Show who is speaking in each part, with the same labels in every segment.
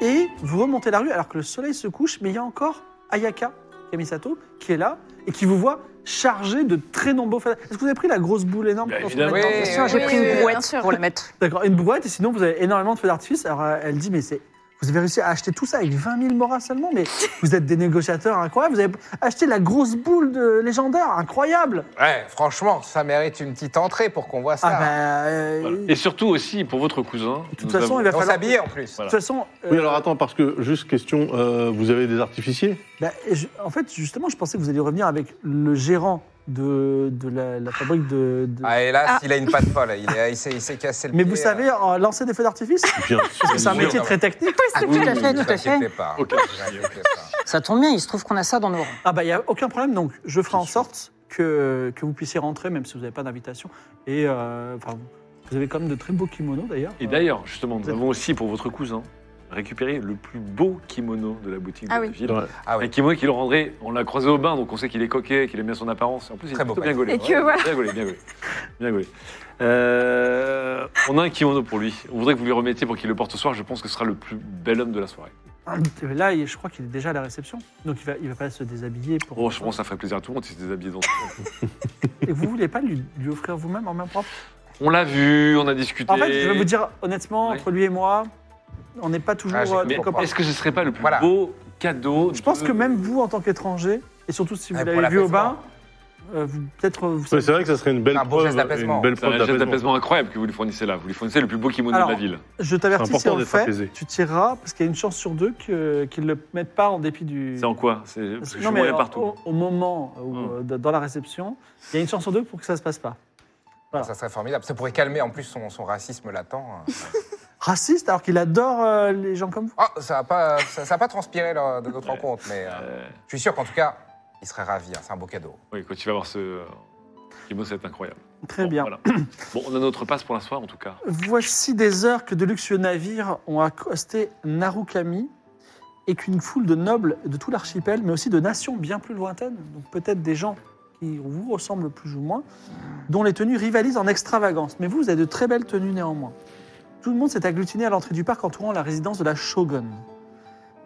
Speaker 1: Et vous remontez la rue alors que le soleil se couche, mais il y a encore Ayaka Kamisato qui est là et qui vous voit chargé de très nombreux fans. Est-ce que vous avez pris la grosse boule énorme
Speaker 2: Bah,
Speaker 1: pour se
Speaker 2: évidemment.
Speaker 1: remettre en
Speaker 2: Oui,
Speaker 3: Bien
Speaker 1: place
Speaker 3: sûr,
Speaker 2: oui,
Speaker 3: j'ai pris
Speaker 2: oui,
Speaker 3: une
Speaker 2: oui,
Speaker 3: brouette pour le mettre.
Speaker 1: D'accord, une boîte, et sinon vous avez énormément de feux d'artifice. Alors euh, elle dit, mais c'est. Vous avez réussi à acheter tout ça avec 20 000 moras seulement, mais vous êtes des négociateurs incroyables. Vous avez acheté la grosse boule de légendaire, incroyable.
Speaker 4: Ouais, franchement, ça mérite une petite entrée pour qu'on voit ça.
Speaker 1: Ah bah, euh,
Speaker 2: Voilà.
Speaker 1: de
Speaker 2: Et surtout aussi pour votre cousin.
Speaker 1: toute
Speaker 2: nous
Speaker 1: façon,
Speaker 2: avons-
Speaker 1: il va
Speaker 4: Et on
Speaker 1: falloir-
Speaker 4: s'habille en plus.
Speaker 2: Voilà.
Speaker 1: toute façon, euh,
Speaker 5: Oui, alors attends, parce que, juste question, euh, vous avez des artificiers
Speaker 1: bah, je- en fait, justement, je pensais que vous alliez revenir avec le gérant de, de la, la fabrique de. de-
Speaker 4: Ah, hélas,
Speaker 3: Ah.
Speaker 4: il a une patte folle. Il, est- il s'est, il s'est cassé le
Speaker 1: mais
Speaker 4: pied,
Speaker 1: vous
Speaker 4: euh,
Speaker 1: savez euh, lancer des feux d'artifice
Speaker 5: Bien
Speaker 1: Parce que c'est un
Speaker 4: Oui,
Speaker 1: métier
Speaker 4: oui.
Speaker 1: très technique.
Speaker 3: Ah,
Speaker 5: oui,
Speaker 3: tout à
Speaker 5: oui,
Speaker 3: fait,
Speaker 4: Ne
Speaker 3: tout à
Speaker 4: vous
Speaker 3: fait.
Speaker 4: inquiétez pas. hein.
Speaker 2: Ok.
Speaker 4: Ne vous inquiétez pas.
Speaker 3: Ça tombe bien, il se trouve qu'on a ça dans nos rangs.
Speaker 1: Ah bah, il n'y a aucun problème, donc je ferai en sorte que, que vous puissiez rentrer, même si vous n'avez pas d'invitation. Et euh, enfin, vous avez quand même de très beaux kimonos d'ailleurs.
Speaker 2: Et
Speaker 1: Euh,
Speaker 2: d'ailleurs, justement, nous
Speaker 1: Vous êtes-
Speaker 2: avons aussi pour votre cousin récupéré le plus beau kimono de la boutique de la
Speaker 3: Ah oui.
Speaker 2: ville.
Speaker 5: Ouais.
Speaker 4: Ah
Speaker 2: Un
Speaker 4: oui.
Speaker 2: kimono qui le rendrait, on l'a croisé au bain, donc on sait qu'il est coquet, qu'il aime bien son apparence. En plus, il
Speaker 4: Très
Speaker 2: est
Speaker 4: beau
Speaker 2: plutôt bien gaulé.
Speaker 3: Et que voilà.
Speaker 2: Bien gaulé, bien gaulé. Bien gaulé. Euh, on a un kimono pour lui. On voudrait que vous lui remettiez pour qu'il le porte ce soir. Je pense que ce sera le plus bel homme de la soirée.
Speaker 1: Ah, Là, il- je crois qu'il est déjà à la réception, donc il va, il va pas se déshabiller pour.
Speaker 2: Oh, je pense que ça ferait plaisir à tout le monde si c'était habillé dans ce
Speaker 1: Et vous voulez pas lui, lui offrir vous-même en main propre
Speaker 2: On l'a vu, on a discuté.
Speaker 1: En fait, je vais vous dire honnêtement,
Speaker 2: Oui.
Speaker 1: entre lui et moi, on n'est pas toujours
Speaker 4: Ah, j'ai
Speaker 1: euh,
Speaker 2: Mais
Speaker 1: très copains.
Speaker 2: est-ce que ce serait pas le plus
Speaker 4: Voilà.
Speaker 2: beau cadeau
Speaker 1: Je pense
Speaker 2: de-
Speaker 1: que même vous, en tant qu'étranger, et surtout si vous
Speaker 4: Ouais, pour
Speaker 1: l'avez vu au bain,
Speaker 4: l'apaisement.
Speaker 1: euh, vous peut-être. euh, vous
Speaker 5: Ouais, c'est vrai que ça serait une belle
Speaker 4: Un beau
Speaker 5: preuve,
Speaker 4: geste d'apaisement.
Speaker 5: une belle
Speaker 2: C'est un
Speaker 5: preuve
Speaker 2: geste
Speaker 5: d'apaisement.
Speaker 2: d'apaisement incroyable que vous lui fournissez là. Vous lui fournissez le plus beau kimono
Speaker 1: Alors, euh,
Speaker 2: de la ville.
Speaker 1: Je t'avertis,
Speaker 5: C'est
Speaker 1: si on
Speaker 5: important
Speaker 1: le
Speaker 5: d'être
Speaker 1: fait,
Speaker 5: apaisé.
Speaker 1: tu tireras, parce qu'il y a une chance sur deux que- qu'ils ne le mettent pas en dépit du.
Speaker 2: C'est en quoi C'est parce
Speaker 1: Parce
Speaker 2: que
Speaker 1: que-
Speaker 2: je
Speaker 1: non, mais
Speaker 2: mourrais
Speaker 1: alors,
Speaker 2: partout.
Speaker 1: Au, au moment, où,
Speaker 2: Hmm.
Speaker 1: euh, dans dans la réception, il y a une chance sur deux pour que ça ne se passe pas.
Speaker 4: Ça serait formidable. Ça pourrait calmer en plus son, son racisme latent. hein.
Speaker 1: Raciste, alors qu'il adore euh, les gens comme vous.
Speaker 4: Ah, ça n'a pas, ça, ça a pas transpiré lors de notre
Speaker 2: Ouais.
Speaker 4: rencontre, mais euh,
Speaker 2: Euh,
Speaker 4: je suis sûr qu'en tout cas, il serait ravi. hein, C'est un beau cadeau.
Speaker 2: oui, quand tu vas voir ce euh, kimono, ça va être incroyable.
Speaker 1: Très
Speaker 2: Bon,
Speaker 1: bien.
Speaker 2: voilà. Bon, on a notre passe pour la soirée en tout cas.
Speaker 1: Voici des heures que de luxueux navires ont accosté Narukami et qu'une foule de nobles de tout l'archipel, mais aussi de nations bien plus lointaines, donc peut-être des gens qui vous ressemblent plus ou moins, dont les tenues rivalisent en extravagance. Mais vous, vous avez de très belles tenues néanmoins. Tout le monde s'est agglutiné à l'entrée du parc entourant la résidence de la Shogun.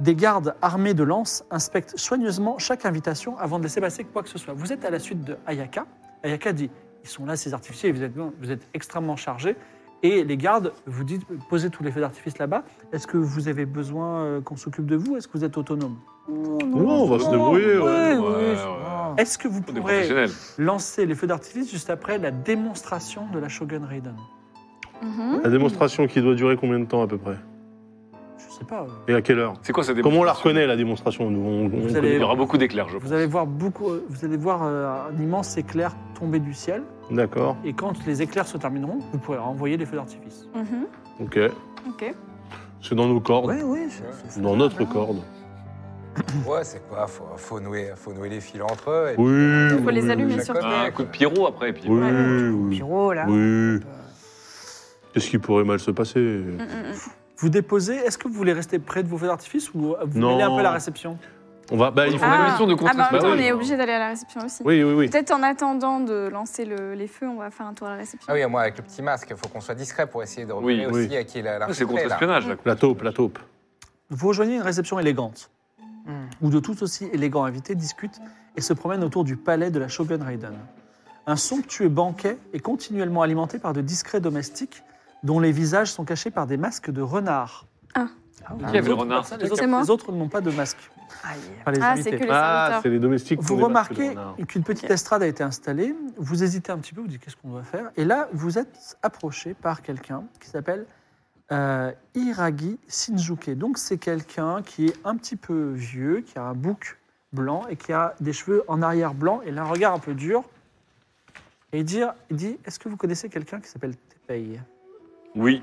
Speaker 1: Des gardes armés de lances inspectent soigneusement chaque invitation avant de laisser passer quoi que ce soit. Vous êtes à la suite de Ayaka. Ayaka dit, ils sont là ces artificiers, et vous êtes, vous êtes extrêmement chargés. Et les gardes vous disent, posez tous les feux d'artifice là-bas. Est-ce que vous avez besoin euh, qu'on s'occupe de vous Est-ce que vous êtes autonome
Speaker 5: Non, Oh, on va se débrouiller. ouais.
Speaker 2: Ouais,
Speaker 3: oui,
Speaker 2: ouais,
Speaker 3: ça
Speaker 2: ouais.
Speaker 3: va.
Speaker 1: Est-ce que vous
Speaker 2: Des
Speaker 1: pourrez
Speaker 2: professionnels.
Speaker 1: lancer les feux d'artifice juste après la démonstration de la Shogun Raiden
Speaker 3: Mhm.
Speaker 5: La démonstration qui doit durer combien de temps à peu près
Speaker 1: Je sais pas. euh,
Speaker 5: Et à quelle heure
Speaker 2: C'est quoi cette
Speaker 5: Comment on la
Speaker 2: démonstration
Speaker 5: reconnaît la démonstration Nous, on- on-
Speaker 1: Vous
Speaker 5: on-
Speaker 1: allez-
Speaker 2: Il y aura beaucoup d'éclairs, je pense.
Speaker 1: Vous allez voir beaucoup, euh, vous allez voir euh, un immense éclair tomber du ciel.
Speaker 5: D'accord,
Speaker 1: Et quand les éclairs se termineront, vous pourrez envoyer les feux d'artifice.
Speaker 3: Mhm.
Speaker 5: ok.
Speaker 3: Ok.
Speaker 5: C'est dans nos cordes,
Speaker 3: Oui, oui. c'est-
Speaker 4: Ouais.
Speaker 3: c'est-
Speaker 5: dans notre corde.
Speaker 4: Ouais, c'est quoi faut, faut, nouer, faut nouer les fils entre eux. et puis-
Speaker 5: Oui,
Speaker 3: Faut
Speaker 5: oui,
Speaker 3: les allumer
Speaker 5: oui.
Speaker 3: sur
Speaker 4: D'accord.
Speaker 2: Un coup de pyro après, et puis.
Speaker 5: Oui,
Speaker 3: Ouais, le
Speaker 5: oui.
Speaker 3: Pyro, là.
Speaker 5: Oui. Qu'est-ce qui pourrait mal se passer
Speaker 3: Mm, mm, mm.
Speaker 1: Vous déposez, est-ce que vous voulez rester près de vos feux d'artifice ou euh, vous
Speaker 5: Non.
Speaker 1: mêlez un peu la réception
Speaker 5: On va. Bah, il
Speaker 2: On
Speaker 5: faut.
Speaker 2: a une
Speaker 3: Ah.
Speaker 2: mission de
Speaker 3: Ah, bah, en
Speaker 2: contre
Speaker 3: même temps,
Speaker 5: Bah
Speaker 3: on
Speaker 5: oui.
Speaker 3: est obligé d'aller à la réception aussi.
Speaker 5: Oui, oui, oui.
Speaker 3: Peut-être en attendant de lancer le- les feux, on va faire un tour à la réception.
Speaker 4: Ah oui, moi avec le petit masque, il faut qu'on soit discret pour essayer de
Speaker 2: Oui,
Speaker 4: repérer
Speaker 5: oui.
Speaker 4: aussi à qui la, la
Speaker 2: C'est contre-espionnage, là.
Speaker 5: La taupe, la taupe.
Speaker 1: Vous rejoignez une réception élégante.
Speaker 3: Mm.
Speaker 1: où de tout aussi élégants invités discutent et se promènent autour du palais de la Shogun Raiden. Un somptueux banquet est continuellement alimenté par de discrets domestiques dont les visages sont cachés par des masques de renard.
Speaker 3: Ah.
Speaker 1: Les
Speaker 2: Qui avait le
Speaker 1: autres
Speaker 2: renard
Speaker 1: personnes- les
Speaker 3: C'est
Speaker 1: autres-
Speaker 3: moi.
Speaker 1: Les autres n'ont pas de masque.
Speaker 3: Aïe.
Speaker 1: Pas les
Speaker 3: Ah,
Speaker 1: invités.
Speaker 3: c'est que les
Speaker 5: Ah,
Speaker 3: serviteurs.
Speaker 5: c'est les domestiques. qui
Speaker 1: Vous
Speaker 5: ont des masques de
Speaker 1: remarquez
Speaker 5: renard.
Speaker 1: qu'une petite estrade a été installée. Vous hésitez un petit peu, vous dites qu'est-ce qu'on doit faire. Et là, vous êtes approché par quelqu'un qui s'appelle euh, Hiragi Shinjuke. Donc c'est quelqu'un qui est un petit peu vieux, qui a un bouc blanc et qui a des cheveux en arrière blanc et un regard un peu dur. Et il dit, il dit est-ce que vous connaissez quelqu'un qui s'appelle Tepei
Speaker 2: Oui.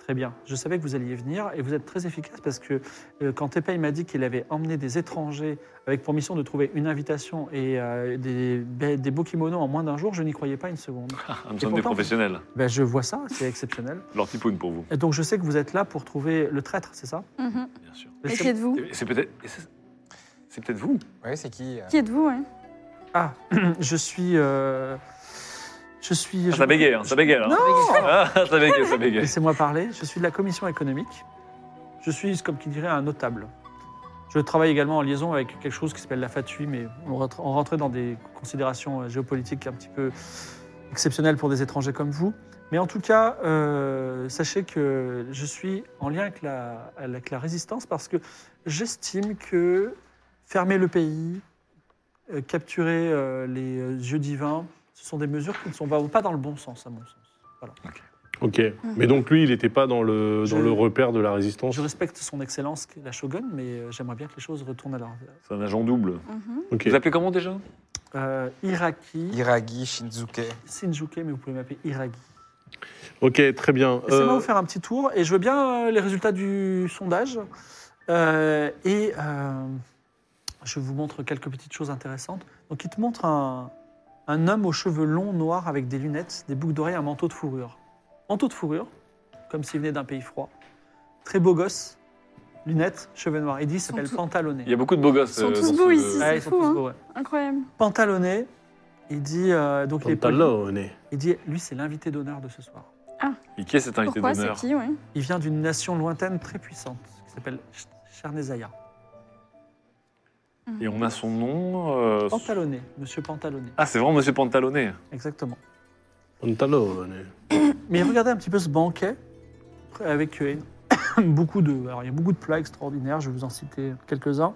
Speaker 1: Très bien. Je savais que vous alliez venir et vous êtes très efficace parce que euh, quand Tepei m'a dit qu'il avait emmené des étrangers avec pour mission de trouver une invitation et euh, des, be- des beaux kimonos en moins d'un jour, je n'y croyais pas une seconde.
Speaker 2: Nous sommes des
Speaker 1: pourtant-
Speaker 2: professionnels.
Speaker 1: Ben, je vois ça, c'est exceptionnel.
Speaker 2: L'antipoune pour vous,
Speaker 1: Et donc je sais que vous êtes là pour trouver le traître, c'est ça
Speaker 3: Mhm.
Speaker 2: bien sûr.
Speaker 3: Et qui êtes-vous
Speaker 2: Et C'est peut-être. et c'est- C'est peut-être vous.
Speaker 4: Oui, c'est qui euh
Speaker 3: Qui êtes-vous hein
Speaker 1: Ah, je suis... euh, je suis...
Speaker 2: Ah,
Speaker 1: je-
Speaker 2: ça bégaye, hein, ça bégaye. hein. Ah, ça bégaye, ça bégaye.
Speaker 1: Laissez-moi parler. Je suis de la commission économique. Je suis, comme qui dirait, un notable. Je travaille également en liaison avec quelque chose qui s'appelle la FATUI, mais on rentre- on rentrait dans des considérations euh, géopolitiques un petit peu exceptionnelles pour des étrangers comme vous. Mais en tout cas, euh, sachez que je suis en lien avec la, avec la résistance parce que j'estime que fermer le pays, euh, capturer euh, les euh, yeux divins, ce sont des mesures qui ne sont pas dans le bon sens, à mon sens.
Speaker 5: Ok. Mais donc lui, il n'était pas dans le,
Speaker 1: Je-
Speaker 5: dans le repère de la résistance.
Speaker 1: Je respecte son excellence, la shogun, mais euh, j'aimerais bien que les choses retournent à leur.
Speaker 2: C'est un agent double.
Speaker 3: Mhm.
Speaker 5: Ok.
Speaker 2: Vous appelez comment déjà
Speaker 1: Euh, Iraki,
Speaker 4: Hiragi Shinzuke. Ah,
Speaker 1: Shinjuke, mais vous pouvez m'appeler Iragi.
Speaker 5: Ok, très bien.
Speaker 1: Laissez-moi
Speaker 5: Euh,
Speaker 1: vous faire un petit tour et je veux bien euh, les résultats du sondage. Euh, et euh, je vous montre quelques petites choses intéressantes. Donc, il te montre un, un homme aux cheveux longs, noirs, avec des lunettes, des boucles d'oreilles, un manteau de fourrure. Manteau de fourrure, comme s'il venait d'un pays froid. Très beau gosse, lunettes, cheveux noirs. Il dit il
Speaker 3: sont
Speaker 1: s'appelle
Speaker 3: tous-
Speaker 1: Pantalonnet.
Speaker 2: Il y a beaucoup de beaux gosses.
Speaker 3: Ils sont
Speaker 2: euh,
Speaker 3: tous
Speaker 2: dans
Speaker 3: beaux
Speaker 2: ce-
Speaker 3: ici.
Speaker 1: Ouais,
Speaker 3: C'est
Speaker 1: ils sont
Speaker 3: fou,
Speaker 1: tous
Speaker 3: hein.
Speaker 1: beaux, ouais.
Speaker 3: Incroyable.
Speaker 1: pantalonné. Il dit, euh, donc il, est poli.
Speaker 5: Pantalone.
Speaker 1: il dit, lui, c'est l'invité d'honneur de ce soir.
Speaker 2: Et qui est cet invité
Speaker 3: Pourquoi C'est
Speaker 2: d'honneur
Speaker 3: qui ouais.
Speaker 1: Il vient d'une nation lointaine très puissante qui s'appelle Ch- Charnezaya.
Speaker 2: Et on a son nom. euh,
Speaker 1: Pantalonné, monsieur Pantalonné,
Speaker 2: Ah, c'est vraiment Monsieur Pantalonnet.
Speaker 1: exactement.
Speaker 5: Pantalone.
Speaker 1: Mais regardez un petit peu ce banquet pr- avec euh, beaucoup de, alors il y a beaucoup de plats extraordinaires. Je vais vous en citer quelques-uns.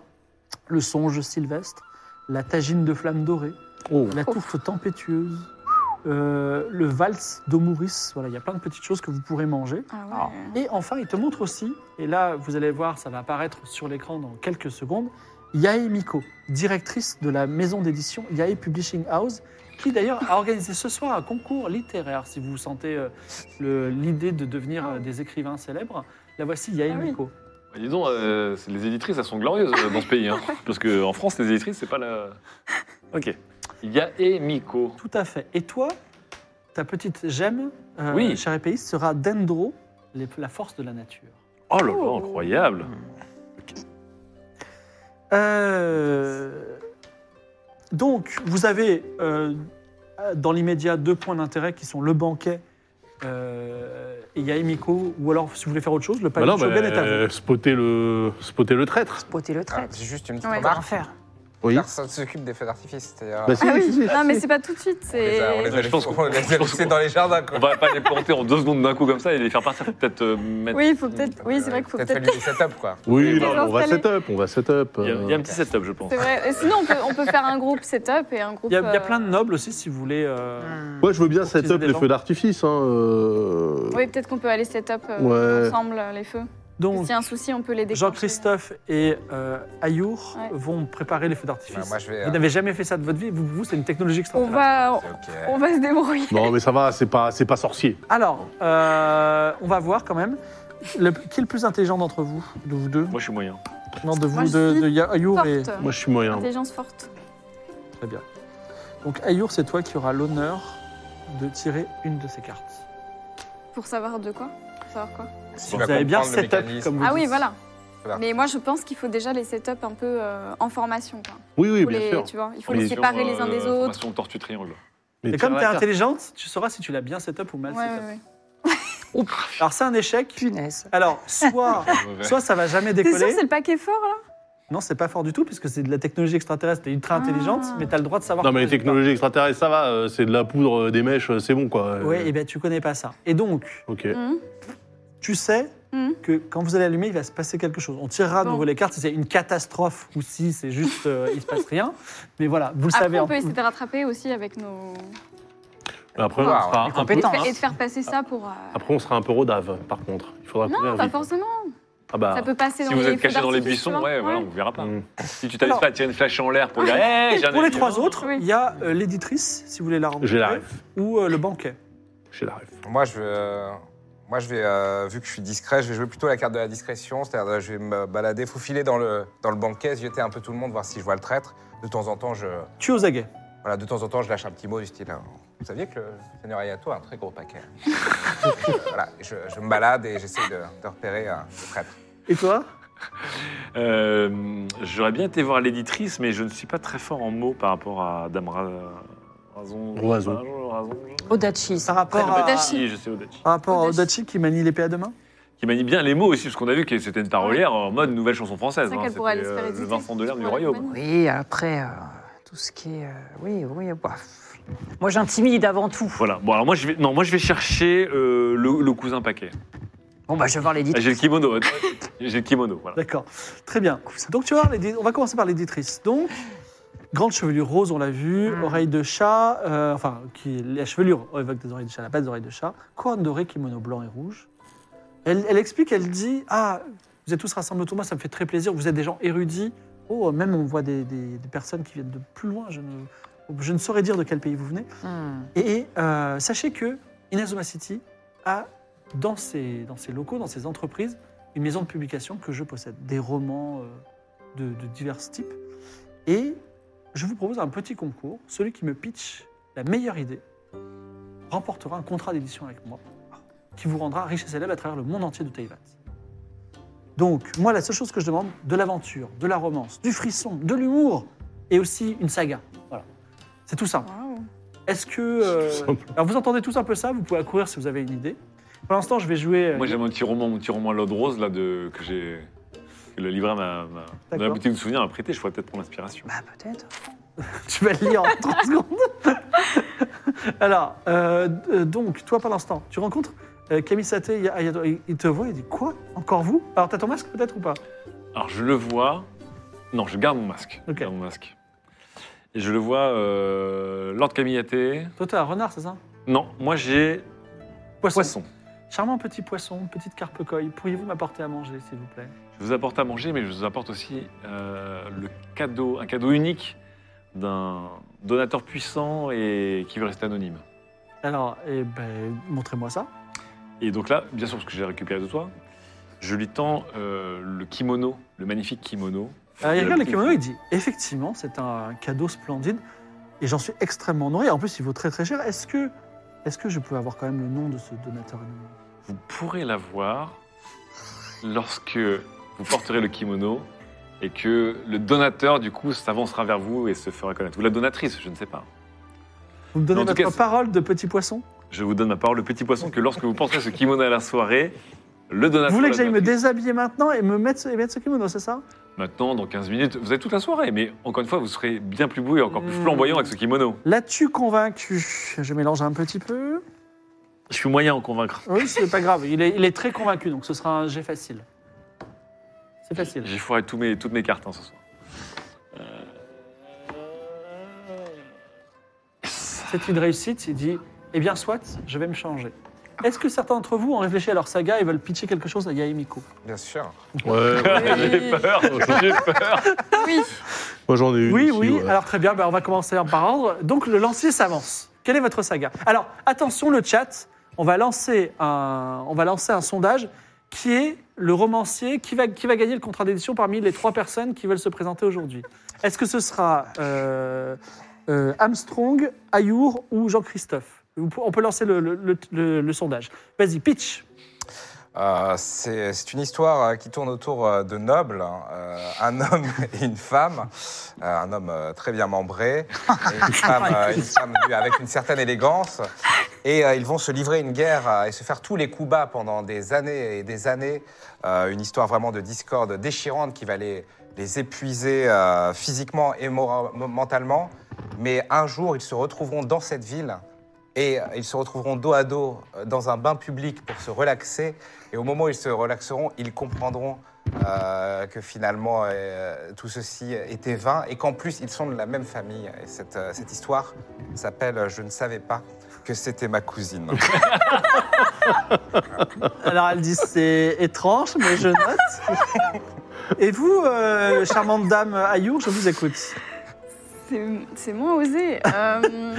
Speaker 1: Le songe sylvestre, la tagine de flamme dorée,
Speaker 5: Oh.
Speaker 1: la tourte tempétueuse, euh, le valse d'Omouris. Voilà, il y a plein de petites choses que vous pourrez manger.
Speaker 3: Ah ouais.
Speaker 1: Et enfin, il te montre aussi, et là vous allez voir, ça va apparaître sur l'écran dans quelques secondes, Yae Miko, directrice de la maison d'édition Yae Publishing House, qui d'ailleurs a organisé ce soir un concours littéraire. Si vous sentez euh, le- l'idée de devenir euh, des écrivains célèbres, la voici Yae
Speaker 3: Ah oui.
Speaker 1: Miko.
Speaker 2: Bah, Dis donc, euh, c'est- les éditrices, elles sont glorieuses euh, dans ce pays. Hein, parce qu'en France, les éditrices, c'est pas la. Ok. Il y a Emiko.
Speaker 1: Tout à fait. Et toi, ta petite gemme, euh,
Speaker 2: Oui.
Speaker 1: cher épéiste, sera Dendro, les- la force de la nature.
Speaker 2: Oh là là,
Speaker 3: Oh.
Speaker 2: incroyable
Speaker 1: Euh, donc, vous avez euh, dans l'immédiat deux points d'intérêt qui sont le banquet euh, et Yaimiko, ou alors si vous voulez faire autre chose, le
Speaker 5: Bah
Speaker 1: palais
Speaker 5: non,
Speaker 1: de Shogun
Speaker 5: bah,
Speaker 1: est à vous.
Speaker 5: euh, spotter le spotter le traître.
Speaker 6: Spotter le
Speaker 4: Ah,
Speaker 6: traître.
Speaker 4: c'est juste une petite
Speaker 3: Ouais.
Speaker 4: remarque.
Speaker 6: faire.
Speaker 5: Oui.
Speaker 4: Personne ne s'occupe des feux d'artifice. C'est-à-dire,
Speaker 5: Bah, si,
Speaker 3: Ah
Speaker 5: si, si,
Speaker 3: oui,
Speaker 5: si.
Speaker 3: non mais c'est pas tout de suite,
Speaker 4: on les a, on les
Speaker 3: c'est...
Speaker 4: a
Speaker 2: Je pense
Speaker 4: laissés-
Speaker 2: qu'on-
Speaker 4: on les
Speaker 2: je
Speaker 4: a
Speaker 2: pense
Speaker 4: laissés
Speaker 2: qu'on-
Speaker 4: dans les jardins.
Speaker 2: On
Speaker 4: Quoi.
Speaker 2: va pas les planter en deux secondes d'un coup comme ça et les faire partir. Peut-être euh, mettre.
Speaker 3: Oui, il faut peut-être... Oui, c'est vrai qu'il faut
Speaker 4: Peut-être
Speaker 3: peut-être...
Speaker 4: lui setup, quoi.
Speaker 5: Oui,
Speaker 3: les
Speaker 5: non, on va
Speaker 3: installer.
Speaker 5: setup, on va setup.
Speaker 2: Il y, a, il y a un
Speaker 5: euh,
Speaker 2: petit setup, je pense.
Speaker 3: C'est vrai. Et sinon, on peut, on peut faire un groupe setup et un groupe...
Speaker 1: Il y, a, il y a
Speaker 3: euh,
Speaker 1: plein de nobles aussi, si vous voulez. euh,
Speaker 3: Ah.
Speaker 6: Hmm.
Speaker 5: Ouais, je veux bien
Speaker 1: Pour utiliser
Speaker 5: setup
Speaker 1: des
Speaker 5: les
Speaker 1: gens.
Speaker 5: feux d'artifice. Hein, euh,
Speaker 3: Oui, peut-être qu'on peut aller setup euh,
Speaker 5: Ouais.
Speaker 3: ensemble euh, les feux.
Speaker 1: Donc,
Speaker 3: S'il y a un souci, on peut les déclencher.
Speaker 1: Jean-Christophe et euh, Ayour
Speaker 3: Ouais.
Speaker 1: vont préparer les feux d'artifice.
Speaker 4: Bah, moi, je vais.
Speaker 1: Vous
Speaker 4: euh,
Speaker 1: n'avez jamais fait ça de votre vie, vous, vous, c'est une technologie
Speaker 3: On
Speaker 1: extraordinaire.
Speaker 3: va,
Speaker 4: c'est ok.
Speaker 3: on va se débrouiller.
Speaker 5: Non, mais ça va, c'est pas c'est pas sorcier.
Speaker 1: Alors, euh, on va voir quand même. Le- qui est le plus intelligent d'entre vous, de vous deux
Speaker 2: Moi, je suis moyen.
Speaker 1: Non, de vous,
Speaker 3: Moi, je
Speaker 1: de,
Speaker 3: suis
Speaker 1: de Ya- Ayour et...
Speaker 3: Forte.
Speaker 5: Moi, je suis moyen.
Speaker 3: Intelligence forte.
Speaker 1: Très bien. Donc Ayour, c'est toi qui auras l'honneur de tirer une de ces cartes.
Speaker 3: Pour savoir de quoi Pour savoir quoi
Speaker 4: Tu
Speaker 1: Vous
Speaker 4: vas
Speaker 1: avez bien
Speaker 4: comprendre le
Speaker 1: setup
Speaker 4: mécanisme.
Speaker 1: comme vous
Speaker 3: Ah
Speaker 1: dites.
Speaker 3: oui, voilà.
Speaker 4: Voilà.
Speaker 3: Mais moi, je pense qu'il faut déjà les setups un peu euh, en formation. Quoi.
Speaker 5: Oui, oui,
Speaker 3: Faut
Speaker 5: bien
Speaker 3: les-
Speaker 5: sûr.
Speaker 3: Tu vois, il faut
Speaker 2: Oui.
Speaker 3: les séparer les uns
Speaker 2: Euh,
Speaker 3: des autres.
Speaker 2: Formation tortue triangle.
Speaker 5: Mais
Speaker 1: Et
Speaker 5: tiens,
Speaker 1: comme tu es intelligente, tu sauras si tu l'as bien setup ou mal
Speaker 3: Ouais, ouais,
Speaker 1: setup.
Speaker 3: ouais.
Speaker 1: Alors c'est un échec.
Speaker 6: Punaise.
Speaker 1: Alors soit,
Speaker 2: Mauvais.
Speaker 1: soit ça va jamais
Speaker 3: T'es sûr que
Speaker 1: décoller.
Speaker 3: c'est le paquet fort là
Speaker 1: Non, c'est pas fort du tout puisque c'est de la technologie extraterrestre. T'es ultra intelligente,
Speaker 3: Ah.
Speaker 1: mais t'as le droit de savoir.
Speaker 5: Non, mais
Speaker 1: ton
Speaker 5: les
Speaker 1: résultat.
Speaker 5: technologies extraterrestres, ça va, euh, c'est de la poudre, euh, des mèches, euh, c'est bon, quoi. euh,
Speaker 1: Oui, et bien eh ben, tu connais pas ça. Et donc,
Speaker 5: Ok.
Speaker 3: Mhm.
Speaker 1: tu sais
Speaker 3: Mhm.
Speaker 1: que quand vous allez allumer, il va se passer quelque chose. On tirera de
Speaker 3: Bon.
Speaker 1: nouveau les cartes si c'est une catastrophe ou si c'est juste euh, il se passe rien. Mais voilà, vous le
Speaker 3: Après,
Speaker 1: savez.
Speaker 3: on
Speaker 1: en-
Speaker 3: peut essayer de rattraper aussi avec nos.
Speaker 5: Après, on
Speaker 4: Ah,
Speaker 5: sera
Speaker 4: ouais,
Speaker 5: un peu,
Speaker 6: compétent. Attends, hein.
Speaker 3: Et de faire passer ça pour. euh,
Speaker 5: après, on sera un peu rodave, par contre. Il faudra courir
Speaker 3: Non, pas
Speaker 5: Ah, vite.
Speaker 3: forcément.
Speaker 5: Ah bah,
Speaker 3: Ça peut passer
Speaker 2: Si
Speaker 3: dans
Speaker 2: vous
Speaker 3: les
Speaker 2: êtes
Speaker 3: feux
Speaker 2: caché dans les
Speaker 3: d'artifice,
Speaker 2: buissons,
Speaker 3: tu vois.
Speaker 2: ouais, voilà, on vous verra pas.
Speaker 5: hmm.
Speaker 2: Si tu t'amuses
Speaker 1: Alors-
Speaker 2: pas à tirer une flèche en l'air pour dire, hey, j'ai un
Speaker 1: Pour les
Speaker 2: ami.
Speaker 1: trois autres,
Speaker 3: Oui.
Speaker 1: il y a euh, l'éditrice, si vous voulez la rencontrer,
Speaker 5: j'ai la ref.
Speaker 1: ou euh, le banquet.
Speaker 5: J'ai la ref.
Speaker 4: Moi, je vais, euh, moi, je vais euh, vu que je suis discret, je vais jouer plutôt la carte de la discrétion. C'est-à-dire, euh, je vais me balader, faufiler dans le, dans le banquet, jeter un peu tout le monde, voir si je vois le traître. De temps en temps, je,
Speaker 1: Tu es aux aguets.
Speaker 4: voilà, de temps en temps, je lâche un petit mot du style. hein, Vous saviez que le Seigneur Ayato a un très gros paquet. voilà, je, je me balade et j'essaie de, de repérer euh, le traître.
Speaker 1: Et toi
Speaker 2: Euh, J'aurais bien été voir l'éditrice, mais je ne suis pas très fort en mots par rapport à Dame Ra- Razon.
Speaker 5: Razon.
Speaker 2: Razon.
Speaker 6: Odachi,
Speaker 1: Par
Speaker 6: ça.
Speaker 1: rapport à,
Speaker 2: Odachi, je sais Odachi.
Speaker 1: par rapport à
Speaker 3: Odachi.
Speaker 1: Odachi qui manie l'épée à deux mains
Speaker 2: Qui manie bien les mots aussi, parce qu'on a vu que c'était une parolière en mode nouvelle chanson française.
Speaker 3: C'est vrai qu'elle
Speaker 2: hein,
Speaker 3: pourrait
Speaker 2: c'était,
Speaker 3: aller se faire
Speaker 2: euh, le
Speaker 3: éditer,
Speaker 2: Vincent de l'herbe du
Speaker 3: pour la
Speaker 2: royaume.
Speaker 3: compagnie.
Speaker 6: Oui, après, euh, tout ce qui est. euh, oui, oui, bah, Moi, j'intimide avant tout.
Speaker 2: Voilà. Bon, alors moi, je vais, non, moi, je vais chercher euh, le, le cousin paquet.
Speaker 6: Bon, bah, je vais voir
Speaker 2: Ah,
Speaker 6: l'éditeur.
Speaker 2: J'ai le kimono. hein. J'ai le kimono, voilà.
Speaker 1: D'accord. Très bien. Donc tu vas voir l'édi- on va commencer par l'éditrice. Donc grande chevelure rose, on l'a vu,
Speaker 6: Mm.
Speaker 1: oreilles de chat, euh, enfin qui la chevelure évoque des oreilles de chat, la base des oreilles de chat, couronne dorée, kimono blanc et rouge. Elle, elle explique, elle dit ah vous êtes tous rassemblés autour de moi, ça me fait très plaisir. Vous êtes des gens érudits. Oh même on voit des, des- des personnes qui viennent de plus loin. Je ne, je ne saurais dire de quel pays vous venez.
Speaker 6: Hmm.
Speaker 1: Et euh, sachez que Inazuma City a dans ses, dans ses locaux, dans ses entreprises, une maison de publication que je possède, des romans euh, de, de divers types. Et je vous propose un petit concours. Celui qui me pitch la meilleure idée remportera un contrat d'édition avec moi qui vous rendra riche et célèbre à travers le monde entier de Taïwan. Donc, moi, la seule chose que je demande, de l'aventure, de la romance, du frisson, de l'humour et aussi une saga. Voilà. C'est tout simple.
Speaker 3: Waouh.
Speaker 1: Est-ce que. euh,
Speaker 5: simple.
Speaker 1: alors vous entendez tous un peu ça, vous pouvez accourir si vous avez une idée. Pour l'instant, je vais jouer. euh,
Speaker 2: Moi, j'ai mon petit roman, mon petit roman à l'eau de rose, là, de, que j'ai. que le livreur m'a. m'a- dans la
Speaker 1: D'accord.
Speaker 2: boutique de souvenirs m'a prêté, je pourrais peut-être prendre l'inspiration.
Speaker 6: Bah, peut-être.
Speaker 1: tu vas le lire en 30 secondes. alors, euh, euh, donc, toi, pour l'instant, tu rencontres euh, Camille Saté, il y a- il y a- il te voit, il dit Quoi Encore vous Alors, t'as ton masque peut-être ou pas
Speaker 2: Alors, je le vois. Non, je garde mon masque. Je
Speaker 1: Ok.
Speaker 2: garde mon masque. Et je le vois. euh, Lord Camillate.
Speaker 1: Toi, t'es un renard, c'est ça
Speaker 2: Non, moi, j'ai. Poisson.
Speaker 1: Charmant petit poisson, petite carpe coille. Pourriez-vous m'apporter à manger, s'il vous plaît
Speaker 2: Je vous apporte à manger, mais je vous apporte aussi euh, le cadeau, un cadeau unique d'un donateur puissant et qui veut rester anonyme.
Speaker 1: Alors, eh ben, montrez-moi ça.
Speaker 2: Et donc là, bien sûr, parce que j'ai récupéré de toi, je lui tends euh, le kimono, le magnifique kimono.
Speaker 1: Alors, Ah, il
Speaker 2: Euh,
Speaker 1: regarde le kimono, il dit Effectivement, c'est un cadeau splendide et j'en suis extrêmement nourri. En plus, il vaut très très cher. Est-ce que, est que je peux avoir quand même le nom de ce donateur anonyme
Speaker 2: Vous pourrez l'avoir lorsque vous porterez le kimono et que le donateur, du coup, s'avancera vers vous et se fera connaître. Ou la donatrice, je ne sais pas.
Speaker 1: Vous me donnez
Speaker 2: En tout
Speaker 1: votre
Speaker 2: cas,
Speaker 1: parole de petit poisson
Speaker 2: Je vous donne ma parole, le petit poisson, que lorsque vous porterez ce kimono à la soirée, le donateur...
Speaker 1: Vous voulez que j'aille me
Speaker 2: la donatrice-
Speaker 1: déshabiller maintenant et me mettre, ce- et mettre ce kimono, c'est ça
Speaker 2: Maintenant, dans 15 minutes, vous avez toute la soirée, mais encore une fois, vous serez bien plus beau et encore plus
Speaker 1: Mmh.
Speaker 2: flamboyant avec ce kimono.
Speaker 1: L'as-tu convaincu Je mélange un petit peu.
Speaker 2: Je suis moyen en convaincre.
Speaker 1: Oui, c'est pas grave. Il est, il est très convaincu, donc ce sera un jet facile. C'est facile.
Speaker 2: J'ai foiré tous mes, toutes mes cartes hein, ce soir.
Speaker 1: C'est une réussite. Il dit Eh bien, soit, je vais me changer. Est-ce que certains d'entre vous ont réfléchi à leur saga et veulent pitcher quelque chose à Yaemiko
Speaker 4: Bien sûr.
Speaker 5: Ouais, ouais.
Speaker 2: j'ai peur, j'ai peur.
Speaker 3: Oui,
Speaker 5: moi j'en ai une.
Speaker 1: Oui,
Speaker 5: aussi,
Speaker 1: oui.
Speaker 5: ouais.
Speaker 1: Alors très bien, ben, on va commencer par ordre. Donc le lancier s'avance. Quelle est votre saga Alors attention le chat, on va lancer un, on va lancer un sondage qui est le romancier qui va, qui va gagner le contrat d'édition parmi les trois personnes qui veulent se présenter aujourd'hui. Est-ce que ce sera euh, euh, Armstrong, Ayour ou Jean-Christophe Vous pou- On peut lancer le, le- le- le- le sondage. Vas-y, pitch.
Speaker 4: Euh, c'est c'est une histoire euh, qui tourne autour euh, de nobles, hein, euh, un homme et une femme, euh, un homme euh, très bien membré, et une femme, euh, une femme vue avec une certaine élégance, et euh, ils vont se livrer une guerre euh, et se faire tous les coups bas pendant des années et des années, Euh, une histoire vraiment de discorde déchirante qui va les, les épuiser euh, physiquement et mora- mentalement, mais un jour ils se retrouveront dans cette ville. Et euh, ils se retrouveront dos à dos euh, dans un bain public pour se relaxer. Et au moment où ils se relaxeront, ils comprendront euh, que finalement euh, tout ceci était vain et qu'en plus ils sont de la même famille. Et cette, euh, cette histoire s'appelle euh, Je ne savais pas que c'était ma cousine.
Speaker 1: Alors elle dit c'est étrange, mais je note. Et vous, euh, charmante dame Ayour, je vous écoute.
Speaker 3: C'est c'est moins osé. Euh,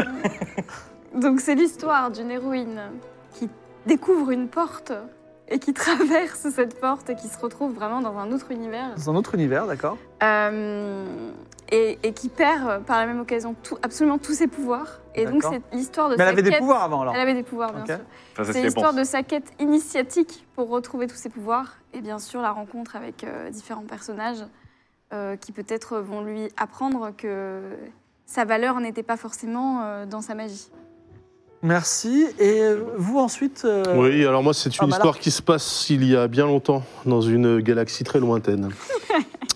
Speaker 3: donc c'est l'histoire d'une héroïne qui découvre une porte et qui traverse cette porte et qui se retrouve vraiment dans un autre univers.
Speaker 1: Dans un autre univers, d'accord
Speaker 3: Euh, et, et qui perd euh, par la même occasion tout- absolument tous ses pouvoirs. Et donc
Speaker 1: D'accord.
Speaker 3: c'est l'histoire de
Speaker 1: Mais elle
Speaker 3: sa
Speaker 1: avait des
Speaker 3: quête-
Speaker 1: pouvoirs avant alors.
Speaker 3: Elle avait des pouvoirs, bien
Speaker 1: Ok.
Speaker 3: sûr.
Speaker 2: Enfin, ça,
Speaker 3: C'est
Speaker 2: c'est
Speaker 3: l'histoire
Speaker 2: bon.
Speaker 3: de sa quête initiatique pour retrouver tous ses pouvoirs et bien sûr la rencontre avec euh, différents personnages euh, qui peut-être vont lui apprendre que sa valeur n'était pas forcément euh, dans sa magie.
Speaker 1: Merci. Et vous ensuite euh,
Speaker 5: Oui, alors moi, c'est
Speaker 1: Ah,
Speaker 5: une
Speaker 1: bah là.
Speaker 5: histoire qui se passe il y a bien longtemps, dans une galaxie très lointaine.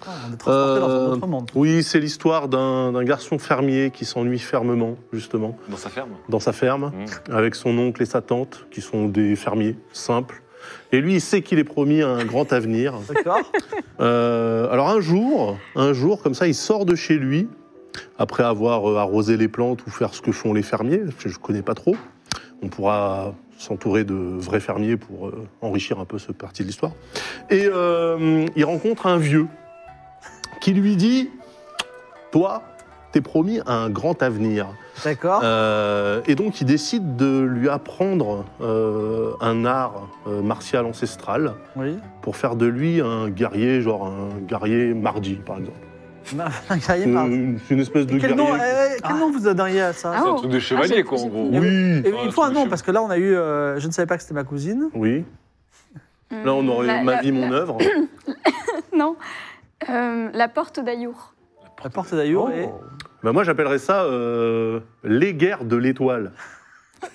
Speaker 1: Ah, On est transporté
Speaker 5: Euh,
Speaker 1: dans un autre monde.
Speaker 5: Oui, c'est l'histoire d'un d'un garçon fermier qui s'ennuie fermement, justement,
Speaker 2: Dans sa ferme.
Speaker 5: dans sa ferme,
Speaker 2: Mmh.
Speaker 5: avec son oncle et sa tante, qui sont des fermiers simples. Et lui, il sait qu'il est promis un grand avenir.
Speaker 1: D'accord
Speaker 5: Euh, alors un jour, un jour, comme ça, il sort de chez lui, après avoir euh, arrosé les plantes ou faire ce que font les fermiers, que je ne connais pas trop. On pourra s'entourer de vrais fermiers pour euh, enrichir un peu ce partie de l'histoire. Et euh, il rencontre un vieux qui lui dit, toi, t'es promis un grand avenir.
Speaker 1: D'accord.
Speaker 5: Euh, et donc, il décide de lui apprendre euh, un art euh, martial ancestral
Speaker 1: Oui.
Speaker 5: pour faire de lui un guerrier, genre un guerrier mardi, par exemple.
Speaker 1: Un guerrier
Speaker 5: Une,
Speaker 1: par-
Speaker 5: une- une espèce euh, de
Speaker 1: Quel
Speaker 5: guerrier.
Speaker 1: nom, eh, quel
Speaker 5: Ah.
Speaker 1: nom vous donneriez à ça
Speaker 3: Ah
Speaker 2: C'est
Speaker 3: oh.
Speaker 2: un truc de
Speaker 3: Ah,
Speaker 2: chevalier,
Speaker 3: j'ai-
Speaker 2: quoi, en
Speaker 3: j'ai-
Speaker 2: gros.
Speaker 5: Oui,
Speaker 1: Et
Speaker 2: Ah,
Speaker 1: Il faut un
Speaker 2: c'est
Speaker 1: nom
Speaker 2: monsieur.
Speaker 1: parce que là on a eu. euh, je ne savais pas que c'était ma cousine.
Speaker 5: oui. Là, on aurait
Speaker 3: La-
Speaker 5: ma
Speaker 3: la-
Speaker 5: vie, mon
Speaker 3: la-
Speaker 5: œuvre.
Speaker 3: Non, Euh, la porte d'Ayour.
Speaker 1: La porte d'Ayour et
Speaker 5: Bah, moi, j'appellerais ça euh, les guerres de l'étoile.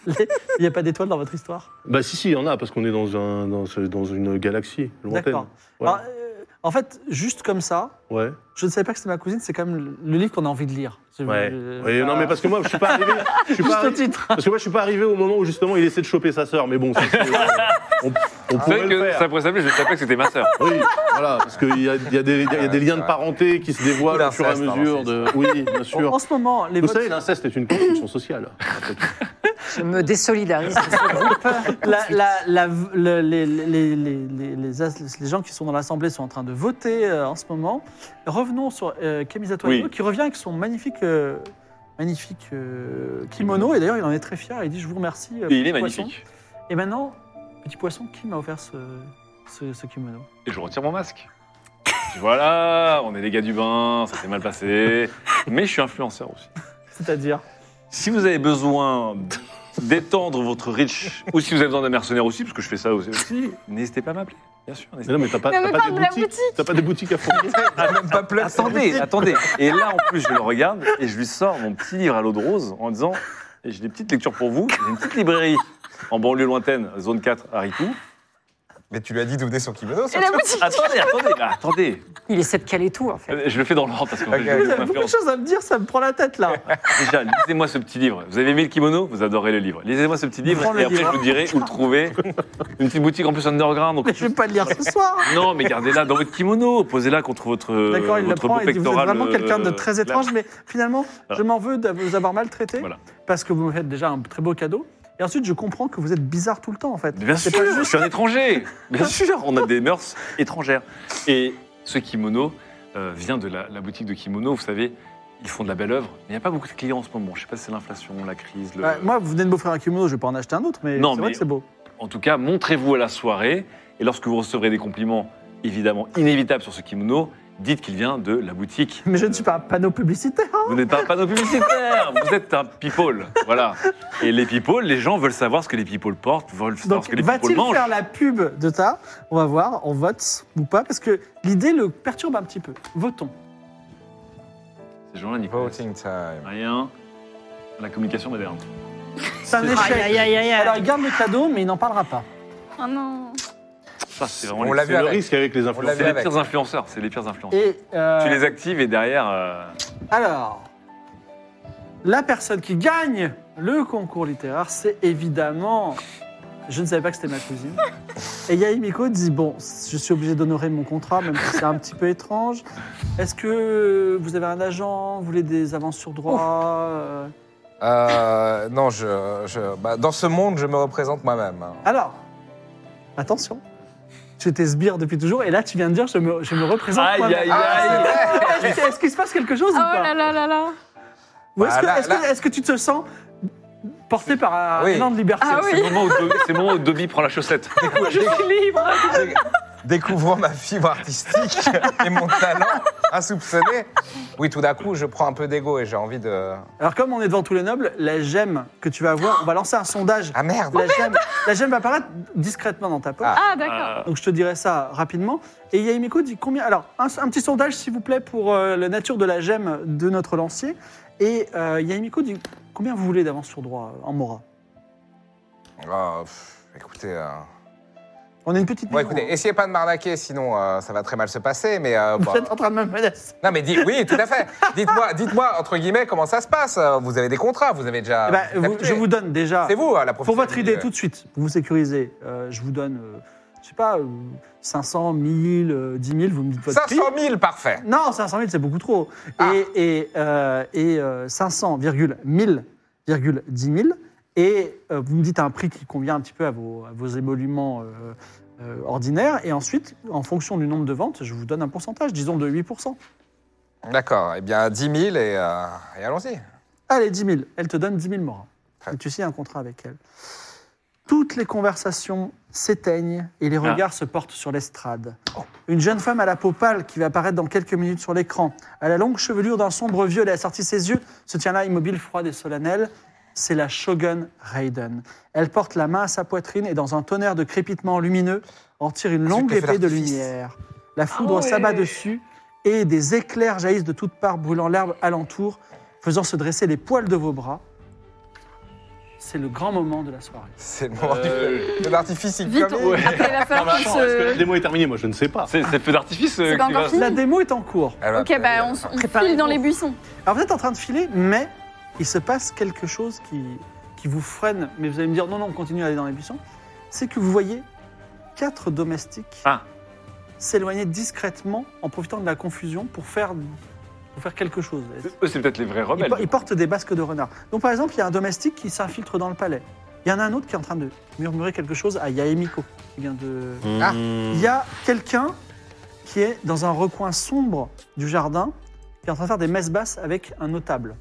Speaker 1: il n'y a pas d'étoile dans votre histoire.
Speaker 5: Bah si, si, il y en a, parce qu'on est dans, un, dans, ce- dans une galaxie lointaine.
Speaker 1: D'accord.
Speaker 5: Ouais.
Speaker 1: Alors, euh, en fait, juste comme ça,
Speaker 5: ouais.
Speaker 1: Je ne savais pas que c'était ma cousine, c'est quand même le livre qu'on a envie de lire. C'est-
Speaker 5: ouais.
Speaker 1: euh,
Speaker 5: Oui, non, mais parce que moi, je suis pas arrivé... Je suis
Speaker 1: Juste
Speaker 5: pas
Speaker 1: le
Speaker 5: arrivé-
Speaker 1: titre.
Speaker 5: Parce que moi, je suis pas arrivé au moment où justement il essaie de choper sa sœur, mais bon, ça, c'est- euh, on, on
Speaker 1: Ah,
Speaker 2: C'est
Speaker 5: pourrait
Speaker 2: vrai
Speaker 5: le
Speaker 2: que
Speaker 5: faire.
Speaker 2: ça pourrait s'appeler, je savais pas que c'était ma sœur.
Speaker 5: Oui, voilà, parce qu'il y a, il y a des, il y a des liens de parenté qui se dévoilent
Speaker 4: Ou
Speaker 5: au fur et à
Speaker 4: l'inceste,
Speaker 5: mesure de. Oui, bien
Speaker 1: En,
Speaker 5: sûr.
Speaker 1: ce moment, les
Speaker 5: Vous
Speaker 1: votes,
Speaker 5: savez, l'inceste est une construction sociale. après tout.
Speaker 6: Je me désolidarise.
Speaker 1: la- la- la- le- les, les- les- les- les- les as- les gens qui sont dans l'Assemblée sont en train de voter euh, en ce moment. Revenons sur euh, Kamisato
Speaker 2: Oui.
Speaker 1: Ayano, qui revient avec son magnifique, euh, magnifique euh, kimono. Et d'ailleurs, il en est très fier. Il dit Je vous remercie. euh,
Speaker 2: Et il
Speaker 1: petit
Speaker 2: est
Speaker 1: poisson.
Speaker 2: magnifique.
Speaker 1: Et maintenant, petit poisson, qui m'a offert ce, ce- ce kimono
Speaker 2: Et je retire mon masque. Je dis, Voilà, on est les gars du bain, ça s'est mal passé. Mais je suis influenceur aussi.
Speaker 1: C'est-à-dire
Speaker 2: Si vous avez besoin d'étendre votre reach, ou si vous avez besoin d'un mercenaire aussi, parce que je fais ça aussi, aussi, n'hésitez pas à m'appeler. Bien sûr,
Speaker 5: Mais
Speaker 2: n'hésitez
Speaker 5: non, mais t'as pas,
Speaker 3: Non,
Speaker 5: Ah, t'as
Speaker 3: mais
Speaker 5: pas
Speaker 3: parle
Speaker 5: des
Speaker 3: de la
Speaker 5: boutiques.
Speaker 3: boutique.
Speaker 5: T'as pas des boutiques à fournir.
Speaker 4: Ah, même pas
Speaker 2: pas.
Speaker 4: pleurer.
Speaker 2: Attendez, attendez. Et là, en plus, je le regarde et je lui sors mon petit livre à l'eau de rose en disant et J'ai des petites lectures pour vous, j'ai une petite librairie en banlieue lointaine, zone 4, à Ripoux.
Speaker 4: Mais tu lui as dit d'ouvrir son kimono,
Speaker 3: Et
Speaker 4: surtout.
Speaker 3: la boutique
Speaker 2: Attendez, attendez, bah, attendez.
Speaker 6: Il essaie de caler tout, en fait.
Speaker 2: Euh, Je le fais dans l'ordre parce que en fait,
Speaker 4: Ok.
Speaker 2: je veux
Speaker 1: Vous
Speaker 2: vous
Speaker 1: avez beaucoup de
Speaker 2: influencer.
Speaker 1: choses à me dire, ça me prend la tête là.
Speaker 2: Déjà, lisez-moi ce petit livre. Vous avez aimé le kimono Vous adorez le livre. Lisez-moi ce petit livre
Speaker 1: Prends le
Speaker 2: et après
Speaker 1: livre.
Speaker 2: je vous dirai où le trouver. Une petite boutique en plus underground. Donc
Speaker 1: Mais je vais pas le lire ce soir.
Speaker 2: Non, mais gardez-la dans votre kimono. Posez-la contre votre,
Speaker 1: D'accord, il le
Speaker 2: Euh, votre
Speaker 1: prend
Speaker 2: beau
Speaker 1: et dit Vous êtes
Speaker 2: pectoral.
Speaker 1: vraiment quelqu'un de
Speaker 2: euh,
Speaker 1: très
Speaker 2: là.
Speaker 1: étrange, mais finalement, je
Speaker 2: Voilà.
Speaker 1: m'en veux de vous avoir maltraité
Speaker 2: Voilà.
Speaker 1: parce que vous me faites déjà un très beau cadeau. Et ensuite, je comprends que vous êtes bizarre tout le temps, en fait.
Speaker 2: Bien
Speaker 1: C'est
Speaker 2: sûr,
Speaker 1: pas
Speaker 2: je suis un étranger. Bien sûr, on a des mœurs étrangères. Et ce kimono euh, vient de la, la boutique de kimono. Vous savez, ils font de la belle œuvre. mais Il n'y a pas beaucoup de clients en ce moment. Je ne sais pas si c'est l'inflation, la crise. le-
Speaker 1: Ouais, moi, vous venez de m'offrir un kimono, je vais pas en acheter un autre, mais c'est
Speaker 2: Non,
Speaker 1: vrai
Speaker 2: mais-
Speaker 1: que c'est beau.
Speaker 2: En tout cas, montrez-vous à la soirée. Et lorsque vous recevrez des compliments, évidemment, inévitables sur ce kimono, dites qu'il vient de la boutique.
Speaker 1: Mais je ne suis pas un panneau publicitaire. hein.
Speaker 2: Vous n'êtes pas un panneau publicitaire, vous êtes un people. Voilà. Et les people, les gens veulent savoir ce que les people portent, veulent savoir
Speaker 1: Donc,
Speaker 2: ce que les people
Speaker 1: va-t-il
Speaker 2: mangent.
Speaker 1: faire la pub de ça On va voir, on vote ou pas, parce que l'idée le perturbe un petit peu. Votons.
Speaker 2: Ces gens-là n'y connaissent
Speaker 4: Voting time.
Speaker 2: rien. à La communication moderne.
Speaker 1: C'est un échec.
Speaker 6: Aïe, aïe, aïe, aïe.
Speaker 1: Alors, il garde le cadeau, mais il n'en parlera pas.
Speaker 3: Ah non
Speaker 2: Ça, c'est vraiment
Speaker 4: On
Speaker 2: les-
Speaker 4: l'a
Speaker 5: C'est
Speaker 4: vu
Speaker 5: le
Speaker 4: avec.
Speaker 5: risque avec les
Speaker 4: On l'a
Speaker 5: influenceurs.
Speaker 4: vu
Speaker 2: c'est les
Speaker 4: avec.
Speaker 2: pires influenceurs. C'est les pires influenceurs.
Speaker 1: Et, euh,
Speaker 2: Tu les actives et derrière. euh,
Speaker 1: Alors, la personne qui gagne le concours littéraire, c'est évidemment Je ne savais pas que c'était ma cousine. Et Yaimiko dit Bon, je suis obligé d'honorer mon contrat, même si c'est un petit peu étrange. Est-ce que vous avez un agent Vous voulez des avances sur droit Euh,
Speaker 4: Euh, non, je, je- bah, dans ce monde, je me représente moi-même. hein.
Speaker 1: Alors, attention. J'étais sbire depuis toujours, et là, tu viens de dire Je me, je me représente.
Speaker 2: Aïe,
Speaker 1: moi-même.
Speaker 2: aïe,
Speaker 1: Ah,
Speaker 2: aïe.
Speaker 1: c'est vrai. Est-ce que- est-ce qu'il se passe quelque chose
Speaker 3: Oh
Speaker 1: ou pas
Speaker 3: là là là là
Speaker 1: Ou est-ce
Speaker 4: Bah,
Speaker 1: que,
Speaker 4: là,
Speaker 1: est-ce que-
Speaker 4: là.
Speaker 1: est-ce que tu te sens porté par un
Speaker 4: Oui.
Speaker 1: élan de liberté
Speaker 3: Ah
Speaker 2: C'est
Speaker 3: oui.
Speaker 2: le moment où Do- c'est le moment où Dobby prend la chaussette.
Speaker 4: Décou- dé- dé- Découvrant ma fibre artistique et mon talent insoupçonné, oui, tout d'un coup, je prends un peu d'ego et j'ai envie de.
Speaker 1: Alors, comme on est devant tous les nobles, la gemme que tu vas avoir, on va lancer un sondage.
Speaker 4: Ah
Speaker 3: Oh,
Speaker 4: merde
Speaker 1: La gemme, la gemme va apparaître discrètement dans ta poche.
Speaker 4: Ah.
Speaker 3: Ah d'accord.
Speaker 2: Euh,
Speaker 1: Donc je te dirai ça rapidement. Et Yaimiko dit combien Alors, un, un petit sondage, s'il vous plaît, pour euh, la nature de la gemme de notre lancier. Et euh, Yaimiko dit combien vous voulez d'avance sur droit euh, en Mora
Speaker 4: Ah, pff, Écoutez, euh,
Speaker 1: On a une petite.
Speaker 4: bon,
Speaker 1: maison,
Speaker 4: écoutez,
Speaker 1: hein.
Speaker 4: essayez pas de m'arnaquer, sinon euh, ça va très mal se passer. Mais euh,
Speaker 1: Vous
Speaker 4: bah,
Speaker 1: êtes en train de me menacer.
Speaker 4: non, mais dis, oui, tout à fait. Dites-moi, dites-moi entre guillemets comment ça se passe. Euh, Vous avez des contrats, vous avez déjà.
Speaker 1: Eh ben,
Speaker 4: vous êtes
Speaker 1: vous-
Speaker 4: habitué.
Speaker 1: je vous donne déjà.
Speaker 4: Ah. C'est vous euh, la
Speaker 1: Pour
Speaker 4: professeure
Speaker 1: votre
Speaker 4: du-
Speaker 1: idée, tout de suite, vous vous sécurisez. Euh, je vous donne, euh, je sais pas, euh, 500, 1000, euh, 10 000, vous me dites votre prix.
Speaker 4: 500 000, parfait.
Speaker 1: Non, 500 000, c'est beaucoup trop.
Speaker 4: Ah.
Speaker 1: Et, et, euh, et euh, 500, 1000, 10 000. Et euh, vous me dites un prix qui convient un petit peu à vos, à vos émoluments euh, euh, ordinaires. Et ensuite, en fonction du nombre de ventes, je vous donne un pourcentage, disons de 8
Speaker 4: D'accord, eh bien 10 000 et, euh, et allons-y.
Speaker 1: Allez, 10 000. Elle te donne 10 000 morts.
Speaker 4: Très
Speaker 1: Et tu signes un contrat avec elle. Toutes les conversations s'éteignent et les
Speaker 2: Ah.
Speaker 1: regards se portent sur l'estrade.
Speaker 4: Oh.
Speaker 1: Une jeune femme à la peau pâle qui va apparaître dans quelques minutes sur l'écran. À la longue chevelure d'un sombre violet, a sorti ses yeux, se tient là immobile, froide et solennelle. C'est la Shogun Raiden. Elle porte la main à sa poitrine et dans un tonnerre de crépitements lumineux, en tire une
Speaker 4: Ah,
Speaker 1: longue
Speaker 4: j'ai fait
Speaker 1: épée de
Speaker 4: l'artifice.
Speaker 1: lumière. La foudre s'abat dessus et des éclairs jaillissent de toutes parts, brûlant l'herbe alentour, faisant se dresser les poils de vos bras. C'est le grand moment de la soirée.
Speaker 4: C'est le moment
Speaker 2: Euh,
Speaker 4: du- de l'artifice
Speaker 3: Vite,
Speaker 4: incomique.
Speaker 3: on- après il va falloir
Speaker 2: Non, mais
Speaker 3: qu'on
Speaker 2: attends, est-ce
Speaker 5: La
Speaker 3: se...
Speaker 5: démo est terminée, moi je ne sais pas.
Speaker 2: C'est c'est feu d'artifice euh,
Speaker 3: C'est pas
Speaker 2: qui
Speaker 3: encore
Speaker 2: va-
Speaker 3: fini
Speaker 1: La démo est en cours.
Speaker 4: Elle va-
Speaker 3: Ok, bah on, s- on file dans les buissons.
Speaker 1: Alors vous êtes en train de filer, mais il se passe quelque chose qui, qui vous freine. Mais vous allez me dire non, non, on continue à aller dans les buissons. C'est que vous voyez quatre domestiques
Speaker 2: Ah.
Speaker 1: s'éloigner discrètement en profitant de la confusion pour faire, pour faire quelque chose.
Speaker 2: Eux, c'est peut-être les vrais
Speaker 1: Ils,
Speaker 2: rebelles.
Speaker 1: po- ils portent des basques de renard. Donc, par exemple, il y a un domestique qui s'infiltre dans le palais. Il y en a un autre qui est en train de murmurer quelque chose à Yaemiko, qui vient de...
Speaker 4: Ah,
Speaker 1: Il y a quelqu'un qui est dans un recoin sombre du jardin, qui est en train de faire des messes basses avec un notable.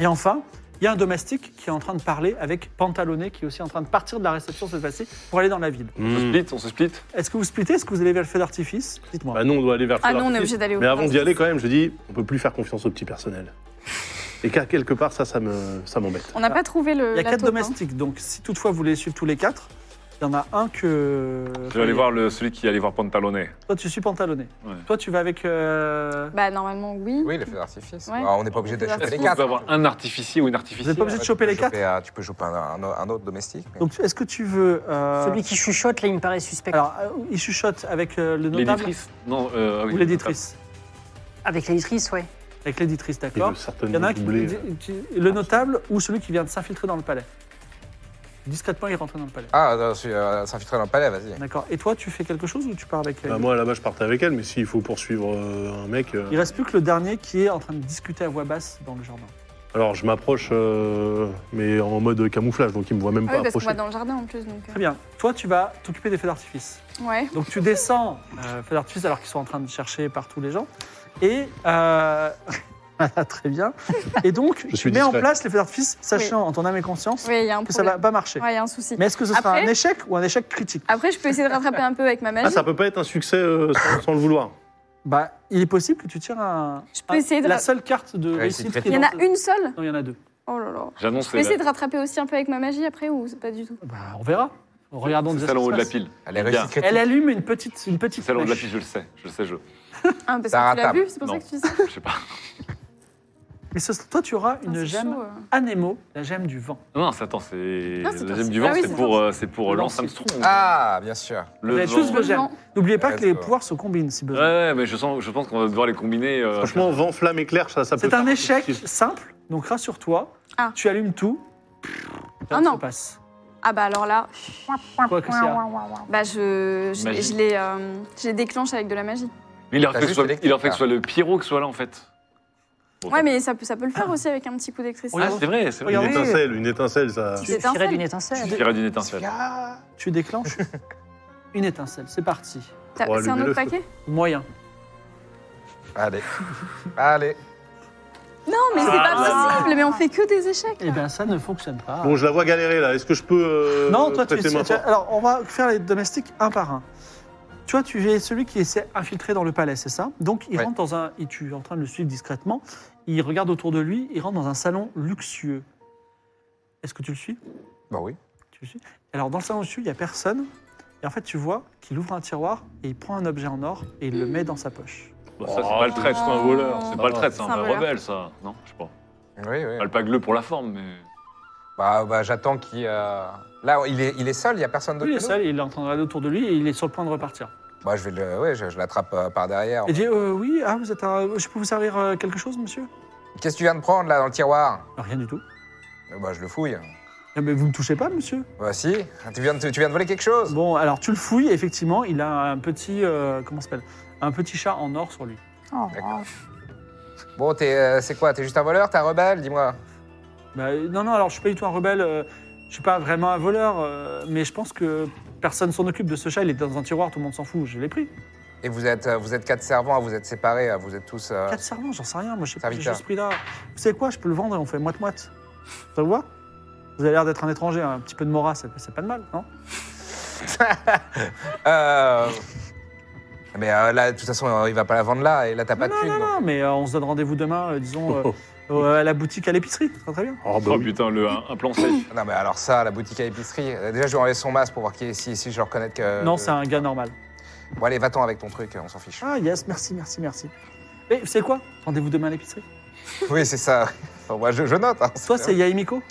Speaker 1: Et enfin, il y a un domestique qui est en train de parler avec Pantalonnet, qui est aussi en train de partir de la réception cette fois-ci pour aller dans la ville.
Speaker 2: On se
Speaker 5: Hmm.
Speaker 2: split, on se split.
Speaker 1: Est-ce que vous splittez Est-ce que vous allez vers le feu d'artifice Dites-moi.
Speaker 5: Bah non, on doit aller vers le
Speaker 3: Ah
Speaker 5: feu
Speaker 3: non, on est
Speaker 5: d'artifice.
Speaker 3: obligé d'aller au
Speaker 5: Mais
Speaker 3: feu
Speaker 5: avant d'y
Speaker 3: d'artifice.
Speaker 5: aller, quand même, je dis, on peut plus faire confiance au petit personnel. Et qu'à quelque part, ça, ça me, ça m'embête.
Speaker 3: On n'a pas trouvé le.
Speaker 1: Il y a
Speaker 3: la
Speaker 6: Bah,
Speaker 1: quatre
Speaker 3: taupe, hein.
Speaker 1: domestiques, donc si toutefois vous voulez suivre tous les quatre, il y en a un que...
Speaker 2: Je vais aller voir le, celui qui allait voir Pantalonnet.
Speaker 1: Toi, tu suis pantalonné.
Speaker 2: Ouais.
Speaker 1: Toi, tu vas avec... euh,
Speaker 3: Bah normalement oui.
Speaker 4: Oui, les feux d'artifice.
Speaker 3: Ouais.
Speaker 1: Oh,
Speaker 4: Bah, on n'est pas obligé de
Speaker 3: Les feux
Speaker 4: choper
Speaker 2: Est-ce
Speaker 4: les
Speaker 2: qu'on
Speaker 4: quatre.
Speaker 2: peut avoir un artificier ou
Speaker 1: Vous
Speaker 2: une
Speaker 1: n'êtes
Speaker 2: artificière
Speaker 1: pas obligé de choper les
Speaker 4: Tu peux
Speaker 1: quatre.
Speaker 4: choper, euh, tu peux choper un, un- un autre domestique. mais-
Speaker 1: Donc, est-ce que tu veux... euh,
Speaker 6: Celui qui chuchote, là, il me paraît suspect.
Speaker 1: Alors, euh, il chuchote avec euh, le notable
Speaker 2: L'éditrice Non, euh, ah oui,
Speaker 1: ou l'éditrice
Speaker 6: Avec l'éditrice, ouais.
Speaker 1: Avec l'éditrice,
Speaker 5: Il
Speaker 1: d'accord Il y
Speaker 5: veut
Speaker 1: en a
Speaker 5: certainement
Speaker 1: un qui,
Speaker 5: doubler. euh,
Speaker 1: qui- le notable ou celui qui vient de s'infiltrer dans le palais. Discrètement, il rentre dans le palais.
Speaker 4: Ah, non, c'est, euh, s'infiltrer dans le palais, vas-y.
Speaker 1: D'accord. Et toi, tu fais quelque chose ou tu pars avec euh, elle
Speaker 5: Bah, moi, là-bas, je partais avec elle, mais s'il faut poursuivre euh, un mec. euh,
Speaker 1: Il reste plus que le dernier qui est en train de discuter à voix basse dans le jardin.
Speaker 5: Alors, je m'approche, euh, mais en mode camouflage, donc il me voit même
Speaker 3: Ah
Speaker 5: pas
Speaker 3: oui, parce qu'on
Speaker 5: approcher.
Speaker 3: va dans le jardin en plus donc. euh,
Speaker 1: Très bien. Toi, tu vas t'occuper des feux d'artifice.
Speaker 3: Ouais.
Speaker 1: Donc tu descends euh, feu d'artifice alors qu'ils sont en train de chercher partout les gens. Et euh, voilà, très bien. Et donc
Speaker 5: Je suis
Speaker 1: tu mets en
Speaker 5: discret.
Speaker 1: place les feux d'artifice, sachant en ton âme et conscience
Speaker 3: Oui, il y a un
Speaker 1: que ça va
Speaker 3: problème.
Speaker 1: pas marcher.
Speaker 3: Ouais, il y a un souci.
Speaker 1: Mais est-ce que ce sera
Speaker 3: Après-
Speaker 1: un échec ou un échec critique
Speaker 3: Après, je peux essayer de rattraper un peu avec ma
Speaker 5: Ah,
Speaker 3: magie.
Speaker 5: ça peut pas être un succès euh, sans, sans le vouloir.
Speaker 1: Bah, il est possible que tu tires un.
Speaker 3: Je peux
Speaker 1: un-
Speaker 3: essayer de
Speaker 1: Ah, La
Speaker 3: ra-
Speaker 1: seule carte de
Speaker 4: Réussite
Speaker 1: réussite. qui est
Speaker 3: Il y en a
Speaker 1: dans-
Speaker 3: une seule
Speaker 1: Non, il y en a deux.
Speaker 3: Oh là là.
Speaker 2: J'annonce euh,
Speaker 3: Je peux
Speaker 2: la-
Speaker 3: essayer de rattraper aussi un peu avec ma magie après ou c'est pas du tout
Speaker 1: Bah, on verra. Regardons
Speaker 2: c'est
Speaker 1: déjà.
Speaker 2: celle en
Speaker 1: ce
Speaker 2: haut de
Speaker 1: qui
Speaker 2: la
Speaker 1: se
Speaker 2: pile.
Speaker 4: Elle est
Speaker 2: Bien.
Speaker 4: réussite critique.
Speaker 1: passe. Elle allume une petite, une petite.
Speaker 2: Celle en haut de la
Speaker 1: flèche.
Speaker 2: pile, je le sais. Je le sais, je.
Speaker 3: Ah,
Speaker 4: Ça
Speaker 3: parce que tu l'as
Speaker 4: rattrape.
Speaker 3: vu, c'est pour
Speaker 2: Non.
Speaker 3: ça que tu sais.
Speaker 2: Je sais pas.
Speaker 1: Mais ce- toi, tu auras une
Speaker 3: Ah, c'est
Speaker 1: gemme
Speaker 3: chaud, euh.
Speaker 1: anémo, la gemme du vent.
Speaker 2: Non, non, c'est- attends, c'est.
Speaker 3: Non,
Speaker 2: Le
Speaker 3: c'est
Speaker 2: deuxième
Speaker 3: pas-
Speaker 2: du vent,
Speaker 3: Ah oui,
Speaker 2: c'est
Speaker 3: c'est
Speaker 2: pour,
Speaker 3: pas-
Speaker 2: euh, c'est pour
Speaker 1: Le
Speaker 2: Lance
Speaker 1: vent,
Speaker 2: Armstrong.
Speaker 4: Ah, bien sûr.
Speaker 1: Vous
Speaker 2: le
Speaker 1: avez tous
Speaker 2: vent.
Speaker 1: vos gemmes. N'oubliez pas
Speaker 4: Ouais,
Speaker 1: que les
Speaker 4: c'est
Speaker 1: pouvoirs se combinent si
Speaker 2: Ouais,
Speaker 1: besoin.
Speaker 2: ouais, mais je, sens, je pense qu'on va devoir les combiner. euh,
Speaker 5: Franchement, vent, flamme, éclair, ça, ça peut.
Speaker 1: C'est un
Speaker 5: faire
Speaker 1: échec
Speaker 5: positif.
Speaker 1: simple, donc rassure-toi.
Speaker 3: Ah.
Speaker 1: Tu allumes tout.
Speaker 3: Ah
Speaker 1: rien ne
Speaker 3: non.
Speaker 1: se passe.
Speaker 3: Ah bah alors là,
Speaker 1: Quoi que ça.
Speaker 3: bah je, je,
Speaker 2: Magie.
Speaker 3: je les, euh, je les déclenche avec de la magie.
Speaker 2: Mais il aurait
Speaker 4: T'as
Speaker 2: fait que ce
Speaker 4: juste
Speaker 2: soit,
Speaker 4: électrique,
Speaker 2: il aurait fait que
Speaker 4: là.
Speaker 2: ce soit le pyro que soit là, en fait. Pourtant.
Speaker 3: Ouais, mais ça peut, ça peut le faire aussi avec un petit coup d'électricité.
Speaker 2: Ah, c'est vrai, c'est vrai.
Speaker 5: Une
Speaker 1: Regardez.
Speaker 5: étincelle, une étincelle, ça.
Speaker 3: Petite
Speaker 6: Il suffirait
Speaker 3: étincelle.
Speaker 6: d'une étincelle.
Speaker 2: Il d'une étincelle.
Speaker 4: Ah,
Speaker 1: Tu déclenches une étincelle. C'est parti.
Speaker 3: T'as-
Speaker 4: Oh,
Speaker 5: Pour
Speaker 3: c'est un
Speaker 5: allumer
Speaker 3: autre
Speaker 5: le feu.
Speaker 3: paquet
Speaker 1: Moyen.
Speaker 4: Allez. Allez.
Speaker 3: Non, mais c'est
Speaker 1: Ah.
Speaker 3: pas possible, mais on fait que des échecs.
Speaker 1: Eh bien, ça ne fonctionne pas.
Speaker 5: Bon, je la vois galérer là. Est-ce que je peux. euh,
Speaker 1: non, toi, tu
Speaker 5: prêter main
Speaker 1: es.
Speaker 5: forte
Speaker 1: Alors, on va faire les domestiques un par un. Tu vois, tu es celui qui essaie infiltré dans le palais, c'est ça Donc, il
Speaker 4: Ouais.
Speaker 1: rentre dans un. Et tu es en train de le suivre discrètement. Il regarde autour de lui. Il rentre dans un salon luxueux. Est-ce que tu le suis
Speaker 4: Bah oui.
Speaker 1: Tu le suis Alors, dans le salon luxueux, il n'y a personne. Et en fait, tu vois qu'il ouvre un tiroir et il prend un objet en or et il le met dans sa poche.
Speaker 2: Bah, ça, c'est pas le traître, c'est un
Speaker 1: Oh.
Speaker 2: voleur. C'est pas le traître, c'est
Speaker 3: C'est un
Speaker 2: un vrai
Speaker 3: voleur.
Speaker 2: rebelle, ça. Non, je sais pas.
Speaker 4: Oui, oui.
Speaker 2: Pas le pagleux pour la forme, mais.
Speaker 4: Bah, bah, j'attends qu'il. euh, Là, il est, il est seul, il n'y a personne d'autre.
Speaker 1: Il est
Speaker 4: que nous
Speaker 1: seul, il est en train de regarder autour de lui et il est sur le point de repartir.
Speaker 4: Bah, je vais le. Ouais, je, je l'attrape euh, par derrière.
Speaker 1: Il dit euh, Oui, ah, vous êtes un... je peux vous servir euh, quelque chose, monsieur
Speaker 4: Qu'est-ce que tu viens de prendre là dans le tiroir
Speaker 1: Rien du tout.
Speaker 4: Bah, je le fouille.
Speaker 1: Ah, Mais vous ne me touchez pas, monsieur
Speaker 4: Bah, si. Tu viens de, tu viens de voler quelque chose
Speaker 1: Bon, alors tu le fouilles, effectivement, il a un petit. euh, comment ça s'appelle Un petit chat en or sur lui.
Speaker 4: D'accord. Bon, t'es, euh, c'est quoi T'es juste un voleur T'es un rebelle Dis-moi.
Speaker 1: Bah, euh, non, non, alors je suis pas du tout un rebelle, euh, je suis pas vraiment un voleur, euh, mais je pense que personne s'en occupe de ce chat, il est dans un tiroir, tout le monde s'en fout, je l'ai pris.
Speaker 4: Et vous êtes, euh, vous êtes quatre servants, vous êtes séparés, euh, vous êtes tous. euh,
Speaker 1: Quatre servants, j'en sais rien, moi je sais pas, j'ai
Speaker 4: Serviteur.
Speaker 1: juste pris là. Vous savez quoi, je peux le vendre et on fait moite-moite. Ça vous va Vous avez l'air d'être un étranger, un petit peu de mora, c'est c'est pas de mal, non
Speaker 4: Euh, Mais euh, là, de toute façon, euh, il va pas la vendre là, et là, t'as pas de
Speaker 1: Non,
Speaker 4: thune.
Speaker 1: non,
Speaker 4: donc.
Speaker 1: non, mais euh, on se donne rendez-vous demain, euh, disons, euh,
Speaker 5: Oh,
Speaker 1: euh, à la boutique à l'épicerie, ça sera très bien.
Speaker 5: oh, bah
Speaker 2: Oh
Speaker 5: oui.
Speaker 2: putain, le, un, un plan sec.
Speaker 4: Non, mais alors ça, la boutique à épicerie. euh, Déjà, je vais enlever son masque pour voir qui est ici, si je le reconnais que.
Speaker 1: non, c'est un gars normal.
Speaker 4: Bon, allez, va-t'en avec ton truc, on s'en fiche.
Speaker 1: Ah yes, merci, merci, merci. Et vous savez quoi Rendez-vous demain à l'épicerie.
Speaker 4: Oui, c'est ça. Bon, moi, je, je note. hein.
Speaker 1: Toi, c'est Yaimiko,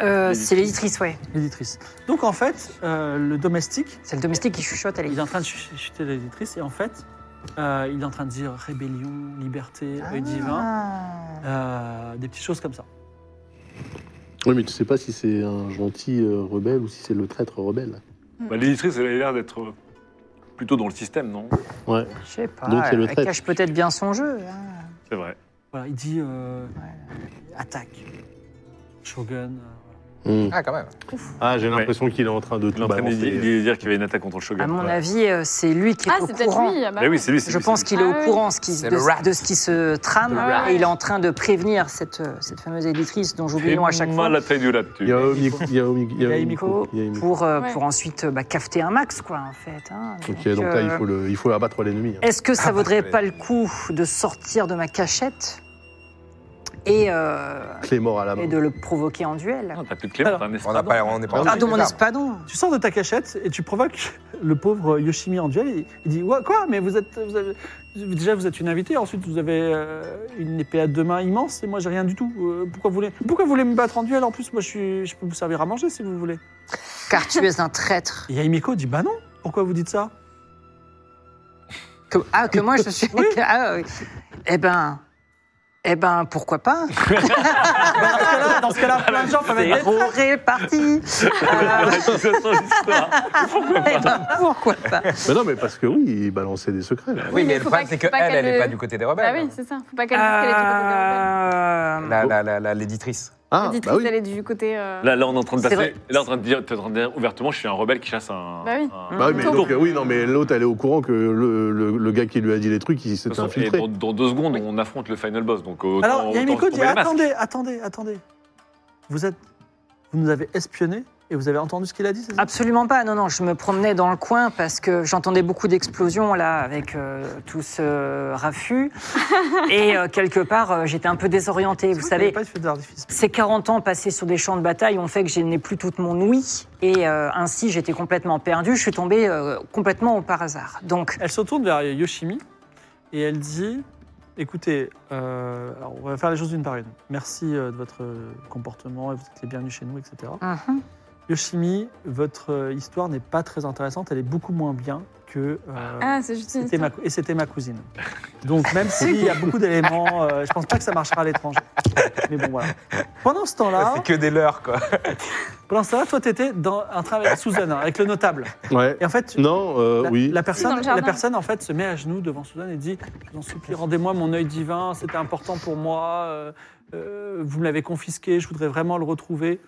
Speaker 6: Euh, c'est l'éditrice, ouais.
Speaker 1: l'éditrice. Donc en fait, euh, le domestique,
Speaker 6: C'est le domestique qui chuchote à
Speaker 1: il est
Speaker 6: l'éditrice.
Speaker 1: en train de ch- chuter l'éditrice et en fait, euh, il est en train de dire rébellion,
Speaker 6: Ah.
Speaker 1: liberté, œil divin, euh, des petites choses comme ça.
Speaker 5: Oui, mais tu sais pas si c'est un gentil euh, rebelle ou si c'est le traître rebelle.
Speaker 2: Bah, L'éditrice, elle a l'air d'être euh, plutôt dans le système, non
Speaker 5: Ouais.
Speaker 6: Je sais pas.
Speaker 5: Donc, c'est le
Speaker 6: elle
Speaker 5: traître.
Speaker 6: cache peut-être bien son jeu. hein.
Speaker 2: C'est vrai.
Speaker 1: Voilà, il dit euh, attaque, shogun. euh,
Speaker 5: Hmm.
Speaker 4: Ah, quand même.
Speaker 5: Ah, j'ai l'impression qu'il est en train de
Speaker 2: Il est
Speaker 5: tout
Speaker 2: en
Speaker 6: Bah,
Speaker 2: train de
Speaker 5: balancer.
Speaker 2: dire- de dire qu'il y avait une attaque contre le
Speaker 6: euh, À
Speaker 2: shogun.
Speaker 6: mon
Speaker 5: Ouais.
Speaker 6: avis, euh, c'est lui qui est
Speaker 3: Ah,
Speaker 6: au
Speaker 3: c'est peut-être
Speaker 6: courant.
Speaker 3: lui. ah bah
Speaker 2: Mais oui,
Speaker 3: ouais.
Speaker 2: c'est lui, c'est
Speaker 6: Je
Speaker 2: lui,
Speaker 6: pense
Speaker 2: c'est
Speaker 6: qu'il est
Speaker 3: Ah
Speaker 6: au
Speaker 3: oui.
Speaker 6: courant ce qui se-
Speaker 4: C'est
Speaker 6: de,
Speaker 4: le rat.
Speaker 6: de ce qui se trame
Speaker 3: rat.
Speaker 6: et il est en train de prévenir cette, euh, cette fameuse éditrice dont j'oublie
Speaker 2: lui.
Speaker 6: le nom à chaque
Speaker 2: Fais
Speaker 6: fois
Speaker 2: mal la taille du rat,
Speaker 5: Il
Speaker 2: tu.
Speaker 5: y a Omi- il y a Omi- il y a
Speaker 1: Yaimiko
Speaker 5: Omiko. Il y a Omiko.
Speaker 6: pour, euh,
Speaker 3: Ouais.
Speaker 6: pour ensuite euh, bah, cafeter un max, quoi, en fait. hein.
Speaker 5: Ok,
Speaker 6: Donc,
Speaker 5: donc là, il
Speaker 6: euh,
Speaker 5: faut, le, il faut abattre l'ennemi. hein.
Speaker 6: Est-ce que ça
Speaker 4: Ah,
Speaker 6: vaudrait
Speaker 4: bah,
Speaker 6: pas le coup de sortir de ma cachette et, euh,
Speaker 5: Clé mort à la main.
Speaker 6: et de le provoquer en duel
Speaker 2: Non, Ah, T'as plus de clé, t'as un
Speaker 4: On n'a
Speaker 2: espadon.
Speaker 4: pas, on n'est pas.
Speaker 5: Ah,
Speaker 6: Ah, de mon
Speaker 4: Bizarre.
Speaker 6: espadon
Speaker 1: Tu sors de ta cachette et tu provoques le pauvre Yoshimi en duel. Il- Il dit ouais, Quoi Mais vous êtes. vous avez- déjà, vous êtes une invitée, ensuite, vous avez euh, une épée à deux mains immense et moi, j'ai rien du tout. Euh, pourquoi, vous voulez, pourquoi vous voulez me battre en duel En plus, moi, je, suis- je peux vous servir à manger si vous voulez.
Speaker 6: Car tu es un traître.
Speaker 1: Et Yaimiko dit Bah non, pourquoi vous dites ça
Speaker 6: Que- ah, que moi je suis.
Speaker 1: Oui.
Speaker 6: Ah, oui. Eh ben. Eh ben, pourquoi pas
Speaker 1: Dans ce cas-là, dans ce
Speaker 2: Ah,
Speaker 1: cas-là, plein de gens peuvent être.
Speaker 6: Zéro réparti Euh, Eh ben, pourquoi pas
Speaker 5: Mais non, mais parce que oui, il balançait des secrets. Là.
Speaker 4: Oui, mais
Speaker 3: mais faut
Speaker 4: le
Speaker 3: pas-
Speaker 4: problème, c'est
Speaker 3: faut
Speaker 4: qu'elle,
Speaker 3: pas qu'elle
Speaker 4: elle n'est
Speaker 3: le-
Speaker 4: pas du côté des
Speaker 3: Bah
Speaker 4: rebelles. hein.
Speaker 3: oui, c'est ça. Faut pas qu'elle dise qu'elle est du côté des rebelles.
Speaker 6: Euh,
Speaker 4: La- la- la- la- L'éditrice.
Speaker 5: Ah,
Speaker 3: L'éditrice,
Speaker 5: bah oui.
Speaker 3: elle est du côté. euh,
Speaker 2: Là, là, on est en train de
Speaker 6: C'est
Speaker 2: passer.
Speaker 6: vrai.
Speaker 2: Là, en train de dire, t'es en train de dire ouvertement, je suis un rebelle qui chasse un.
Speaker 3: Bah oui.
Speaker 5: Bah
Speaker 1: Hein,
Speaker 5: oui, mais
Speaker 3: Tour.
Speaker 5: donc, euh, oui, non, mais l'autre, elle est au courant que le, le- le gars qui lui a dit les trucs, il
Speaker 2: De toute
Speaker 5: s'est
Speaker 2: façon, et
Speaker 5: infiltré.
Speaker 2: dans, dans deux secondes, on affronte le final boss. Donc, autant,
Speaker 1: Alors,
Speaker 2: autant
Speaker 1: Yaimiko
Speaker 2: se
Speaker 1: dit
Speaker 2: tomber les masques.
Speaker 1: Attendez, attendez, attendez. Vous, êtes, vous nous avez espionnés et vous avez entendu ce qu'il a dit, c'est ça
Speaker 6: Absolument pas, non, non, je me promenais dans le coin parce que j'entendais beaucoup d'explosions là avec euh, tout ce raffut. Et euh, quelque part, euh, j'étais un peu désorientée, vous
Speaker 1: Vous
Speaker 6: savez.
Speaker 1: pas de feu d'artifice.
Speaker 6: Ces 40 ans passés sur des champs de bataille ont fait que je n'ai plus toute mon ouïe. Et euh, ainsi, j'étais complètement perdue. Je suis tombée euh, complètement par hasard. Donc,
Speaker 1: Elle se tourne vers Yoshimi et elle dit Écoutez, euh, alors on va faire les choses d'une par une. Merci euh, de votre euh, comportement et vous êtes les bienvenus chez nous, etc.
Speaker 6: mhm.
Speaker 1: Yoshimi, votre euh, histoire n'est pas très intéressante, elle est beaucoup moins bien que... euh,
Speaker 3: Ah, c'est juste une
Speaker 1: c'était
Speaker 3: histoire.
Speaker 1: ma- et c'était ma cousine. Donc même s'il y a beaucoup d'éléments, euh, je pense pas que ça marchera à l'étranger. Mais bon voilà. Pendant ce
Speaker 3: Ah
Speaker 1: temps-là,
Speaker 4: C'est que des leurs, quoi.
Speaker 1: pendant ce temps-là, toi t'étais dans un travail avec Suzanne hein, avec le notable.
Speaker 5: Ouais.
Speaker 1: Et en fait,
Speaker 5: Non, euh,
Speaker 1: la,
Speaker 5: oui.
Speaker 1: la
Speaker 3: Dans
Speaker 1: personne,
Speaker 3: le
Speaker 1: la
Speaker 3: jardin.
Speaker 1: personne en fait se met à genoux devant Suzanne et dit Je vous en supplie, rendez-moi mon œil divin, c'était important pour moi, euh, euh, vous me l'avez confisqué, je voudrais vraiment le retrouver.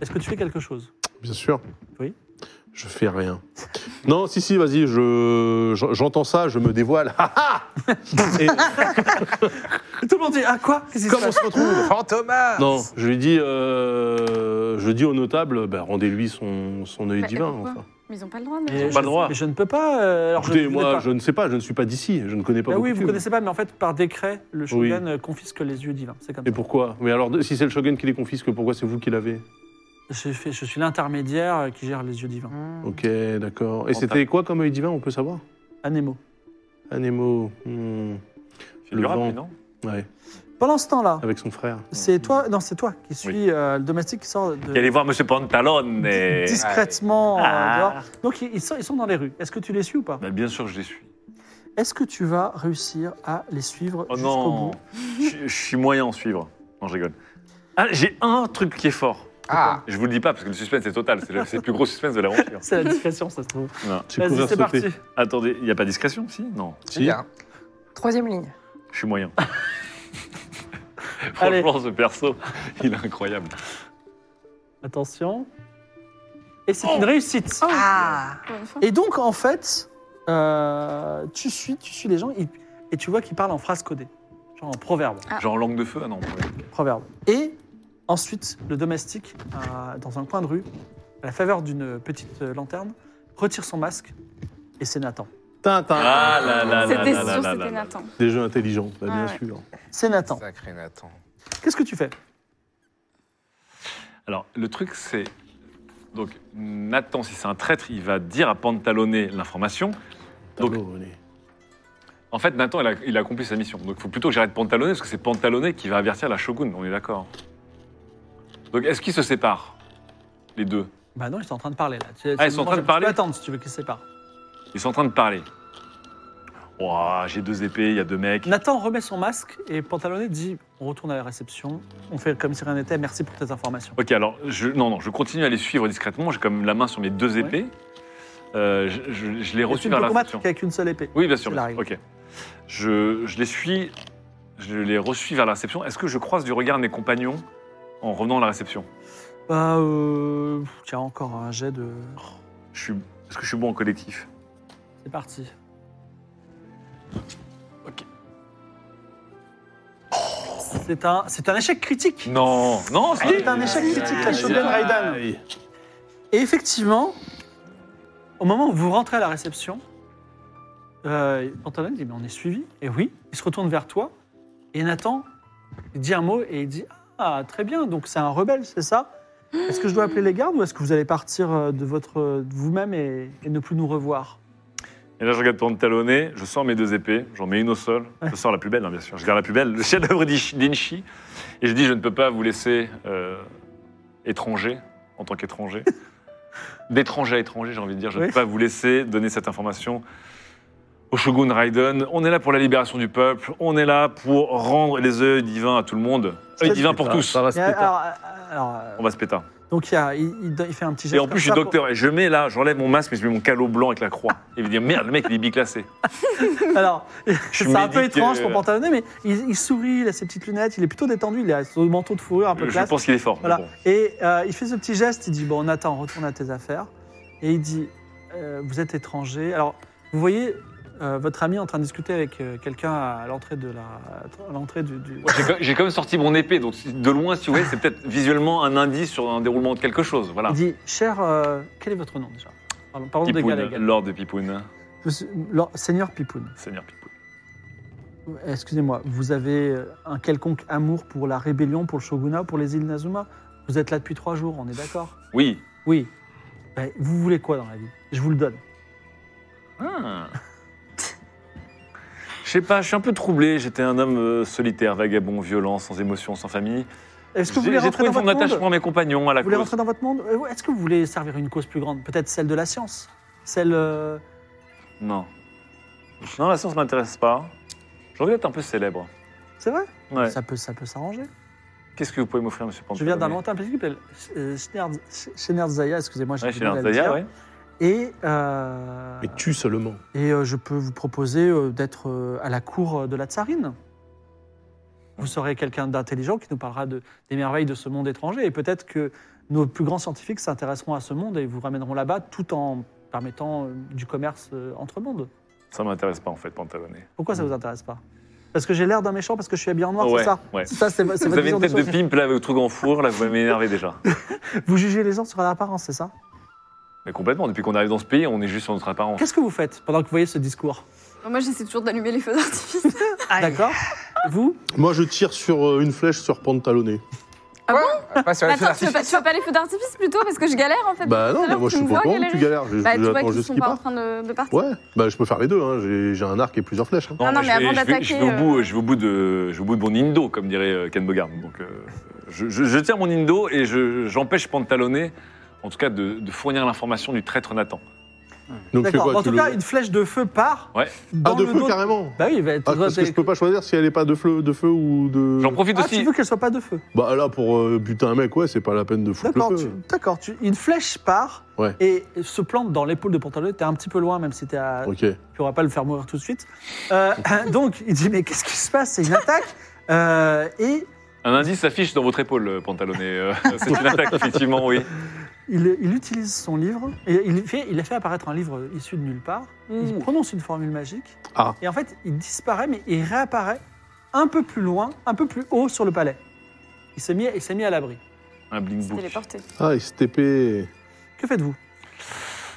Speaker 1: Est-ce que tu fais quelque chose
Speaker 5: Bien sûr.
Speaker 1: Oui.
Speaker 5: Je fais rien. Non, si, si, vas-y, je, je- j'entends ça, je me dévoile. Ah, ah Et
Speaker 1: Et Tout le monde dit Ah quoi Qu'est-ce qui se
Speaker 5: comme on
Speaker 1: passe
Speaker 5: se retrouve
Speaker 4: Fantomas
Speaker 5: Non, je lui dis, euh, je dis au notable, bah, rendez-lui son, son œil
Speaker 3: Bah, et
Speaker 5: divin.
Speaker 3: pourquoi
Speaker 5: enfin.
Speaker 3: Mais ils n'ont pas le droit, non
Speaker 1: Mais
Speaker 2: ont
Speaker 1: je-
Speaker 2: pas le droit.
Speaker 1: Mais je ne peux pas. euh, alors
Speaker 5: Écoutez,
Speaker 1: je, ne voulais
Speaker 5: moi,
Speaker 1: pas.
Speaker 5: je ne sais pas, je ne suis pas d'ici, je ne connais pas
Speaker 1: Bah
Speaker 5: vos
Speaker 1: oui, vous
Speaker 5: coutumes.
Speaker 1: connaissez pas, mais en fait, par décret, le
Speaker 5: Oui.
Speaker 1: shogun euh, confisque les yeux divins. C'est comme
Speaker 5: Et
Speaker 1: ça.
Speaker 5: pourquoi Mais alors, de- si c'est le shogun qui les confisque, pourquoi c'est vous qui l'avez
Speaker 1: Je, fais- je suis l'intermédiaire euh, qui gère les yeux divins.
Speaker 6: Hmm.
Speaker 5: Ok, d'accord. Et c'était quoi comme œil divin, on peut savoir
Speaker 1: Anemo.
Speaker 5: Anemo, hmm,
Speaker 2: Le
Speaker 5: Le
Speaker 2: rap,
Speaker 5: vent.
Speaker 2: non
Speaker 5: ouais,
Speaker 1: Pendant ce temps-là,
Speaker 5: avec son frère.
Speaker 1: c'est toi, non, c'est toi qui suis euh, le domestique qui sort de.
Speaker 2: Il allait voir Monsieur Pantalone. et-
Speaker 1: discrètement. euh,
Speaker 2: Ah.
Speaker 1: dehors. Donc ils ils sont, ils sont dans les rues. Est-ce que tu les suis ou pas
Speaker 2: Bah, bien sûr, je les suis.
Speaker 1: Est-ce que tu vas réussir à les suivre
Speaker 2: Oh
Speaker 1: jusqu'au
Speaker 2: non
Speaker 1: bout
Speaker 2: je, je suis moyen en suivre. Non, je rigole. Ah, j'ai un truc qui est fort.
Speaker 4: Ah,
Speaker 2: Je vous le dis pas parce que le suspense est total. C'est le, c'est le plus gros suspense de l'aventure.
Speaker 1: C'est la discrétion, ça se trouve.
Speaker 2: Non.
Speaker 5: Tu
Speaker 1: Vas-y,
Speaker 5: courir
Speaker 1: c'est parti.
Speaker 5: sauter.
Speaker 2: Attendez, il n'y a pas de discrétion, si Non.
Speaker 4: c'est
Speaker 5: Si.
Speaker 4: bien.
Speaker 6: Troisième ligne.
Speaker 2: Je suis moyen.
Speaker 1: Allez.
Speaker 2: Franchement, ce perso, il est incroyable.
Speaker 1: Attention. Et c'est une réussite.
Speaker 6: Ah
Speaker 3: Pour une fois.
Speaker 1: Et donc, en fait, euh, tu, suis, tu suis les gens ils- et tu vois qu'ils parlent en phrase codée, genre en proverbe.
Speaker 3: Ah.
Speaker 2: Genre langue de feu Ah non. ouais.
Speaker 1: proverbe. Et ensuite, le domestique, euh, dans un coin de rue, à la faveur d'une petite euh, lanterne, retire son masque et c'est Nathan.
Speaker 5: Tintin.
Speaker 2: Ah là là là là
Speaker 3: C'était
Speaker 2: là là
Speaker 3: sûr,
Speaker 2: là
Speaker 3: c'était
Speaker 2: là.
Speaker 3: Nathan.
Speaker 5: Des jeux intelligents, bah,
Speaker 3: Ah
Speaker 5: bien
Speaker 3: ouais.
Speaker 5: sûr.
Speaker 1: C'est Nathan.
Speaker 4: Sacré Nathan.
Speaker 1: Qu'est-ce que tu fais
Speaker 2: Alors, le truc, c'est. Donc, Nathan, si c'est un traître, il va dire à Pantalone l'information. Donc-
Speaker 5: Tableau, allez.
Speaker 2: En fait, Nathan, il a, il a accompli sa mission. Donc, il faut plutôt que j'arrête Pantalone, parce que c'est Pantalone qui va avertir la Shogun, on est d'accord. Donc, est-ce qu'ils se séparent Les deux
Speaker 1: Bah non, ils sont en train de parler là. Tu-
Speaker 2: Ah, ils
Speaker 1: tu-
Speaker 2: sont en train de
Speaker 1: tu
Speaker 2: parler
Speaker 1: peux attendre si tu veux qu'ils se séparent.
Speaker 2: Ils sont en train de parler. Ouah, j'ai deux épées, il y a deux mecs.
Speaker 1: Nathan remet son masque et Pantalonnet dit On retourne à la réception, on fait comme si rien n'était, merci pour tes informations.
Speaker 2: Ok, alors, je, non, non, je continue à les suivre discrètement. J'ai comme la main sur mes deux épées. Euh, je, je- je les
Speaker 1: Et tu
Speaker 2: reçus
Speaker 1: ne
Speaker 2: vers
Speaker 1: peux
Speaker 2: la
Speaker 1: combattre
Speaker 2: réception.
Speaker 1: qu'avec une seule épée.
Speaker 2: Oui, bien sûr.
Speaker 1: C'est
Speaker 2: bien
Speaker 1: la
Speaker 2: sûr. Ok. Je, je les suis, je les reçus vers la réception. Est-ce que je croise du regard mes compagnons en revenant à la réception
Speaker 1: Bah, euh, tiens, encore un jet de.
Speaker 2: Je suis- Est-ce que je suis bon en collectif
Speaker 1: C'est parti.
Speaker 2: Ok.
Speaker 1: C'est un, c'est un échec critique.
Speaker 2: Non, non, si. Euh,
Speaker 1: C'est Ah, un échec critique, la Shogun
Speaker 5: Ah,
Speaker 1: Raiden.
Speaker 5: Aïe.
Speaker 1: Et effectivement, au moment où vous rentrez à la réception, euh, Antonin dit Mais on est suivi. Et oui, il se retourne vers toi. Et Nathan il dit un mot et il dit Ah, très bien, donc c'est un rebelle, c'est ça Est-ce que je dois appeler les gardes ou est-ce que vous allez partir euh, de votre de vous-même et, et ne plus nous revoir
Speaker 2: Et là, je regarde Pantalone, je sors mes deux épées, j'en mets une au sol, je sors la plus belle, hein, bien sûr. Je garde la plus belle, le chef-d'œuvre d'Ish- d'Inchi. Et je dis, je ne peux pas vous laisser euh, étranger, en tant qu'étranger. D'étranger à étranger, j'ai envie de dire. Je ne
Speaker 1: Oui.
Speaker 2: peux pas vous laisser donner cette information au Shogun Raiden. On est là pour la libération du peuple, on est là pour rendre les œils divins à tout le monde. Œils divins pour
Speaker 5: Ça-
Speaker 2: tous.
Speaker 5: Ça va se
Speaker 1: Et
Speaker 5: péter.
Speaker 1: alors, alors, euh,
Speaker 2: On va se péter.
Speaker 1: Donc il, y a- il- il- il fait un petit geste.
Speaker 2: Et en
Speaker 1: comme
Speaker 2: plus, je suis
Speaker 1: ça pour-
Speaker 2: docteur et je mets là, j'enlève mon masque, mais je mets mon calot blanc avec la croix. Il va dire, merde, le mec, il est biclassé.
Speaker 1: Alors,
Speaker 2: Je euh,
Speaker 1: c'est un
Speaker 2: me
Speaker 1: peu
Speaker 2: dis que-
Speaker 1: étrange pour Pantalone, mais il, il sourit, il a ses petites lunettes, il est plutôt détendu, il a son manteau de fourrure un peu
Speaker 2: Je
Speaker 1: classe.
Speaker 2: pense qu'il est fort. mais
Speaker 1: Voilà.
Speaker 2: bon.
Speaker 1: Et euh, il fait ce petit geste, il dit Bon, Nathan, retourne à tes affaires. Et il dit euh, Vous êtes étranger. Alors, vous voyez euh, votre ami en train de discuter avec euh, quelqu'un à l'entrée de la. à l'entrée du. du-
Speaker 2: J'ai co- J'ai quand même sorti mon épée, donc si- de loin, si vous voyez, c'est peut-être visuellement un indice sur un déroulement de quelque chose. Voilà.
Speaker 1: Il dit Cher, euh, quel est votre nom déjà Pardon, pardon des gars, les gars.
Speaker 2: Pipoun, Lord de Pipoun,
Speaker 1: Monsieur- Lord- Seigneur Pipoun,
Speaker 2: Seigneur Pipoun.
Speaker 1: excusez-moi, vous avez euh, un quelconque amour pour la rébellion, pour le shogunat, pour les îles Nazuma Vous êtes là depuis trois jours, on est d'accord
Speaker 2: Oui.
Speaker 1: Oui. Ben, vous voulez quoi dans la vie Je vous le donne.
Speaker 2: Ah. Je sais pas, je suis un peu troublé. J'étais un homme euh, solitaire, vagabond, violent, sans émotion, sans famille.
Speaker 1: Est-ce que vous voulez
Speaker 2: J'ai j'ai
Speaker 1: rentrer
Speaker 2: trouvé
Speaker 1: dans
Speaker 2: une forme
Speaker 1: votre monde
Speaker 2: d'attachement à mes compagnons, à la
Speaker 1: Vous voulez
Speaker 2: cause.
Speaker 1: rentrer dans votre monde Euh, Est-ce que vous voulez servir une cause plus grande Peut-être celle de la science Celle. euh,
Speaker 2: Non. Non, la science ne m'intéresse pas. J'ai envie d'être un peu célèbre.
Speaker 1: C'est vrai
Speaker 2: Ouais.
Speaker 1: Ça peut ça peut s'arranger.
Speaker 2: Qu'est-ce que vous pouvez m'offrir, monsieur Pantani
Speaker 1: Je viens d'inventer un petit qui s'appelle euh, Schnerz- Sch- Schnerzaya, excusez-moi, j'ai
Speaker 2: Ouais,
Speaker 1: du
Speaker 2: chez
Speaker 1: mal à le
Speaker 2: l'Antalia,
Speaker 1: dire.
Speaker 2: ouais.
Speaker 1: Et, euh,
Speaker 5: Mais tu seulement.
Speaker 1: et euh, je peux vous proposer euh, d'être euh, à la cour euh, de la tsarine. Vous serez quelqu'un d'intelligent qui nous parlera de, des merveilles de ce monde étranger. Et peut-être que nos plus grands scientifiques s'intéresseront à ce monde et vous ramèneront là-bas tout en permettant euh, du commerce euh, entre mondes.
Speaker 2: Ça ne m'intéresse pas, en fait, Pantalonnet.
Speaker 1: Pourquoi ça vous intéresse pas Parce que j'ai l'air d'un méchant parce que je suis habillé en noir,
Speaker 2: Hmm. Ouais,
Speaker 1: Oh, c'est ça
Speaker 2: ouais.
Speaker 1: Ça, c'est, c'est
Speaker 2: Vous
Speaker 1: votre
Speaker 2: avez
Speaker 1: vision
Speaker 2: une
Speaker 1: des
Speaker 2: tête de
Speaker 1: choses.
Speaker 2: pimp, là, avec le truc en four, là, vous m'énervez déjà.
Speaker 1: Vous jugez les gens sur l'apparence, c'est ça
Speaker 2: Mais complètement, depuis qu'on arrive dans ce pays, on est juste sur notre apparence.
Speaker 1: Qu'est-ce que vous faites pendant que vous voyez ce discours
Speaker 3: Non, Moi, j'essaie toujours d'allumer les feux d'artifice.
Speaker 1: D'accord Vous
Speaker 5: Moi, je tire sur euh, une flèche sur pantalonné.
Speaker 4: Pas sur les feux
Speaker 3: Ah Attends, tu fais, pas,
Speaker 4: d'artifice.
Speaker 3: tu fais pas les feux d'artifice plutôt parce que je galère en fait. Tout
Speaker 5: Bah
Speaker 3: à
Speaker 5: non, bah,
Speaker 3: l'heure,
Speaker 5: moi je
Speaker 3: tu
Speaker 5: suis
Speaker 3: me vois
Speaker 5: pas au courant que tu
Speaker 3: galérer.
Speaker 5: galères. Je-
Speaker 3: Bah, tu vois
Speaker 5: J'attends
Speaker 3: qu'ils
Speaker 5: juste
Speaker 3: sont
Speaker 5: qu'il
Speaker 3: pas en
Speaker 5: part.
Speaker 3: train de, de partir.
Speaker 5: Ouais, bah je peux faire les deux. Hein. J'ai- J'ai un arc et plusieurs flèches. hein.
Speaker 3: Non, non,
Speaker 2: moi, je
Speaker 3: mais
Speaker 2: vais-
Speaker 3: avant
Speaker 2: je vais- je vais au
Speaker 3: d'attaquer,
Speaker 2: bout-
Speaker 3: euh,
Speaker 2: Je vais au bout de je vais au bout de mon indo, comme dirait euh, Ken Bogard. Donc, euh, je, je- je tiens mon indo et je- j'empêche Pantalonnet, en tout cas, de, de fournir l'information du traître Nathan.
Speaker 5: Donc tu fais
Speaker 1: D'accord.
Speaker 5: quoi
Speaker 1: En
Speaker 5: tu
Speaker 1: tout
Speaker 5: le-
Speaker 1: cas, une flèche de feu part.
Speaker 2: Ouais.
Speaker 1: dans
Speaker 5: Ah, de
Speaker 1: le
Speaker 5: feu
Speaker 1: dos-
Speaker 5: carrément
Speaker 1: Bah oui, il va être.
Speaker 5: Ah, parce que je peux pas choisir si elle est pas de feu, de feu ou de.
Speaker 2: J'en profite
Speaker 1: Ah,
Speaker 2: aussi.
Speaker 1: tu veux qu'elle soit pas de feu
Speaker 5: Bah là, pour euh, buter un mec, ouais, c'est pas la peine de foutre
Speaker 1: D'accord,
Speaker 5: le
Speaker 1: tu-
Speaker 5: feu.
Speaker 1: d'accord. tu- Une flèche part
Speaker 5: Ouais.
Speaker 1: et se plante dans l'épaule de Pantalone. T'es un petit peu loin, même si t'es à...
Speaker 5: Ok.
Speaker 1: tu pourras pas le faire mourir tout de suite. Euh, donc, il dit Mais qu'est-ce qui se passe C'est une attaque. Euh, et
Speaker 2: Un indice s'affiche dans votre épaule, euh, Pantalonnet. euh, C'est une attaque, effectivement, oui.
Speaker 1: il, il utilise son livre. et il, fait, il a fait apparaître un livre issu de nulle part. Il prononce une formule magique.
Speaker 5: Ah.
Speaker 1: Et en fait, il disparaît, mais il réapparaît un peu plus loin, un peu plus haut sur le palais. Il s'est mis, il s'est mis à l'abri.
Speaker 2: Un bling
Speaker 3: se
Speaker 2: book.
Speaker 3: téléporter.
Speaker 5: Ah, il se TP.
Speaker 1: Que faites-vous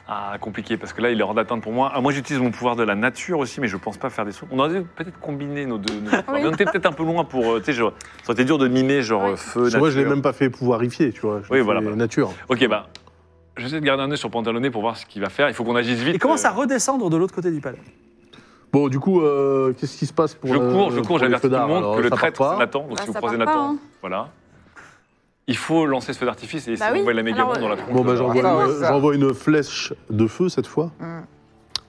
Speaker 2: Ah, compliqué, parce que là, il est hors d'atteinte pour moi. Ah, moi, j'utilise mon pouvoir de la nature aussi, mais je pense pas faire des trucs. On aurait dû peut-être combiner nos deux. nos-
Speaker 3: Oui.
Speaker 2: On était peut-être un peu loin pour. euh, Tu sais, genre, ça aurait été dur de mimer, genre,
Speaker 3: Ouais.
Speaker 2: euh, feu, nature.
Speaker 5: Moi, je l'ai même pas fait pouvoirifier, tu vois. Je l'ai
Speaker 2: Oui,
Speaker 5: fait
Speaker 2: voilà, voilà.
Speaker 5: Nature.
Speaker 2: Ok, bah, j'essaie de garder un œil sur Pantalonnet pour voir ce qu'il va faire. Il faut qu'on agisse vite.
Speaker 1: Il commence
Speaker 2: euh,
Speaker 1: à redescendre de l'autre côté du palais.
Speaker 5: Bon, du coup, euh, qu'est-ce qui se passe pour
Speaker 2: Je
Speaker 5: la-
Speaker 2: cours, je
Speaker 5: pour
Speaker 2: cours,
Speaker 5: les
Speaker 2: j'avertis tout le
Speaker 5: feudards
Speaker 2: monde
Speaker 5: Alors,
Speaker 2: que le
Speaker 5: ça part
Speaker 2: traître
Speaker 5: pas.
Speaker 2: Nathan, donc
Speaker 3: Bah,
Speaker 2: si vous
Speaker 3: ça
Speaker 2: croisez
Speaker 3: part pas,
Speaker 2: Nathan,
Speaker 3: hein.
Speaker 2: voilà. Il faut lancer ce feu d'artifice et
Speaker 3: Bah
Speaker 2: sinon on
Speaker 3: oui,
Speaker 2: va la mégalon
Speaker 3: alors,
Speaker 2: dans la
Speaker 3: euh,
Speaker 2: tronche.
Speaker 5: Bon, bah,
Speaker 4: Ah ouais,
Speaker 5: j'envoie une-
Speaker 4: ça.
Speaker 5: j'envoie une flèche de feu cette fois
Speaker 3: Mm.
Speaker 6: Hmm.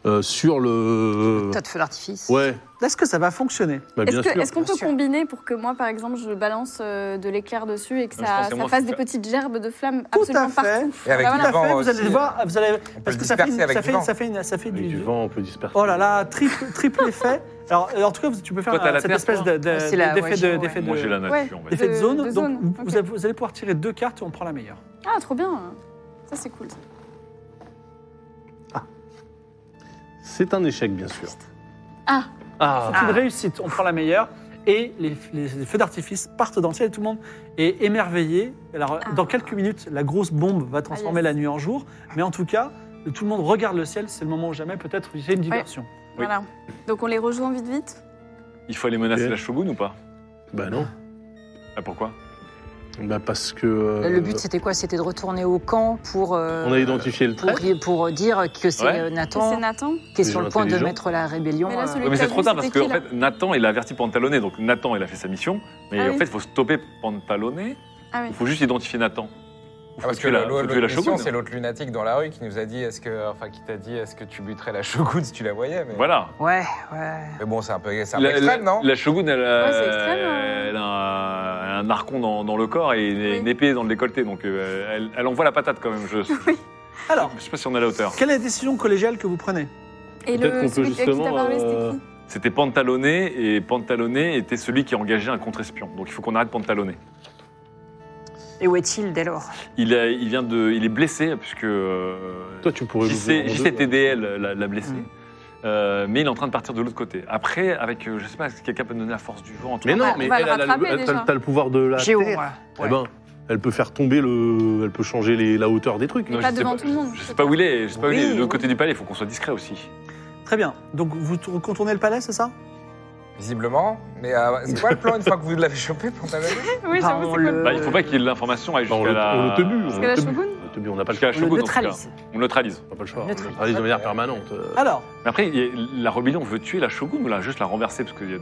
Speaker 5: euh, sur le.
Speaker 6: T'as de feu d'artifice.
Speaker 5: Ouais,
Speaker 1: Est-ce que ça va fonctionner
Speaker 5: bah,
Speaker 3: Est-ce
Speaker 5: bien
Speaker 3: que-
Speaker 5: sûr.
Speaker 3: est-ce qu'on
Speaker 6: bien
Speaker 3: peut
Speaker 6: sûr.
Speaker 3: combiner pour que moi, par exemple, je balance euh, de l'éclair dessus et que
Speaker 2: Non, je pense
Speaker 3: ça,
Speaker 2: que
Speaker 3: ça
Speaker 2: moi,
Speaker 3: fasse
Speaker 2: faut faire-
Speaker 3: des petites gerbes de flammes
Speaker 1: Tout à
Speaker 3: absolument
Speaker 1: fait.
Speaker 3: partout
Speaker 4: Et avec
Speaker 3: Bah,
Speaker 4: du
Speaker 3: voilà.
Speaker 1: Tout à
Speaker 4: vent
Speaker 1: fait, vous
Speaker 4: aussi,
Speaker 1: allez voir, vous allez,
Speaker 4: on peut
Speaker 1: parce
Speaker 4: le
Speaker 1: que ça fait, une-
Speaker 4: disperser avec
Speaker 1: ça,
Speaker 4: du
Speaker 1: fait,
Speaker 4: vent.
Speaker 1: ça fait une, ça fait
Speaker 5: Avec
Speaker 1: du,
Speaker 5: du vent, on peut disperser.
Speaker 1: oh là là, triple, triple effet. Alors, alors, en tout cas, vous- tu peux faire
Speaker 2: Toi, t'as
Speaker 1: euh,
Speaker 2: la
Speaker 1: cette
Speaker 2: terre,
Speaker 1: espèce
Speaker 2: toi
Speaker 1: de- de-
Speaker 6: Ouais, c'est la-
Speaker 1: d'effet
Speaker 6: ouais,
Speaker 1: de,
Speaker 6: je- ouais.
Speaker 1: d'effet de-
Speaker 2: Moi j'ai la nature, on va dire.
Speaker 1: d'effet de
Speaker 3: De-
Speaker 1: zone.
Speaker 3: de
Speaker 1: donc,
Speaker 3: zone,
Speaker 1: vous, vous
Speaker 3: ok.
Speaker 1: avez- vous allez pouvoir tirer deux cartes et on prend la meilleure.
Speaker 3: Ah, trop bien. Ça, c'est cool.
Speaker 5: C'est un échec, bien sûr.
Speaker 1: C'est une réussite, on prend la meilleure. Et les, les- les feux d'artifice partent dans le ciel et tout le monde est émerveillé. Alors,
Speaker 3: Ah.
Speaker 1: dans quelques minutes, la grosse bombe va transformer
Speaker 3: Ah, yes.
Speaker 1: la nuit en jour. Mais en tout cas, tout le monde regarde le ciel. C'est le moment ou jamais, peut-être, il y a une diversion.
Speaker 3: Voilà. Donc, on les rejoint vite, vite.
Speaker 2: Il faut aller menacer
Speaker 5: Ok.
Speaker 2: la shogun ou pas
Speaker 5: Bah non.
Speaker 2: Ah, Pourquoi
Speaker 5: Bah parce que. euh,
Speaker 6: Le but, c'était quoi C'était de retourner au camp pour. euh,
Speaker 5: On a identifié le
Speaker 6: pour,
Speaker 5: traître.
Speaker 6: pour dire que c'est
Speaker 2: Ouais.
Speaker 6: euh,
Speaker 3: Et C'est
Speaker 6: Nathan
Speaker 3: Nathan.
Speaker 6: qui est
Speaker 5: Les
Speaker 6: sur le
Speaker 5: gens
Speaker 6: point de
Speaker 5: intelligents.
Speaker 6: mettre la rébellion.
Speaker 3: Mais là,
Speaker 6: euh,
Speaker 3: celui-
Speaker 2: Oui, mais
Speaker 3: t'as
Speaker 2: c'est
Speaker 3: vu,
Speaker 2: trop tard parce
Speaker 3: c'était
Speaker 2: que en
Speaker 3: qui, là
Speaker 2: fait, Nathan il a averti Pantalonnet, donc Nathan il a fait sa mission, mais
Speaker 3: Ah
Speaker 2: en
Speaker 3: oui.
Speaker 2: fait il faut stopper Pantalonnet,
Speaker 3: Ah
Speaker 2: il
Speaker 3: oui.
Speaker 2: faut juste identifier Nathan. Il
Speaker 4: Ah,
Speaker 2: faut
Speaker 4: parce que
Speaker 2: tuer la,
Speaker 4: le-
Speaker 2: faut
Speaker 4: le-
Speaker 2: tuer la
Speaker 4: l'autre mission,
Speaker 2: shogun.
Speaker 4: c'est l'autre lunatique dans la rue qui nous a dit, est-ce que, enfin, qui t'a dit, est-ce que tu buterais la shogun si tu la voyais mais...
Speaker 2: Voilà.
Speaker 6: Ouais, ouais.
Speaker 4: mais bon, c'est un peu, c'est un peu
Speaker 2: La,
Speaker 4: extrême,
Speaker 2: la-
Speaker 4: non
Speaker 2: la shogun, elle a,
Speaker 3: Ouais, c'est extrême, hein.
Speaker 2: elle a un, elle a un arcon dans, dans le corps et une,
Speaker 3: Oui.
Speaker 2: une épée dans le décolleté, donc euh, elle, elle envoie la patate quand même. Je, je-
Speaker 1: Alors,
Speaker 2: je sais pas si on est à la hauteur.
Speaker 1: quelle est la décision collégiale que vous prenez
Speaker 3: Et
Speaker 5: Peut-être qu'on
Speaker 3: le
Speaker 5: peut
Speaker 3: celui à qui
Speaker 5: justement,
Speaker 3: t'as parlé,
Speaker 5: euh,
Speaker 3: c'était qui
Speaker 2: C'était Pantalonnet et Pantalonnet était celui qui engageait un contre-espion. Donc il faut qu'on arrête Pantalonnet.
Speaker 6: Et où est-il dès lors
Speaker 2: Il, a- il vient de, il est blessé puisque euh,
Speaker 5: Toi, tu pourrais.
Speaker 2: JC,
Speaker 5: l'ouvrir en deux, Mmh. là.
Speaker 2: JCTDL l'a, l'a blessé.
Speaker 6: Mm.
Speaker 2: Euh, mais il est en train de partir de l'autre côté. Après, avec, euh, je sais pas, si quelqu'un peut me donner la force du vent. en tout
Speaker 5: Mais
Speaker 2: cas.
Speaker 3: va-
Speaker 5: non,
Speaker 3: on
Speaker 5: mais
Speaker 3: va
Speaker 5: elle,
Speaker 3: le
Speaker 5: elle a le-
Speaker 3: rattraper,
Speaker 5: t'as
Speaker 3: déjà.
Speaker 5: t'as le pouvoir de la
Speaker 6: Géo.
Speaker 5: terre.
Speaker 6: ouais.
Speaker 5: Eh ben, elle peut faire tomber le, elle peut changer les- la hauteur des trucs.
Speaker 3: Mais
Speaker 2: Non,
Speaker 3: pas
Speaker 2: je sais
Speaker 3: devant tout le monde,
Speaker 2: Je, je sais
Speaker 3: peut-être.
Speaker 2: pas où il est. Je sais pas où il est.
Speaker 6: Oui,
Speaker 2: De l'autre
Speaker 6: oui.
Speaker 2: côté du palais, il faut qu'on soit discret aussi.
Speaker 1: Très bien. Donc, vous t- contournez le palais, c'est ça
Speaker 4: Visiblement. Mais euh, c'est quoi le plan une fois que vous l'avez chopé, Pantalone
Speaker 3: Oui,
Speaker 6: Bah,
Speaker 3: j'avoue,
Speaker 6: on
Speaker 3: c'est cool.
Speaker 6: le-
Speaker 2: Bah, il faut pas qu'il y ait de l'information aille
Speaker 5: Bah, on
Speaker 2: jusqu'à
Speaker 5: le, on
Speaker 2: la...
Speaker 5: le hein. tebu,
Speaker 3: Parce
Speaker 5: on
Speaker 3: que la
Speaker 5: le tebu.
Speaker 3: shogun
Speaker 5: On le tebu, on n'a pas le
Speaker 2: Jusqu'à
Speaker 5: choix.
Speaker 2: la
Speaker 6: On
Speaker 2: shogun,
Speaker 6: le
Speaker 2: en tout cas.
Speaker 6: neutralise.
Speaker 2: On le neutralise.
Speaker 5: On n'a pas le choix. On le
Speaker 6: Neutre.
Speaker 5: neutralise de manière permanente. euh.
Speaker 2: Ah,
Speaker 1: Alors,
Speaker 2: Mais après, il y a- la rébellion veut tuer la shogun ou là, juste la renverser parce qu'il y a...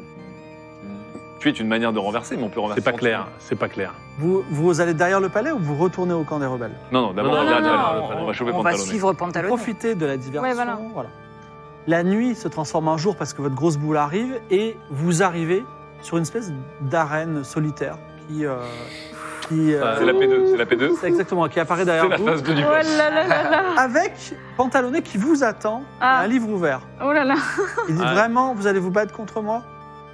Speaker 2: Tuer est une manière de renverser, mais on peut renverser.
Speaker 7: C'est pas
Speaker 2: sans
Speaker 7: clair, c'est pas clair.
Speaker 1: Vous, vous allez derrière le palais ou vous retournez au camp des rebelles
Speaker 2: tuer. Non, non, d'abord,
Speaker 7: Non,
Speaker 2: on,
Speaker 7: non,
Speaker 2: va
Speaker 3: non,
Speaker 2: derrière
Speaker 3: non,
Speaker 2: le pantalon, on va choper
Speaker 6: On va
Speaker 2: Pantalone.
Speaker 6: suivre Pantalone.
Speaker 1: Profitez de la diversion.
Speaker 3: Ah Ouais, voilà.
Speaker 1: voilà. La nuit se transforme en jour parce que votre grosse boule arrive et vous arrivez sur une espèce d'arène solitaire qui. euh, qui euh,
Speaker 2: Ah, C'est la P2, c'est la P2.
Speaker 1: c'est exactement, qui apparaît
Speaker 2: C'est
Speaker 1: derrière
Speaker 2: la
Speaker 1: vous.
Speaker 2: phase 2 du
Speaker 3: Oh
Speaker 2: boss.
Speaker 3: là là là là
Speaker 1: Avec Pantalonnet qui vous attend,
Speaker 3: Ah.
Speaker 1: un livre ouvert.
Speaker 3: Oh là là
Speaker 1: Il dit
Speaker 2: Ah.
Speaker 1: vraiment, vous allez vous battre contre moi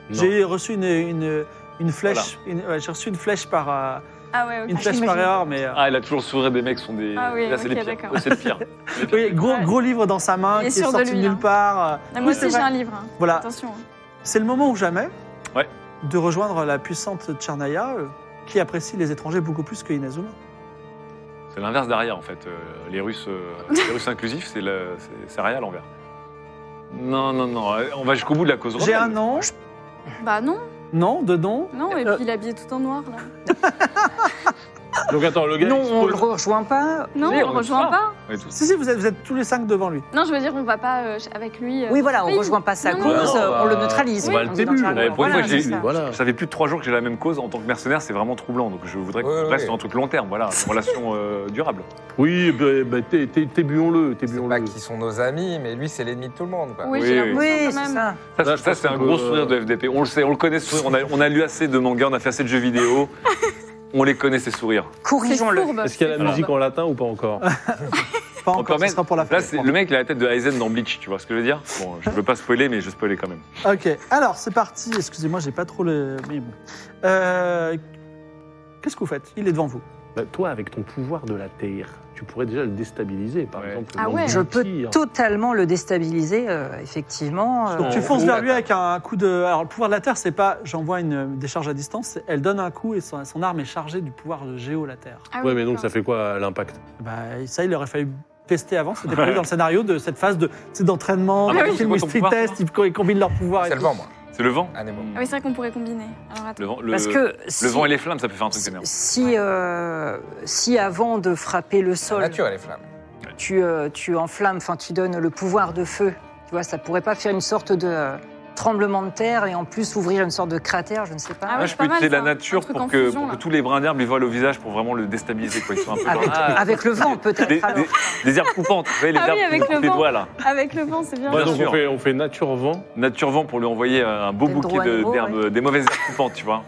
Speaker 1: J'ai reçu une, une, une flèche, une- ouais, j'ai reçu une flèche par euh,
Speaker 3: Ah ouais, ok.
Speaker 1: une flèche par erreur, mais euh,
Speaker 2: Ah, il a toujours le sourire des mecs, sont des.
Speaker 3: Ah oui,
Speaker 2: Là, c'est
Speaker 3: ok,
Speaker 2: les pires.
Speaker 3: d'accord.
Speaker 2: Ouais, C'est le pire. C'est le
Speaker 1: oui,
Speaker 2: pire.
Speaker 1: gros
Speaker 3: Ouais.
Speaker 1: gros livre dans sa main
Speaker 3: Il est
Speaker 1: qui est
Speaker 3: sûr de
Speaker 1: sorti de
Speaker 3: lui,
Speaker 1: nulle
Speaker 3: hein.
Speaker 1: part. euh,
Speaker 3: Ah, Moi
Speaker 1: c'est
Speaker 3: aussi, j'ai
Speaker 1: vrai.
Speaker 3: un livre. hein.
Speaker 1: Voilà,
Speaker 3: Attention.
Speaker 1: c'est le moment ou jamais
Speaker 2: Ouais.
Speaker 1: de rejoindre la puissante Tchernaya euh, qui apprécie les étrangers beaucoup plus que Inazuma.
Speaker 2: C'est l'inverse derrière, en fait. Euh, Les Russes, euh, les Russes inclusifs, c'est le- c'est- c'est Raya à l'envers. Non, non, non. euh, On va jusqu'au bout de la cause
Speaker 1: J'ai un
Speaker 2: rebelle.
Speaker 1: nom,
Speaker 3: Bah non,
Speaker 1: non, de nom.
Speaker 3: non, et
Speaker 1: Euh.
Speaker 3: puis il est habillé tout en noir là.
Speaker 7: Donc attends, le gars,
Speaker 6: Non,
Speaker 7: il se
Speaker 6: on
Speaker 7: pose-
Speaker 6: le rejoint pas.
Speaker 3: Non,
Speaker 2: Oui,
Speaker 3: on
Speaker 2: on
Speaker 3: le
Speaker 2: est
Speaker 3: rejoint
Speaker 2: pas.
Speaker 3: pas.
Speaker 2: On est tous-
Speaker 1: Si, si, vous êtes, vous êtes tous les cinq devant lui.
Speaker 3: Non, je veux dire, on va pas euh, avec lui. euh,
Speaker 6: Oui, voilà, on
Speaker 3: Oui.
Speaker 6: rejoint pas sa
Speaker 3: Non,
Speaker 6: cause,
Speaker 3: non,
Speaker 6: euh,
Speaker 7: on
Speaker 6: on le
Speaker 2: bah,
Speaker 7: va-
Speaker 6: neutralise.
Speaker 7: on va
Speaker 6: oui,
Speaker 7: le
Speaker 6: dit dans
Speaker 7: début,
Speaker 6: le
Speaker 2: là,
Speaker 6: jargon.
Speaker 2: pour une fois,
Speaker 6: Voilà,
Speaker 2: j'ai-
Speaker 6: c'est ça.
Speaker 5: Voilà.
Speaker 2: Ça fait plus de trois jours que j'ai la même cause en tant que mercenaire, c'est vraiment troublant. Donc je voudrais qu'on
Speaker 4: Oui, oui,
Speaker 2: reste
Speaker 4: oui.
Speaker 2: sur un truc long terme, voilà, une relation euh, durable.
Speaker 5: Oui, bah, bah, t'é- t'é- tébuons-le,
Speaker 4: C'est pas
Speaker 5: tébuons-le.
Speaker 4: qui sont nos amis, mais lui, c'est l'ennemi de tout le monde. Quoi.
Speaker 3: Oui,
Speaker 2: Oui,
Speaker 3: j'ai
Speaker 2: oui.
Speaker 3: l'impression
Speaker 6: Oui,
Speaker 3: quand
Speaker 6: c'est
Speaker 3: même.
Speaker 6: ça.
Speaker 2: Ça,
Speaker 5: Là,
Speaker 2: c'est-
Speaker 5: je
Speaker 2: ça,
Speaker 5: pense
Speaker 2: c'est un
Speaker 5: qu'on
Speaker 2: gros
Speaker 5: peut-
Speaker 2: sourire de FDP. On le sait, on le connaît ce sourire. On a, on a lu assez de mangas, on a fait assez de jeux vidéo. On les connaît ces sourires.
Speaker 3: C'est
Speaker 6: Corrigeons-le.
Speaker 3: fourbe.
Speaker 7: Est-ce qu'il y a la
Speaker 3: c'est
Speaker 7: musique
Speaker 3: fourbe.
Speaker 7: en latin ou pas encore
Speaker 1: Pas
Speaker 2: On
Speaker 1: encore,
Speaker 2: peut
Speaker 1: ce sera pour la fin.
Speaker 2: Là, c'est- le mec, il a la tête de Aizen dans Bleach, tu vois ce que je veux dire Bon, je veux pas spoiler, mais je vais spoiler quand même.
Speaker 1: Ok, alors c'est parti. Excusez-moi, j'ai pas trop le. Mais bon. Euh, Qu'est-ce que vous faites Il est devant vous.
Speaker 5: Bah, toi, avec ton pouvoir de la terre, tu pourrais déjà le déstabiliser, par
Speaker 2: Ouais.
Speaker 5: exemple.
Speaker 3: Ah
Speaker 5: dans
Speaker 3: ouais.
Speaker 5: le
Speaker 3: Je
Speaker 6: peux
Speaker 2: hein.
Speaker 5: tir.
Speaker 6: Totalement le déstabiliser, euh, effectivement. euh,
Speaker 1: Donc tu
Speaker 5: en
Speaker 1: fonces
Speaker 5: gros,
Speaker 1: vers lui avec un coup de. Alors le pouvoir de la terre, c'est pas j'envoie une euh, décharge à distance, c'est elle donne un coup et son, son arme est chargée du pouvoir de Géo la terre.
Speaker 3: Ah oui,
Speaker 5: Ouais, mais donc
Speaker 3: d'accord.
Speaker 5: ça fait quoi l'impact
Speaker 1: Bah ça, il aurait fallu tester avant, c'était prévu dans le scénario de cette phase de tu sais, d'entraînement,
Speaker 2: Ah
Speaker 1: dans
Speaker 2: oui,
Speaker 1: le
Speaker 2: c'est
Speaker 1: film
Speaker 2: quoi
Speaker 1: où
Speaker 2: ton
Speaker 1: ils
Speaker 2: pouvoir,
Speaker 1: testent, ils, co- ils combinent leur pouvoir. et
Speaker 4: C'est le
Speaker 1: tout.
Speaker 4: vent, moi.
Speaker 2: C'est le vent
Speaker 4: Ah, mais bon.
Speaker 3: Ah oui, c'est vrai qu'on pourrait combiner. Alors attends.
Speaker 2: Le vent, le-
Speaker 6: Parce que
Speaker 2: le
Speaker 6: si-
Speaker 2: vent et les flammes, ça peut faire un truc d'énergie.
Speaker 6: Si, euh, si avant de frapper le
Speaker 4: La
Speaker 6: sol,
Speaker 4: nature, elle est flamme.
Speaker 6: tu, euh, tu enflammes, enfin tu donnes le pouvoir de feu, tu vois, ça pourrait pas faire une sorte de euh, tremblement de terre et en plus ouvrir une sorte de cratère, je ne sais pas.
Speaker 3: Ah
Speaker 2: Moi,
Speaker 3: ouais,
Speaker 2: je
Speaker 3: c'est
Speaker 2: peux
Speaker 3: pas mal,
Speaker 2: utiliser la
Speaker 3: ça, un
Speaker 2: nature
Speaker 3: truc
Speaker 2: pour
Speaker 3: en
Speaker 2: que,
Speaker 3: fusion,
Speaker 2: pour que
Speaker 3: là.
Speaker 2: tous les brins d'herbe lui volent au visage pour vraiment le déstabiliser. Quoi. Ils sont un peu
Speaker 6: Avec,
Speaker 2: dans- Ah,
Speaker 6: avec le vent peut-être.
Speaker 2: des,
Speaker 6: alors.
Speaker 2: des- des herbes coupantes, vous savez, les
Speaker 3: Ah oui,
Speaker 2: herbes qui
Speaker 3: avec
Speaker 2: coupent
Speaker 3: le
Speaker 2: les
Speaker 3: vent.
Speaker 2: doigts là.
Speaker 3: Avec le vent, c'est bien.
Speaker 5: Ouais,
Speaker 2: Bien
Speaker 5: donc
Speaker 2: sûr.
Speaker 5: on fait, on fait nature vent.
Speaker 2: Nature vent pour lui envoyer euh, un beau
Speaker 6: Dendro
Speaker 2: bouquet de-
Speaker 6: Anemo,
Speaker 2: d'herbes,
Speaker 6: ouais.
Speaker 2: des mauvaises herbes coupantes, tu vois.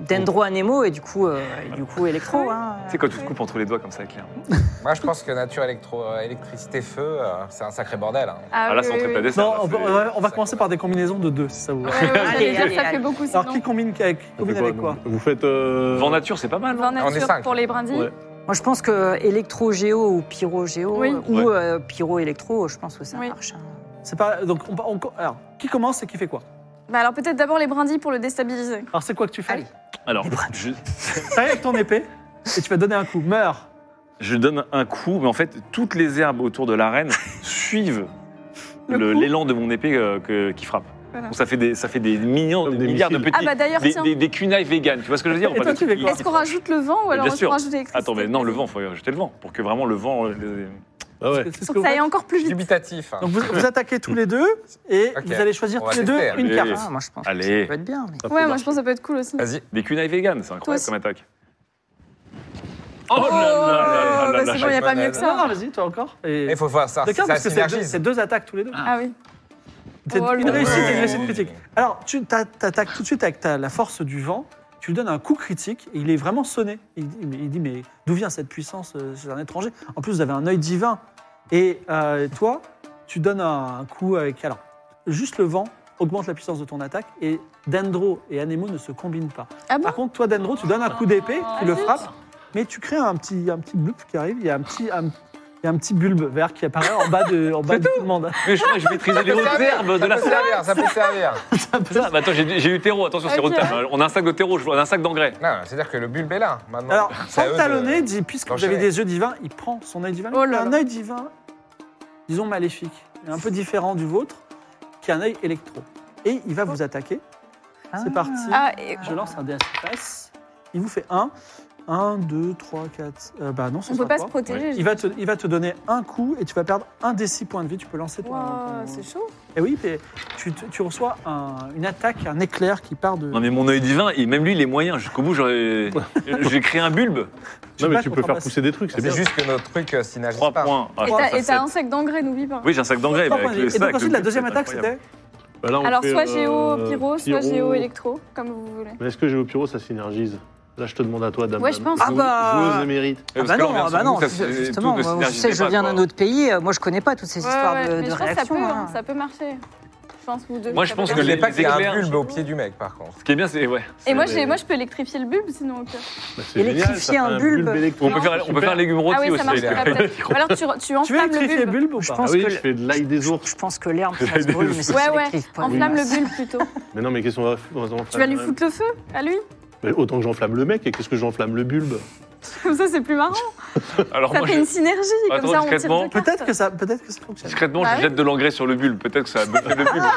Speaker 6: Dendro Anemo et du coup, euh, et du coup électro. hein.
Speaker 2: Tu sais, quand tu te coupes entre les doigts comme ça, Claire.
Speaker 3: Ah
Speaker 4: Moi, je pense que nature, électro, euh, électricité, feu, euh, c'est un sacré bordel. hein.
Speaker 3: Ah,
Speaker 2: Ah là,
Speaker 3: oui,
Speaker 2: c'est
Speaker 3: oui,
Speaker 2: entrée
Speaker 3: oui.
Speaker 2: pas dessert.
Speaker 1: Non,
Speaker 2: là,
Speaker 1: on va,
Speaker 2: c'est-
Speaker 1: on va- on va commencer
Speaker 4: ça commence.
Speaker 1: par des combinaisons de deux, si ça vous va.
Speaker 8: Ah,
Speaker 3: Ouais, ouais, j'allais dire,
Speaker 6: Allez,
Speaker 3: ça
Speaker 6: allez,
Speaker 3: fait beaucoup sinon.
Speaker 1: Alors qui combine avec,
Speaker 5: Ça
Speaker 1: combine
Speaker 5: fait
Speaker 1: avec quoi
Speaker 5: Vous faites. euh,
Speaker 2: Vent nature, c'est pas mal, non
Speaker 3: Vent
Speaker 4: on est
Speaker 3: nature
Speaker 4: cinq.
Speaker 3: pour les brindilles.
Speaker 5: Ouais.
Speaker 6: Moi je pense que électro-géo ou pyro-géo
Speaker 3: Oui.
Speaker 6: ou euh, pyro-électro, je pense que ça
Speaker 3: Oui.
Speaker 6: marche. hein.
Speaker 1: C'est pas donc on, on- alors qui commence et qui fait quoi
Speaker 3: Bah alors peut-être d'abord les brindilles pour le déstabiliser.
Speaker 1: Alors c'est quoi que tu fais
Speaker 6: Allez.
Speaker 2: hein. Alors, je,
Speaker 1: T'arrives avec ton épée et tu vas donner un coup. Meurs.
Speaker 2: je donne un coup, mais en fait, toutes les herbes autour de l'arène suivent le- l'élan de mon épée euh, que- qui frappe.
Speaker 3: Voilà.
Speaker 2: Donc, ça fait des, ça fait des millions,
Speaker 5: Comme
Speaker 2: des
Speaker 5: des
Speaker 2: milliards de
Speaker 5: missiles.
Speaker 2: petits.
Speaker 3: Ah bah d'ailleurs,
Speaker 2: des,
Speaker 3: tiens.
Speaker 2: des, des kunai vegan, tu vois ce que je veux dire
Speaker 1: Et
Speaker 2: ou pas,
Speaker 1: toi,
Speaker 2: des
Speaker 1: tu fais
Speaker 2: trucs
Speaker 1: quoi
Speaker 2: qui-
Speaker 3: Est-ce qu'on rajoute le vent ou
Speaker 2: Mais
Speaker 3: alors
Speaker 2: bien
Speaker 3: est-ce
Speaker 2: sûr.
Speaker 3: qu'on rajoute l'électricité
Speaker 2: Attends, mais non, le vent, il faut jeter le vent pour que vraiment le vent. euh,
Speaker 5: Ah ouais.
Speaker 1: C'est ce que
Speaker 3: Pour que
Speaker 1: vous
Speaker 3: ça aille
Speaker 1: faites.
Speaker 3: encore plus vite.
Speaker 4: Dubitatif. hein.
Speaker 1: Donc vous, vous attaquez tous les deux et
Speaker 4: Ok.
Speaker 1: vous allez choisir
Speaker 4: On va
Speaker 1: tous les deux
Speaker 4: tester.
Speaker 1: une
Speaker 2: Oui,
Speaker 1: carte.
Speaker 2: oui.
Speaker 6: Ah, moi je pense que
Speaker 2: Allez.
Speaker 6: ça peut être bien. mais-
Speaker 5: ça peut
Speaker 3: Ouais, moi
Speaker 5: marcher.
Speaker 3: je pense que ça peut être cool aussi.
Speaker 4: Vas-y.
Speaker 2: Des kunai vegan, c'est
Speaker 3: Toi
Speaker 2: incroyable
Speaker 3: aussi.
Speaker 2: comme attaque.
Speaker 3: Oh,
Speaker 2: là là là Ah là
Speaker 3: bah, c'est
Speaker 2: là
Speaker 3: bon, il n'y
Speaker 4: là.
Speaker 3: a pas mieux que
Speaker 1: Non, non,
Speaker 3: ça.
Speaker 1: vas-y, toi encore. Et...
Speaker 4: Il faut voir ça.
Speaker 1: De carte,
Speaker 4: Ça
Speaker 1: parce que c'est deux,
Speaker 4: synergise.
Speaker 1: c'est deux attaques tous les deux.
Speaker 3: Ah oui.
Speaker 1: C'est
Speaker 3: Oh,
Speaker 1: une
Speaker 3: le-
Speaker 1: réussite et une
Speaker 4: Ouais.
Speaker 1: réussite critique. Alors, tu t'a- t'attaques tout de suite avec ta- la force du vent, tu lui donnes un coup critique et il est vraiment sonné. Il, dit- mais- il dit Mais d'où vient cette puissance euh, C'est un étranger. En plus, vous avez un œil divin. Et euh, toi, tu donnes un, un coup avec. Alors, juste le vent augmente la puissance de ton attaque et Dendro et Anemo ne se combinent pas.
Speaker 3: Ah bon
Speaker 1: Par contre, toi, Dendro, tu donnes un coup d'épée, tu le
Speaker 3: zut.
Speaker 1: frappes, mais tu crées un petit, un petit bulbe qui arrive. Il y a un petit. un- il y a un petit bulbe vert qui apparaît en bas de, en bas de tout le monde.
Speaker 2: Mais je crois que je maîtrisais les
Speaker 4: Ah,
Speaker 2: hautes herbes de
Speaker 4: Ça
Speaker 2: la
Speaker 4: peut servir, ça peut servir.
Speaker 2: Ah, bah attends, j'ai j'ai eu terreau, attention, c'est
Speaker 3: Ok.
Speaker 2: retable. On a un sac de terreau, je vois, on a un sac
Speaker 3: Mm.
Speaker 2: d'engrais.
Speaker 4: Non, c'est-à-dire que le bulbe est là maintenant.
Speaker 1: Alors,
Speaker 4: C'est à eux de-
Speaker 1: Pantalonnet dit, puisque vous
Speaker 4: d'enchaîner.
Speaker 1: avez des yeux divins, il prend son œil divin.
Speaker 3: Oh
Speaker 1: il
Speaker 3: là
Speaker 1: a un
Speaker 3: là.
Speaker 1: œil divin, disons maléfique, mais un peu différent du vôtre, qui est un œil électro. Et il va vous attaquer.
Speaker 6: Ah.
Speaker 1: C'est parti.
Speaker 3: Ah, et-
Speaker 1: Je lance un dé à six faces. Il vous fait un. 1, 2, 3, 4. bah non,
Speaker 3: On
Speaker 1: c'est
Speaker 3: peut pas se
Speaker 1: toi.
Speaker 3: protéger.
Speaker 1: Il va, te, il va te donner un coup et tu vas perdre un des six points de vie. Tu peux lancer ton.
Speaker 3: Waouh,
Speaker 1: ton-
Speaker 3: c'est chaud.
Speaker 1: Eh oui, mais tu, tu- tu reçois un- une attaque, un éclair qui part de.
Speaker 2: Non mais mon œil divin, et même lui, il est moyen. Jusqu'au bout, j'aurais- j'ai créé un bulbe.
Speaker 1: Je sais
Speaker 5: Non, mais
Speaker 1: pas
Speaker 5: tu peux
Speaker 1: comment
Speaker 5: faire
Speaker 1: passe.
Speaker 5: pousser des trucs, c'est bien.
Speaker 4: C'est juste que notre truc euh, s'inagisse
Speaker 2: 3
Speaker 4: pas.
Speaker 2: points. Ah,
Speaker 3: Et
Speaker 2: je pense
Speaker 3: t'as-
Speaker 2: que
Speaker 3: Et
Speaker 2: ça,
Speaker 3: t'as
Speaker 2: c'est-
Speaker 3: un sac d'engrais, n'oublie pas.
Speaker 2: Oui, j'ai un sac d'engrais.
Speaker 1: Trois
Speaker 2: mais
Speaker 1: points
Speaker 2: Eh
Speaker 1: de vie.
Speaker 2: ben, avec le
Speaker 1: Et
Speaker 2: sac,
Speaker 1: donc ensuite,
Speaker 2: le
Speaker 1: la
Speaker 2: bulbe,
Speaker 1: deuxième
Speaker 2: c'est
Speaker 1: attaque,
Speaker 2: incroyable.
Speaker 1: c'était.
Speaker 5: Bah là, on
Speaker 3: Alors,
Speaker 5: fait,
Speaker 3: soit
Speaker 5: euh,
Speaker 3: géo, pyro, soit
Speaker 5: pyro.
Speaker 3: géo, électro, comme vous voulez.
Speaker 5: Mais est-ce que Géopyro, ça synergise Là, je te demande à toi, Dame.
Speaker 3: Ouais, je pense.
Speaker 6: Ah bah.
Speaker 5: Joueuse émérite.
Speaker 2: Ouais, parce
Speaker 6: bah
Speaker 2: que là, on
Speaker 6: non,
Speaker 2: vient
Speaker 6: ah
Speaker 2: sur
Speaker 6: bah
Speaker 2: nous,
Speaker 6: non,
Speaker 2: ça,
Speaker 6: ju-
Speaker 2: c'est-
Speaker 6: justement,
Speaker 2: tout ne
Speaker 6: moi, je
Speaker 2: synergisait
Speaker 6: sais, je
Speaker 2: pas,
Speaker 6: viens
Speaker 2: quoi.
Speaker 6: d'un autre pays, euh, moi je connais pas toutes ces
Speaker 3: Ouais,
Speaker 6: histoires
Speaker 3: ouais,
Speaker 6: de,
Speaker 3: mais
Speaker 6: de
Speaker 3: je pense que ça
Speaker 6: réactions.
Speaker 3: peut, hein,
Speaker 6: hein.
Speaker 3: ça peut marcher. Je pense vous deux.
Speaker 2: Moi, je
Speaker 3: ça
Speaker 2: pense
Speaker 3: peut
Speaker 4: Je
Speaker 2: que
Speaker 3: marcher.
Speaker 4: n'ai
Speaker 2: les-
Speaker 4: pas qu'il y a
Speaker 2: éclairs,
Speaker 4: un bulbe au pied du mec, par contre.
Speaker 2: Ce qui est bien, c'est. Ouais.
Speaker 3: Et moi,
Speaker 5: Mais-
Speaker 3: j'ai- moi, je peux électrifier le bulbe, sinon au pire.
Speaker 5: Bah, c'est génial,
Speaker 6: Électrifier
Speaker 5: ça fait
Speaker 6: un bulbe.
Speaker 2: On
Speaker 5: électrique.
Speaker 2: peut faire, on peut faire légumes rôtis
Speaker 3: Ah oui, ça
Speaker 2: aussi.
Speaker 3: marche
Speaker 4: les-
Speaker 3: pas peut-être. Alors, tu, tu
Speaker 1: Tu veux
Speaker 3: enflammes le
Speaker 1: électrifier
Speaker 3: bulbe.
Speaker 1: Bulbe ou
Speaker 6: Je
Speaker 1: pas
Speaker 5: Ah
Speaker 6: pense
Speaker 5: oui,
Speaker 6: que
Speaker 5: je
Speaker 6: le-
Speaker 5: fais de l'ail des ours.
Speaker 6: Je pense que l'herbe, ça
Speaker 2: L'ail
Speaker 6: se
Speaker 2: des
Speaker 6: brûle,
Speaker 2: ours.
Speaker 6: mais ça
Speaker 3: Ouais, ouais,
Speaker 6: s'électrife pas.
Speaker 3: enflamme
Speaker 6: Oui.
Speaker 3: le bulbe plutôt.
Speaker 5: Mais non, mais qu'est-ce qu'on va on va s'en
Speaker 3: Tu
Speaker 5: faire
Speaker 3: vas lui
Speaker 5: quand
Speaker 3: foutre le feu à lui
Speaker 5: même. Mais Autant que j'enflamme le mec, et qu'est-ce que j'enflamme le bulbe
Speaker 3: Comme ça, c'est plus marrant.
Speaker 2: Alors
Speaker 3: Ça
Speaker 2: moi,
Speaker 3: fait
Speaker 2: je-
Speaker 3: une synergie. Comme
Speaker 2: Attends,
Speaker 3: ça, on tire
Speaker 2: discrètement.
Speaker 3: deux cartes.
Speaker 1: Peut-être que ça, peut-être que ça fonctionne.
Speaker 2: discrètement,
Speaker 3: Bah
Speaker 2: je
Speaker 3: oui.
Speaker 2: jette de l'engrais sur le bulbe. Peut-être que ça a bloqué le bulbe. Je jette de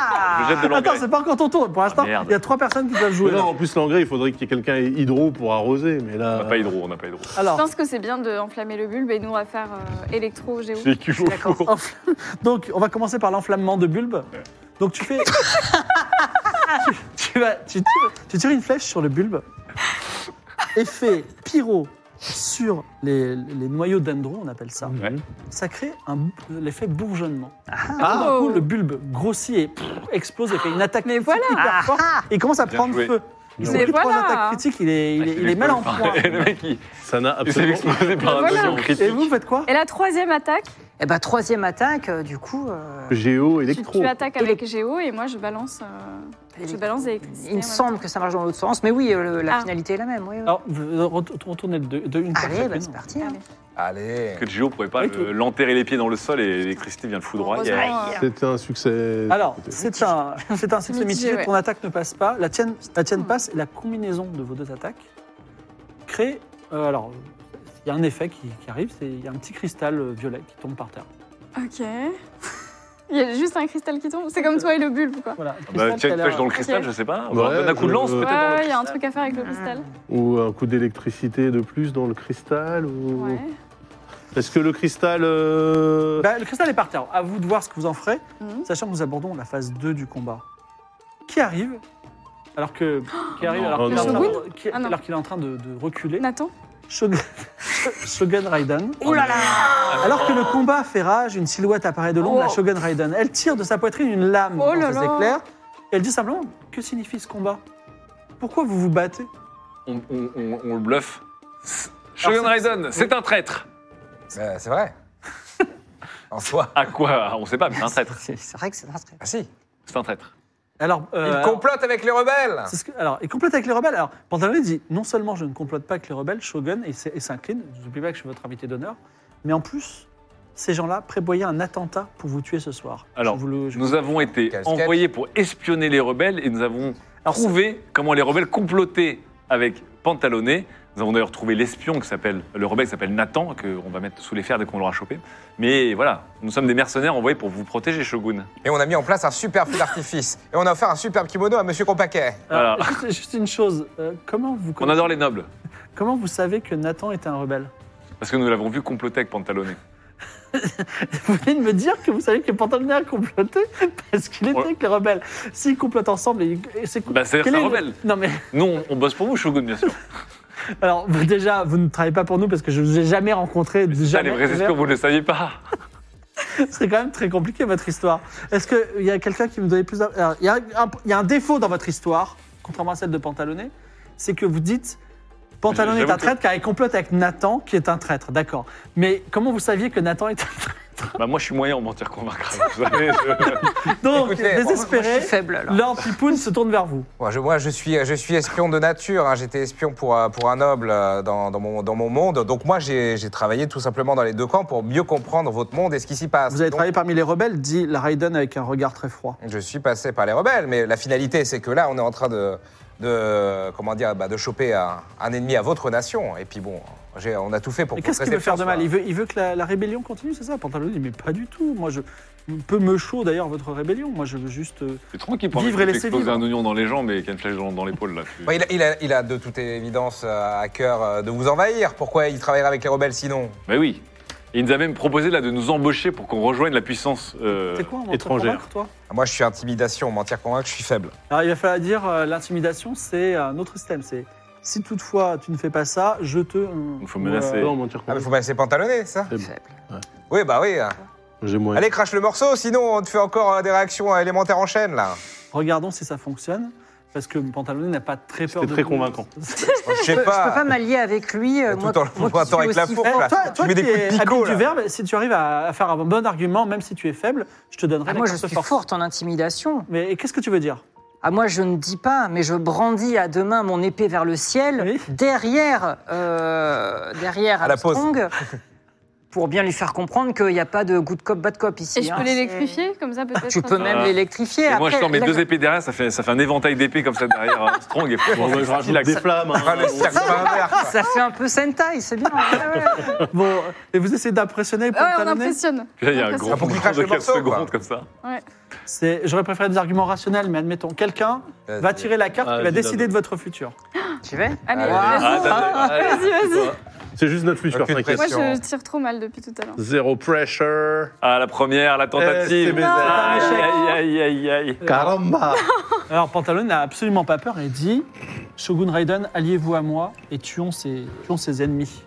Speaker 1: Attends,
Speaker 2: l'engrais.
Speaker 1: c'est pas encore ton tour. Pour l'instant,
Speaker 2: Ah, merde.
Speaker 1: il y a trois personnes qui peuvent
Speaker 5: Mais
Speaker 1: jouer.
Speaker 5: non,
Speaker 1: là.
Speaker 5: en plus, l'engrais, il faudrait qu'il y ait quelqu'un hydro pour arroser, mais
Speaker 2: On
Speaker 5: là.
Speaker 2: n'a pas hydro, on n'a pas hydro.
Speaker 3: Je
Speaker 1: Alors,
Speaker 3: pense que c'est bien d'enflammer le bulbe et nous, on va faire euh, électro-géo.
Speaker 2: C'est qu'il faut.
Speaker 1: donc, on va commencer par l'enflammement de Bulbe. Donc, tu fais. tu, tu vas, tu, tires, tu tires une flèche sur le Bulbe. Effet pyro sur les, les noyaux d'endro, on appelle ça.
Speaker 2: Ouais.
Speaker 1: Ça crée un- l'effet bourgeonnement.
Speaker 3: Ah.
Speaker 1: Du coup, le bulbe grossit et pff, explose et fait une attaque
Speaker 3: Mais
Speaker 1: critique hyper forte. Et il commence à
Speaker 2: Bien
Speaker 1: prendre
Speaker 2: joué.
Speaker 1: feu. Il
Speaker 5: Mais
Speaker 1: s'est pris trois
Speaker 3: Ah. voilà.
Speaker 1: attaques critiques, il est, il est- il est mal en point.
Speaker 2: Et le mec, il
Speaker 5: Ça n'a
Speaker 2: il s'est
Speaker 5: absolument.
Speaker 2: explosé par un
Speaker 3: Voilà.
Speaker 2: besoin
Speaker 1: Et
Speaker 2: critique.
Speaker 1: vous faites quoi
Speaker 3: Et la troisième attaque,
Speaker 6: Eh ben, troisième attaque, euh, du coup. euh,
Speaker 5: Géo,
Speaker 3: tu,
Speaker 5: électro.
Speaker 3: tu attaques avec géo et moi, je balance. euh, Je balance l'électricité.
Speaker 6: Il me
Speaker 3: en même
Speaker 6: semble que ça marche dans l'autre sens, mais oui, euh, le- la
Speaker 3: Ah.
Speaker 6: finalité est la même. Oui, oui.
Speaker 1: Alors, vous retour- retournez de, de une carte
Speaker 6: Allez, bah,
Speaker 1: chacune.
Speaker 6: c'est parti. hein.
Speaker 3: Allez.
Speaker 4: Allez.
Speaker 2: Que Gio pourrait pas
Speaker 1: Ok.
Speaker 2: euh, l'enterrer les pieds dans le sol et l'électricité vient le foudroyer.
Speaker 3: Heureusement, euh,
Speaker 5: C'était un succès.
Speaker 1: Alors, c'est un, c'est un succès
Speaker 3: Mitigé,
Speaker 1: mitigé.
Speaker 3: ouais. Hmm.
Speaker 1: Ton attaque ne passe pas. La tienne, la tienne passe. Et la combinaison de vos deux attaques crée. euh, alors, il y a un effet qui, qui arrive. c'est- Il y a un petit cristal euh, violet qui tombe par terre.
Speaker 3: euh, Ok. Il y a juste un cristal qui tombe. C'est comme toi et le bulbe, quoi.
Speaker 1: Voilà.
Speaker 2: Bah,
Speaker 1: cristal
Speaker 2: tiens,
Speaker 1: qui a
Speaker 2: une
Speaker 1: l'air-
Speaker 2: flèche dans le cristal,
Speaker 3: Ok.
Speaker 2: je sais pas. On
Speaker 5: Ouais,
Speaker 2: donne un coup de
Speaker 5: je-
Speaker 2: lance
Speaker 5: euh,
Speaker 3: Ouais,
Speaker 2: peut-être dans le
Speaker 3: ouais, il y a un
Speaker 2: cristal. Ah,
Speaker 3: truc à faire avec le cristal.
Speaker 5: Ou un coup d'électricité de plus dans le cristal ou...
Speaker 3: Ouais.
Speaker 5: Est-ce que le cristal. euh,
Speaker 1: Bah, le cristal est par terre. À vous de voir ce que vous en ferez.
Speaker 3: Mhm.
Speaker 1: Sachant que nous abordons la phase 2 du combat. Qui arrive alors que qui arrive
Speaker 2: non.
Speaker 1: alors
Speaker 5: Oh,
Speaker 1: qu'il est
Speaker 5: non.
Speaker 1: en train de- qui-
Speaker 3: Ah, non.
Speaker 1: alors qu'il est en train de, de reculer
Speaker 3: Nathan
Speaker 1: Shogun, Shogun Raiden
Speaker 6: Oh là là
Speaker 1: Alors que le combat fait rage, une silhouette apparaît de l'ombre,
Speaker 3: Oh.
Speaker 1: la Shogun Raiden. Elle tire de sa poitrine une lame
Speaker 3: Oh là
Speaker 1: dans ses
Speaker 3: là.
Speaker 1: éclairs. Et elle dit simplement Que signifie ce combat Pourquoi vous vous battez
Speaker 2: On, on- on- on le bluffe. Shogun
Speaker 1: c'est-
Speaker 2: Raiden, c'est un traître.
Speaker 4: Euh, c'est vrai. en soi.
Speaker 2: À quoi On sait pas, mais c'est un traître.
Speaker 6: C'est c'est vrai que c'est un stress.
Speaker 4: Ah si.
Speaker 2: C'est un traître.
Speaker 1: Alors, euh,
Speaker 4: Il complote avec les
Speaker 2: Ah.
Speaker 4: rebelles.
Speaker 1: c'est ce que- alors, il complote avec les rebelles. Alors, Pantalone dit Non seulement je ne complote pas avec les rebelles, Shogun, et c'est- et s'incline, je vous oublie pas que je suis votre invité d'honneur, mais en plus, ces gens-là prévoyaient un attentat pour vous tuer ce soir.
Speaker 2: Alors,
Speaker 1: Je vous le- je-
Speaker 2: Nous avons été
Speaker 4: Quel sketch.
Speaker 2: envoyés pour espionner les rebelles et nous avons
Speaker 1: Alors, c'est-
Speaker 2: trouvé comment les rebelles complotaient avec Pantalonnet. Nous avons d'ailleurs trouvé l'espion qui s'appelle, le rebelle qui s'appelle Nathan, qu'on va mettre sous les fers dès qu'on l'aura chopé. Mais voilà, nous sommes des mercenaires envoyés pour vous protéger, Shogun.
Speaker 4: Et on a mis en place un super feu d'artifice. Et on a offert un superbe kimono à Monsieur Compaquet.
Speaker 1: alors,
Speaker 2: voilà.
Speaker 1: juste, juste une chose euh, comment, vous
Speaker 2: On adore les nobles,
Speaker 1: comment vous savez que Nathan était un rebelle
Speaker 2: parce que nous l'avons vu comploter avec Pantalonnet.
Speaker 1: Vous venez de me dire que vous savez que Pantalonnet a comploté parce qu'il était
Speaker 2: Ouais.
Speaker 1: avec les rebelles. S'ils complotent ensemble, et- et c'est
Speaker 2: Bah, c'est-à-dire que
Speaker 1: Quel
Speaker 2: c'est un
Speaker 1: est le-
Speaker 2: rebelle.
Speaker 1: Non mais
Speaker 2: Nous, on, on bosse pour vous, Shogun, bien sûr.
Speaker 1: alors vous, déjà, vous ne travaillez pas pour nous parce que je ne vous ai jamais rencontré.
Speaker 2: Mais c'est ça,
Speaker 1: jamais,
Speaker 2: les vrais espions, vous ne le saviez pas.
Speaker 1: C'est quand même très compliqué votre histoire. Est-ce qu'il y a quelqu'un qui me donnait plus d'in- alors, Il y, a un- il y a un défaut dans votre histoire, contrairement à celle de Pantalonnet, c'est que vous dites Pantalonnet est
Speaker 2: J'avoue
Speaker 1: un
Speaker 2: que-
Speaker 1: traître car il complote avec Nathan qui est un traître. D'accord. Mais comment vous saviez que Nathan était un traître
Speaker 2: Bah, moi, je suis moyen en mentir convaincre. Vous savez, je-
Speaker 1: Donc,
Speaker 4: Écoutez, bon,
Speaker 6: Je suis
Speaker 1: désespéré,
Speaker 6: faible alors.
Speaker 1: Lord Pipoun se tourne vers vous.
Speaker 4: Moi, je, moi, je suis, je suis espion de nature. hein. J'étais espion pour, euh, pour un noble euh, dans, dans mon, dans mon monde. Donc moi, j'ai j'ai travaillé tout simplement dans les deux camps pour mieux comprendre votre monde et ce qui s'y
Speaker 6: Ah,
Speaker 4: passe.
Speaker 1: Vous avez
Speaker 4: Donc,
Speaker 1: travaillé parmi les rebelles, dit la Raiden avec un regard très froid.
Speaker 4: Je suis passé par les rebelles, mais la finalité, c'est que là, on est en train de, de, comment dire, bah, de choper un, un ennemi à votre nation. Et puis bon, j'ai- on a tout fait pour
Speaker 1: Et qu'est-ce
Speaker 4: contrer
Speaker 1: qu'il veut
Speaker 4: cette
Speaker 1: faire de
Speaker 4: force,
Speaker 1: mal
Speaker 4: quoi.
Speaker 1: il veut, il veut que la, la rébellion continue, c'est ça Pantalon dit Mais pas du tout. Moi, je. Peu me chaud d'ailleurs votre rébellion. Moi, je veux juste. euh,
Speaker 2: C'est tranquille pour
Speaker 1: Vivre
Speaker 2: un mec
Speaker 1: et
Speaker 2: qui
Speaker 1: laisser
Speaker 2: fait exploser
Speaker 1: vivre.
Speaker 2: un oignon dans les jambes et qui a une flèche dans, dans l'épaule là. Tu-
Speaker 4: Bah, il, a, il a- il a de toute évidence euh, à cœur euh, de vous envahir. Pourquoi il travaillerait avec les rebelles sinon
Speaker 2: Bah oui. Et il nous a même proposé là de nous embaucher pour qu'on rejoigne la puissance. euh,
Speaker 1: c'est quoi un
Speaker 7: étrangère.
Speaker 1: convaincre, toi
Speaker 4: Ah, Moi, je suis intimidation, mentir, convaincre, je suis faible.
Speaker 1: Alors, il va falloir dire euh, l'intimidation, c'est un autre système. C'est si toutefois tu ne fais pas ça, je te.
Speaker 2: Il faut menacer.
Speaker 1: euh,
Speaker 5: Non, mentir
Speaker 4: Ah, mais
Speaker 5: contre.
Speaker 4: faut pas laisser pantalonner, ça
Speaker 5: C'est bon.
Speaker 4: Oui, bah oui.
Speaker 5: J'ai moyen.
Speaker 4: Allez, crache le morceau, sinon on te fait encore euh, des réactions euh, élémentaires en chaîne, là.
Speaker 1: euh, regardons si ça fonctionne. Parce que Pantalonnet n'a pas très peur.
Speaker 5: C'était
Speaker 1: de
Speaker 5: très
Speaker 1: vous.
Speaker 5: convaincant.
Speaker 4: Je
Speaker 6: Je
Speaker 4: sais
Speaker 6: peux
Speaker 4: pas.
Speaker 6: pas m'allier avec lui. euh,
Speaker 4: Tout
Speaker 6: moi-
Speaker 4: en le
Speaker 6: moi qui
Speaker 4: pointant
Speaker 6: suis
Speaker 4: avec la
Speaker 6: aussi
Speaker 4: fourche,
Speaker 1: Eh,
Speaker 6: faible.
Speaker 4: là.
Speaker 1: toi,
Speaker 3: Ah,
Speaker 4: Tu
Speaker 1: toi
Speaker 4: mets
Speaker 1: qui
Speaker 4: des coups de
Speaker 1: es
Speaker 4: picot,
Speaker 1: habile
Speaker 4: là.
Speaker 1: du verbe, si tu arrives à, à faire un bon argument, même si tu es faible, je te donnerai
Speaker 6: Ah,
Speaker 1: la
Speaker 6: moi, je
Speaker 1: carte
Speaker 6: suis
Speaker 1: forte.
Speaker 6: forte en intimidation.
Speaker 1: Mais qu'est-ce que tu veux dire
Speaker 6: Ah, moi, je ne dis pas, mais je brandis à deux mains mon épée vers le ciel,
Speaker 1: Oui.
Speaker 6: derrière, euh, derrière
Speaker 4: À la pause.
Speaker 6: Armstrong, pour bien lui faire comprendre qu'il n'y a pas de good cop, bad cop ici.
Speaker 3: Et je
Speaker 6: hein.
Speaker 3: peux l'électrifier comme ça peut-être.
Speaker 6: Tu
Speaker 3: ça-
Speaker 6: peux même
Speaker 2: Ah.
Speaker 6: l'électrifier.
Speaker 2: Et moi, je
Speaker 6: Après,
Speaker 2: sors mes
Speaker 6: la-
Speaker 2: deux épées derrière, ça fait, ça fait un éventail d'épées comme ça derrière euh, Strong. Et
Speaker 5: Bon, moi, je rajoute des flammes. hein.
Speaker 4: Ah, le cirque pervers, quoi.
Speaker 6: Ça fait un peu Sentai, c'est bien. Ouais, ouais, ouais.
Speaker 1: Bon, euh, et vous essayez d'impressionner
Speaker 3: Ouais, on
Speaker 1: Pantalonnet
Speaker 3: impressionne.
Speaker 2: Là, il y a un gros
Speaker 4: Ah, pour qu'il
Speaker 2: moment
Speaker 4: crache
Speaker 2: de
Speaker 4: le
Speaker 2: 4
Speaker 4: morceau, quoi.
Speaker 2: secondes comme ça.
Speaker 1: C'est- J'aurais préféré des arguments rationnels, mais admettons, quelqu'un va tirer la carte qui va
Speaker 7: Vas-y,
Speaker 1: décider
Speaker 7: Dado.
Speaker 1: de votre futur.
Speaker 6: Tu vas
Speaker 3: Allez,
Speaker 4: Allez.
Speaker 3: vas-y.
Speaker 2: Ah, t'as-
Speaker 3: Vas-y, vas-y.
Speaker 5: C'est juste notre futur,
Speaker 4: Aucune
Speaker 5: t'inquiète.
Speaker 3: Moi,
Speaker 4: pression.
Speaker 3: je tire trop mal depuis tout à l'heure.
Speaker 7: Zéro pressure.
Speaker 2: Ah, la première, la
Speaker 7: Eh, c'est
Speaker 2: tentative. Ah,
Speaker 7: mes
Speaker 2: aïe,
Speaker 1: amis.
Speaker 2: aïe, aïe, aïe, aïe.
Speaker 1: Euh,
Speaker 5: Caramba
Speaker 1: Alors Pantalon n'a absolument pas peur et dit Shogun Raiden, alliez-vous à moi et tuons ces, tuons ces ennemis.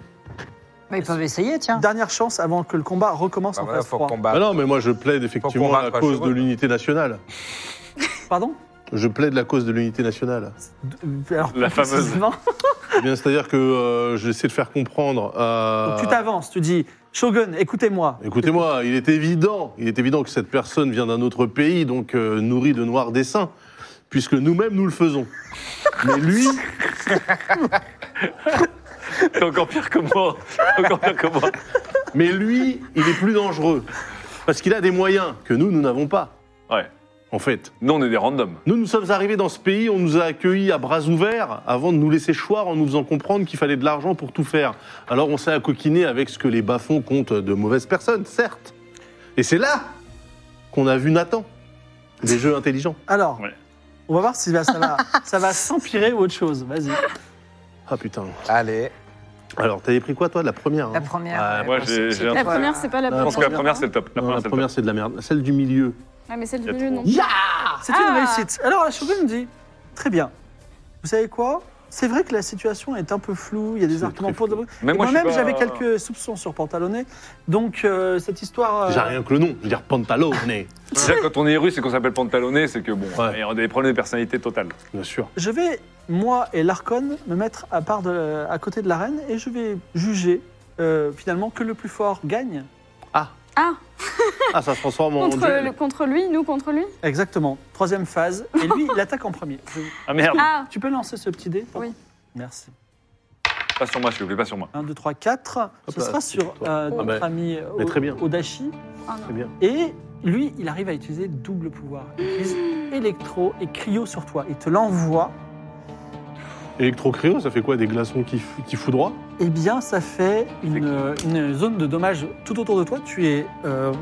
Speaker 6: Ils peuvent essayer, tiens.
Speaker 1: Dernière chance avant que le combat recommence
Speaker 4: Bah
Speaker 1: en
Speaker 4: voilà,
Speaker 1: phase
Speaker 4: faut
Speaker 1: 3.
Speaker 5: Ah
Speaker 4: combattre.
Speaker 5: non, mais moi je plaide effectivement
Speaker 4: convaincre
Speaker 5: la
Speaker 4: la
Speaker 5: cause de
Speaker 4: chevaux.
Speaker 5: l'unité nationale.
Speaker 1: Pardon
Speaker 5: Je plaide la cause de l'unité nationale.
Speaker 1: De- euh, alors,
Speaker 2: La
Speaker 1: plus
Speaker 2: fameuse.
Speaker 1: précisément.
Speaker 5: Eh bien, c'est-à-dire que euh, j'essaie de faire comprendre à.
Speaker 2: Euh.
Speaker 1: Donc, tu t'avances, tu dis Shogun, écoutez-moi.
Speaker 5: Écoutez-moi, il est évident, il est évident que cette personne vient d'un autre pays, donc euh, nourrie de noirs dessins, puisque nous-mêmes nous le faisons. Mais lui,
Speaker 2: T'es encore pire que moi. T'es encore pire que moi.
Speaker 5: mais lui, il est plus dangereux parce qu'il a des moyens que nous, nous n'avons pas.
Speaker 2: Ouais.
Speaker 5: En fait,
Speaker 2: Nous, on est des randoms.
Speaker 5: nous nous sommes arrivés dans ce pays, on nous a accueillis à bras ouverts avant de nous laisser choir en nous faisant comprendre qu'il fallait de l'argent pour tout faire. Alors on s'est accoquiné avec ce que les bas-fonds comptent de mauvaises personnes, certes. Et c'est là qu'on a vu Nathan, des jeux intelligents.
Speaker 1: Alors,
Speaker 2: Ouais.
Speaker 1: on va voir si ça va, ça va s'empirer ou autre chose. Vas-y.
Speaker 5: Ah putain.
Speaker 4: Allez.
Speaker 5: Alors, t'avais pris quoi, toi, de la première
Speaker 6: La
Speaker 5: hein
Speaker 6: première.
Speaker 5: Ah,
Speaker 6: ouais,
Speaker 2: moi,
Speaker 6: Eh, bon,
Speaker 2: j'ai-
Speaker 6: c'est-
Speaker 2: j'ai
Speaker 6: c'est-
Speaker 2: un
Speaker 3: La
Speaker 6: voilà.
Speaker 3: première, c'est pas la
Speaker 5: Non,
Speaker 2: Je
Speaker 3: bonne.
Speaker 2: pense que la première, c'est le top. La
Speaker 5: Non,
Speaker 2: première,
Speaker 5: la
Speaker 2: c'est le
Speaker 5: première, c'est de la merde. Celle du milieu.
Speaker 3: Ah, mais celle du
Speaker 2: Il y a
Speaker 3: milieu,
Speaker 2: trop.
Speaker 3: non.
Speaker 1: C'était une
Speaker 3: Ah.
Speaker 1: réussite. Alors la Shogun dit Très bien. Vous savez quoi C'est vrai que la situation est un top. un peu floue, il y a des
Speaker 5: C'est
Speaker 1: arguments
Speaker 5: très
Speaker 1: pour. de-
Speaker 5: flou.
Speaker 2: top. Même
Speaker 1: Et
Speaker 2: moi, je suis
Speaker 1: Moi-même,
Speaker 2: pas-
Speaker 1: j'avais quelques soupçons sur Pantalonnet. Donc, euh, cette histoire. euh,
Speaker 5: J'ai rien que le nom. Je veux dire, pantalone,
Speaker 2: Déjà, quand on est russe et qu'on s'appelle pantalonné, c'est que bon,
Speaker 5: Ouais.
Speaker 2: et on a des problèmes de personnalité totale.
Speaker 5: bien sûr.
Speaker 1: Je vais, moi et l'Arcon, me mettre à, part de- à côté de la reine et je vais juger, euh, finalement, que le plus fort gagne.
Speaker 3: Ah,
Speaker 5: Ah, ça se transforme en.
Speaker 3: contre,
Speaker 5: duel.
Speaker 3: le- contre lui, nous contre lui
Speaker 1: Exactement. Troisième phase. Et lui, il attaque en premier. Je-
Speaker 2: Ah merde,
Speaker 3: Ah,
Speaker 1: Tu peux lancer ce petit dé
Speaker 3: Oui.
Speaker 1: Merci.
Speaker 2: pas sur moi, s'il vous plaît, pas sur moi.
Speaker 1: 1, 2, 3, 4. Ce
Speaker 5: là,
Speaker 1: sera
Speaker 5: c'est
Speaker 1: sur
Speaker 5: toi.
Speaker 1: euh,
Speaker 5: Ah
Speaker 1: notre
Speaker 5: bah,
Speaker 1: ami euh,
Speaker 5: mais très bien.
Speaker 1: Odashi.
Speaker 3: Ah
Speaker 5: Très
Speaker 3: non.
Speaker 5: bien.
Speaker 1: Et lui, il arrive à utiliser double pouvoir. Il utilise électro et cryo sur toi. Il te l'envoie.
Speaker 5: Électrocréo, ça fait quoi Des glaçons qui, f- qui foudroient
Speaker 1: Eh bien, ça fait une, euh, une zone de dommage tout autour de toi. Tu es, euh,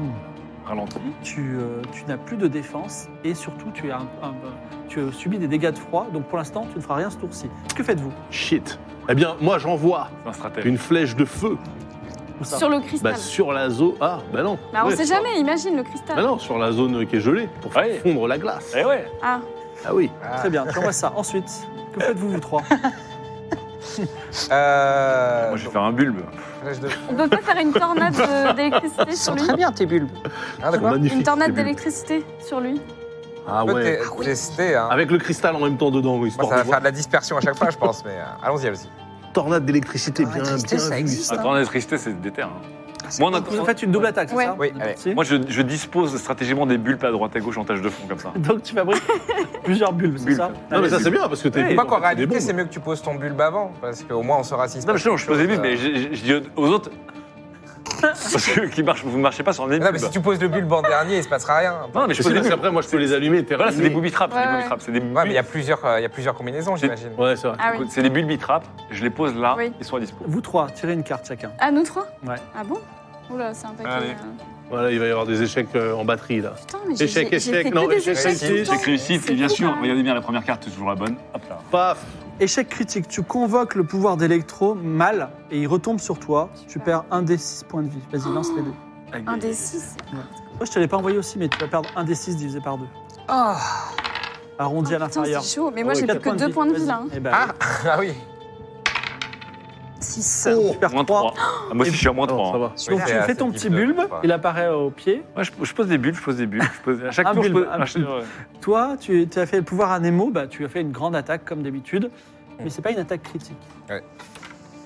Speaker 2: Ralenti.
Speaker 1: tu, euh, tu n'as plus de défense et surtout tu, es un- un- tu euh, subis des dégâts de froid. Donc pour l'instant, tu ne feras rien ce tour-ci. Que faites-vous
Speaker 5: Shit. Eh bien, moi, j'envoie
Speaker 2: C'est un stratège.
Speaker 5: une flèche de feu
Speaker 1: Où ça
Speaker 3: Sur le cristal.
Speaker 5: bah, sur la zone. Ah, bah non.
Speaker 3: Bah, on
Speaker 5: Ouais,
Speaker 3: sait
Speaker 5: sur-
Speaker 3: jamais, imagine le
Speaker 5: Bah
Speaker 3: cristal.
Speaker 5: non, sur la zone qui est gelée pour faire
Speaker 2: Ouais.
Speaker 5: fondre la glace.
Speaker 2: Eh ouais.
Speaker 3: Ah,
Speaker 5: Ah oui.
Speaker 4: Ah.
Speaker 1: Très bien, tu envoies ça. Ensuite, que faites-vous vous trois
Speaker 4: Euh,
Speaker 2: Moi, je vais faire un bulbe.
Speaker 4: flèche de-
Speaker 3: on peut pas faire une tornade de- d'électricité
Speaker 6: Ils
Speaker 3: sur
Speaker 6: sont
Speaker 3: lui
Speaker 6: très bien, tes bulbes.
Speaker 4: Ah,
Speaker 5: C'est
Speaker 4: d'accord.
Speaker 5: magnifique.
Speaker 3: Une tornade
Speaker 5: ces bulles.
Speaker 3: d'électricité sur lui.
Speaker 5: Ah
Speaker 4: Peut
Speaker 5: ouais.
Speaker 4: te- tester, hein.
Speaker 5: Avec le cristal en même temps dedans, oui.
Speaker 4: Moi,
Speaker 5: histoire
Speaker 4: ça va
Speaker 5: de voir.
Speaker 4: faire de la dispersion à chaque fois, je pense, mais euh, allons-y, allons-y.
Speaker 5: Tornade
Speaker 3: Ah,
Speaker 5: d'électricité, bien, bien
Speaker 6: L'électricité, ça
Speaker 5: vu.
Speaker 6: existe.
Speaker 2: Un
Speaker 6: hein.
Speaker 2: tornade d'électricité, c'est des terres. hein. Moi, on a-
Speaker 1: Vous faites une double attaque, c'est
Speaker 3: Ouais.
Speaker 1: ça
Speaker 4: Oui, allez.
Speaker 1: C'est parti.
Speaker 2: Moi, je, je dispose stratégiquement des bulbes à droite à gauche en tâche de fond, comme ça.
Speaker 1: Donc tu fabriques plusieurs bulbes, c'est
Speaker 2: Bulbes.
Speaker 1: ça
Speaker 5: Non, mais ça,
Speaker 1: Allez.
Speaker 5: c'est bien parce que t'es.
Speaker 4: Je crois qu'en
Speaker 5: t'es des
Speaker 4: réalité, c'est
Speaker 5: bombes.
Speaker 4: mieux que tu poses ton bulbe avant, parce qu'au moins on saura si
Speaker 2: Non, mais je, je pose des bulbes, mais je, je- je dis aux autres, Parce que qui marche, vous ne marchez pas sur les
Speaker 4: Mais Ah, Non,
Speaker 2: bulbes.
Speaker 4: mais si tu poses le bulbe en dernier, il se passera rien.
Speaker 2: Non, mais je
Speaker 7: Je sais
Speaker 2: pose des
Speaker 7: parce
Speaker 2: bulbes.
Speaker 7: qu'après, moi, je peux les allumer. t'es
Speaker 2: Voilà, c'est des
Speaker 7: ramené.
Speaker 2: booby traps. c'est des
Speaker 3: Ouais,
Speaker 2: booby
Speaker 3: ouais.
Speaker 2: traps, C'est des
Speaker 4: Ouais, mais il y, a
Speaker 2: bulbes.
Speaker 4: plusieurs, euh, il y a plusieurs combinaisons, j'imagine.
Speaker 7: Ouais, c'est vrai.
Speaker 3: Ah oui.
Speaker 2: C'est des bulbes traps. Je les pose là.
Speaker 3: Oui.
Speaker 2: Ils sont à dispo.
Speaker 1: Vous trois, tirez une carte chacun.
Speaker 3: Ah, nous trois
Speaker 1: Ouais.
Speaker 3: Ah bon Oula, c'est un paquet.
Speaker 2: Allez.
Speaker 3: euh.
Speaker 5: Voilà, il va y avoir des échecs euh, en batterie là.
Speaker 3: Putain, mais j'ai
Speaker 5: Échec,
Speaker 3: j'ai- j'ai fait
Speaker 5: échec,
Speaker 3: que
Speaker 5: non,
Speaker 3: des
Speaker 5: échec,
Speaker 3: échecs tout le
Speaker 5: échec.
Speaker 3: temps.
Speaker 2: Échec réussite,
Speaker 3: C'est
Speaker 2: et bien
Speaker 3: fou, hein.
Speaker 2: sûr.
Speaker 3: quand même.
Speaker 2: Regardez bien la première carte, c'est toujours la bonne. Hop là.
Speaker 5: Paf
Speaker 1: Échec critique, tu convoques le pouvoir d'électro mal et il retombe sur toi. Tu perds un des six points de vie. Vas-y, lance les
Speaker 3: Oh.
Speaker 1: dés.
Speaker 3: Un des six.
Speaker 1: Moi, je te l'ai pas envoyé aussi, mais tu vas perdre un des six divisé par deux.
Speaker 4: Ah.
Speaker 1: Arrondi à
Speaker 3: Ah, putain,
Speaker 1: l'intérieur.
Speaker 3: c'est chaud. Mais moi,
Speaker 1: Ouais,
Speaker 3: j'ai
Speaker 1: quatre
Speaker 3: plus que deux points de vie
Speaker 1: Vas-y.
Speaker 3: là. hein.
Speaker 1: Eh ben,
Speaker 4: Ah, ah oui.
Speaker 6: 6.
Speaker 1: tu perds
Speaker 2: Moins
Speaker 1: trois.
Speaker 2: 3. Ah, moi aussi, je suis à moins
Speaker 5: Alors, Oh, ça
Speaker 1: Donc,
Speaker 2: 3.
Speaker 5: va.
Speaker 4: Oui,
Speaker 1: tu
Speaker 4: c'est
Speaker 1: fais
Speaker 4: assez
Speaker 1: ton
Speaker 4: deep
Speaker 1: petit
Speaker 4: de-
Speaker 1: bulbe,
Speaker 4: ouais.
Speaker 1: il apparaît au pied.
Speaker 2: Moi, je, je pose des bulbes, je pose des bulbes. Je pose... À chaque
Speaker 1: Un
Speaker 2: tour,
Speaker 1: bulbe,
Speaker 2: je pose.
Speaker 1: un
Speaker 2: à chaque-
Speaker 1: bulbe.
Speaker 2: ouais.
Speaker 1: Toi, tu, tu as fait le pouvoir anémo, bah, tu as fait une grande attaque comme d'habitude, mais c'est pas une attaque critique.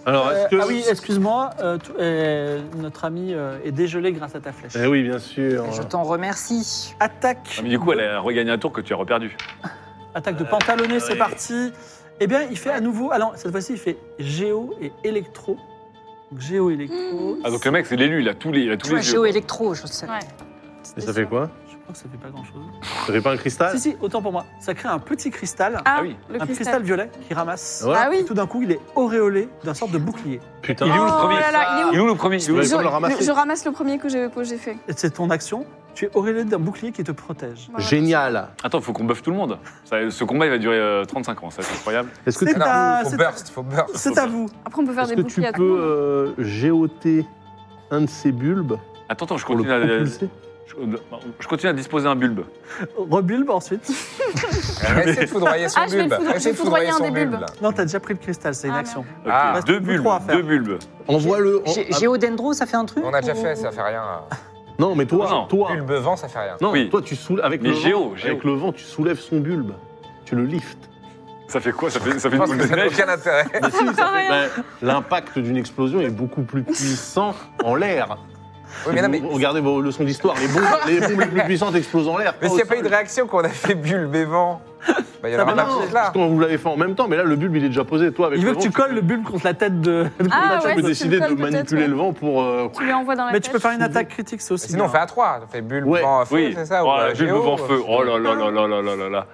Speaker 5: Alors, est-ce
Speaker 1: Euh,
Speaker 5: que.
Speaker 1: Ah oui, excuse-moi, euh, tout- euh, notre ami euh, est dégelé grâce à ta flèche.
Speaker 5: Eh oui, bien sûr.
Speaker 6: Je t'en remercie.
Speaker 1: Attaque,
Speaker 2: Ah, mais du coup, elle a regagné un tour que tu as reperdu.
Speaker 1: attaque de pantalonné, c'est
Speaker 2: oui.
Speaker 1: parti. Eh bien, il fait à nouveau, alors cette fois-ci, il fait géo et électro. Donc, Géo,
Speaker 3: Hmm.
Speaker 1: électro.
Speaker 2: Ah, donc le mec, c'est l'élu, il a tous les, il a tous
Speaker 6: Tu vois,
Speaker 2: les yeux.
Speaker 6: géo-électro, je sais.
Speaker 3: Ouais.
Speaker 5: Et ça fait quoi
Speaker 1: Je crois que ça fait pas grand-chose.
Speaker 5: Ça fait pas un cristal
Speaker 1: Si, si, autant pour moi. Ça crée un petit cristal,
Speaker 3: Ah,
Speaker 2: oui.
Speaker 3: le
Speaker 1: un cristal
Speaker 3: cristal.
Speaker 1: violet qui ramasse.
Speaker 5: Ouais.
Speaker 3: Ah
Speaker 1: Et
Speaker 3: oui.
Speaker 1: tout d'un coup, il est auréolé d'un sorte de bouclier.
Speaker 5: Putain.
Speaker 2: Il est où le
Speaker 3: Oh
Speaker 2: premier
Speaker 3: là là, il est où
Speaker 2: Il est où le premier Il est où le
Speaker 5: Je-
Speaker 2: premier
Speaker 5: faut le ramasser.
Speaker 3: je, je ramasse le premier que j'ai que j'ai fait.
Speaker 1: Et C'est ton action. Tu es auréolé d'un bouclier qui te protège.
Speaker 5: Ah,
Speaker 3: Voilà.
Speaker 5: Génial.
Speaker 2: Attends, faut qu'on buffe tout le monde. Ça, ce combat, il va durer euh, 35 ans, ça c'est incroyable.
Speaker 5: Est-ce que,
Speaker 1: C'est
Speaker 5: tu-
Speaker 4: Non,
Speaker 1: Ah,
Speaker 4: faut
Speaker 1: c'est-
Speaker 4: burst, faut burst.
Speaker 1: C'est à vous.
Speaker 3: Après, on peut faire
Speaker 5: est-ce
Speaker 3: des
Speaker 5: que tu
Speaker 3: boucliers à tout le
Speaker 5: peux
Speaker 3: monde.
Speaker 5: euh, géoter un de ces bulbes
Speaker 2: Attends, attends, je
Speaker 5: pour le
Speaker 2: continue, à, euh,
Speaker 5: propulser
Speaker 2: je- je continue à disposer un bulbe.
Speaker 1: Rebulbe ensuite.
Speaker 4: Essaye de foudroyer son
Speaker 3: Ah, je vais
Speaker 4: bulbe.
Speaker 3: le foudroyer-
Speaker 4: Essaye de
Speaker 3: je vais
Speaker 4: foudroyer
Speaker 3: foudroyer un
Speaker 4: son
Speaker 3: des bulbes.
Speaker 4: bulbe. là.
Speaker 1: Non, t'as déjà pris le cristal, c'est une
Speaker 3: Ah,
Speaker 1: action.
Speaker 2: Ok,
Speaker 4: Ah.
Speaker 1: Reste
Speaker 2: deux
Speaker 1: vous
Speaker 2: bulbes,
Speaker 1: trois à faire.
Speaker 2: deux bulbes.
Speaker 5: Envoie-le. en-
Speaker 2: Oh, ah.
Speaker 5: Ah,
Speaker 6: Gé- Géodendro, ça fait un truc
Speaker 4: On a déjà
Speaker 6: ou-
Speaker 4: fait, ça fait rien.
Speaker 5: Non, mais toi,
Speaker 2: Non, non.
Speaker 5: toi.
Speaker 4: Bulbe vent, ça fait rien.
Speaker 5: Non,
Speaker 2: Oui.
Speaker 5: toi, tu soulèves. Avec,
Speaker 2: Mais
Speaker 5: le
Speaker 2: géo,
Speaker 5: vent,
Speaker 2: géo.
Speaker 5: avec le vent, tu soulèves son bulbe. Tu le liftes.
Speaker 2: Ça fait quoi Ça fait, ça fait
Speaker 4: Je
Speaker 2: une
Speaker 4: pense
Speaker 2: boule
Speaker 4: que
Speaker 2: de
Speaker 4: ça n'a
Speaker 2: neige
Speaker 4: aucun intérêt.
Speaker 5: Mais si, ça fait-
Speaker 3: rien.
Speaker 5: bah, L'impact d'une explosion est beaucoup plus puissant en l'air.
Speaker 4: Oui, mais non, mais
Speaker 5: Vous- Regardez vos leçons d'histoire. Les bombes les, bombes les plus puissantes explosent en l'air.
Speaker 4: Mais s'il n'y a pas eu de
Speaker 5: sol.
Speaker 4: réaction quand on a fait bulbe et vent, bah, il y en
Speaker 1: Ça
Speaker 4: aura
Speaker 1: va,
Speaker 4: pas
Speaker 1: non,
Speaker 4: plus
Speaker 5: parce
Speaker 4: là.
Speaker 5: que vous l'avez fait en même temps, mais là, le bulbe, il est déjà posé. Toi, avec
Speaker 1: Il
Speaker 5: le
Speaker 1: veut que
Speaker 5: vent,
Speaker 1: tu colles le bulbe contre la tête de.
Speaker 3: Ah
Speaker 5: tu
Speaker 3: ouais,
Speaker 5: peux
Speaker 3: si
Speaker 5: décider
Speaker 3: tu le
Speaker 5: de
Speaker 3: colles, peut-être,
Speaker 5: manipuler
Speaker 3: ouais.
Speaker 5: le vent pour. euh,
Speaker 3: Tu lui envoies dans la
Speaker 1: Mais tu peux
Speaker 3: tête.
Speaker 1: faire une attaque critique, c'est aussi. hein.
Speaker 4: Sinon, on
Speaker 1: bien.
Speaker 4: fait à 3. On fait bulbe
Speaker 5: Ouais.
Speaker 4: vent à feu,
Speaker 2: Oui,
Speaker 4: c'est ça ou,
Speaker 2: oh,
Speaker 4: euh,
Speaker 2: la bulbe
Speaker 4: géo,
Speaker 2: en feu.
Speaker 4: euh,
Speaker 2: Oh là là là là là là là là.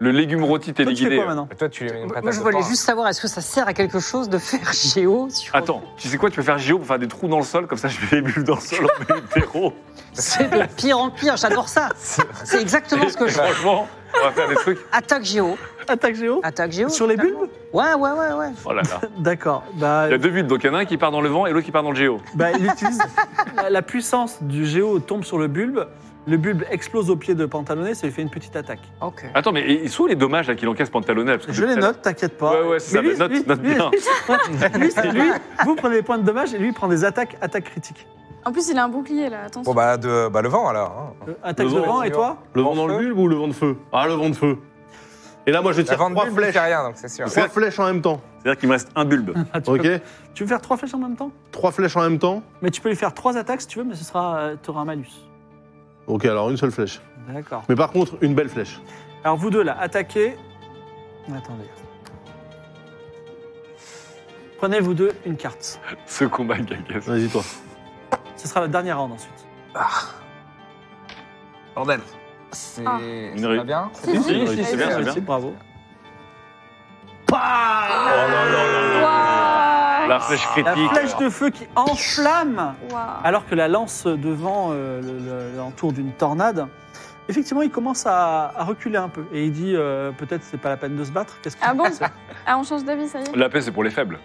Speaker 2: Le légume rôti, t'es
Speaker 1: Toi, tu fais
Speaker 2: liquidé.
Speaker 1: quoi maintenant
Speaker 4: Mais toi, tu lui mets une patate. hein.
Speaker 6: Moi, je
Speaker 4: de
Speaker 6: voulais
Speaker 4: pain.
Speaker 6: juste savoir, est-ce que ça sert à quelque chose de faire géo sur...
Speaker 2: Attends, tu sais quoi Tu peux faire géo pour faire des trous dans le sol, comme ça je fais les bulles dans le sol, on met le terreau.
Speaker 6: C'est de pire en pire, j'adore ça. C'est exactement ce que
Speaker 2: Et
Speaker 6: je veux.
Speaker 2: Franchement, on va faire des trucs.
Speaker 6: Attaque géo.
Speaker 1: Attaque géo
Speaker 6: Attaque géo.
Speaker 1: Sur les
Speaker 6: totalement.
Speaker 1: bulbes
Speaker 6: Ouais, ouais, ouais, ouais.
Speaker 2: Oh là là.
Speaker 1: D'accord. Bah,
Speaker 2: Il y a deux bulbes, donc il y en a un qui part dans le vent et l'autre qui part dans le géo.
Speaker 1: bah, il utilise. la- La puissance du géo tombe sur le bulbe. Le bulbe explose au pied de pantalonné, ça lui fait une petite attaque.
Speaker 6: Ok.
Speaker 2: Attends, mais ils sont où les dommages là qu'il encaisse pantalonnel parce que
Speaker 1: Je les
Speaker 2: depuis-
Speaker 1: note, t'inquiète pas.
Speaker 2: Ouais, ouais, c'est ça,
Speaker 1: Mais
Speaker 2: mais note- note bien.
Speaker 1: lui, c'est- lui, vous prenez des points de dommage et lui, il prend des attaques, attaques critiques.
Speaker 3: En plus, il a un bouclier là, attention.
Speaker 4: Bon, bah, de, bah, le vent alors. hein.
Speaker 1: Euh, Attaque
Speaker 5: Le vent,
Speaker 1: devant,
Speaker 4: le
Speaker 1: et
Speaker 4: vent.
Speaker 1: toi
Speaker 5: Le
Speaker 4: Vent
Speaker 5: vent dans le
Speaker 4: feu.
Speaker 5: bulbe ou le vent de feu Ah, le vent de feu. Et là, moi, je
Speaker 4: La
Speaker 5: tire
Speaker 4: vent de
Speaker 5: trois
Speaker 4: bulbe, il
Speaker 5: flèches.
Speaker 4: fait rien, donc c'est hein. sûr.
Speaker 5: Trois flèches en même temps.
Speaker 2: C'est-à-dire qu'il me reste un bulbe.
Speaker 1: Ah, tu,
Speaker 5: Ok
Speaker 1: peux- tu veux faire trois flèches en même temps
Speaker 5: Trois flèches en même temps.
Speaker 1: Mais tu peux lui faire trois attaques si tu veux, mais ce sera, euh, t'auras un malus.
Speaker 5: Ok, alors une seule flèche.
Speaker 1: D'accord.
Speaker 5: Mais par contre, une belle flèche.
Speaker 1: Alors vous deux là, attaquez. Attendez. Prenez vous deux une carte.
Speaker 2: Ce combat gagas.
Speaker 5: Vas-y, toi.
Speaker 1: Ce sera la dernière round ensuite.
Speaker 4: Bordel. C'est
Speaker 3: Ah.
Speaker 4: c'est
Speaker 2: Une rue.
Speaker 4: pas bien
Speaker 3: Si, si,
Speaker 2: Si, si, c'est bien, c'est bien.
Speaker 1: Merci, bravo.
Speaker 2: Oh là là là là là. La flèche
Speaker 1: La
Speaker 2: critique.
Speaker 1: flèche de feu qui enflamme
Speaker 3: Waouh. Waouh.
Speaker 1: alors que la lance devant euh, le- le- l'entour d'une tornade. Effectivement, il commence à, à reculer un peu et il dit euh, peut-être c'est pas la peine de se battre. Qu'est-ce que
Speaker 3: Ah bon
Speaker 1: c'est
Speaker 3: Ah, on change d'avis, ça y est.
Speaker 2: La paix, c'est pour les faibles.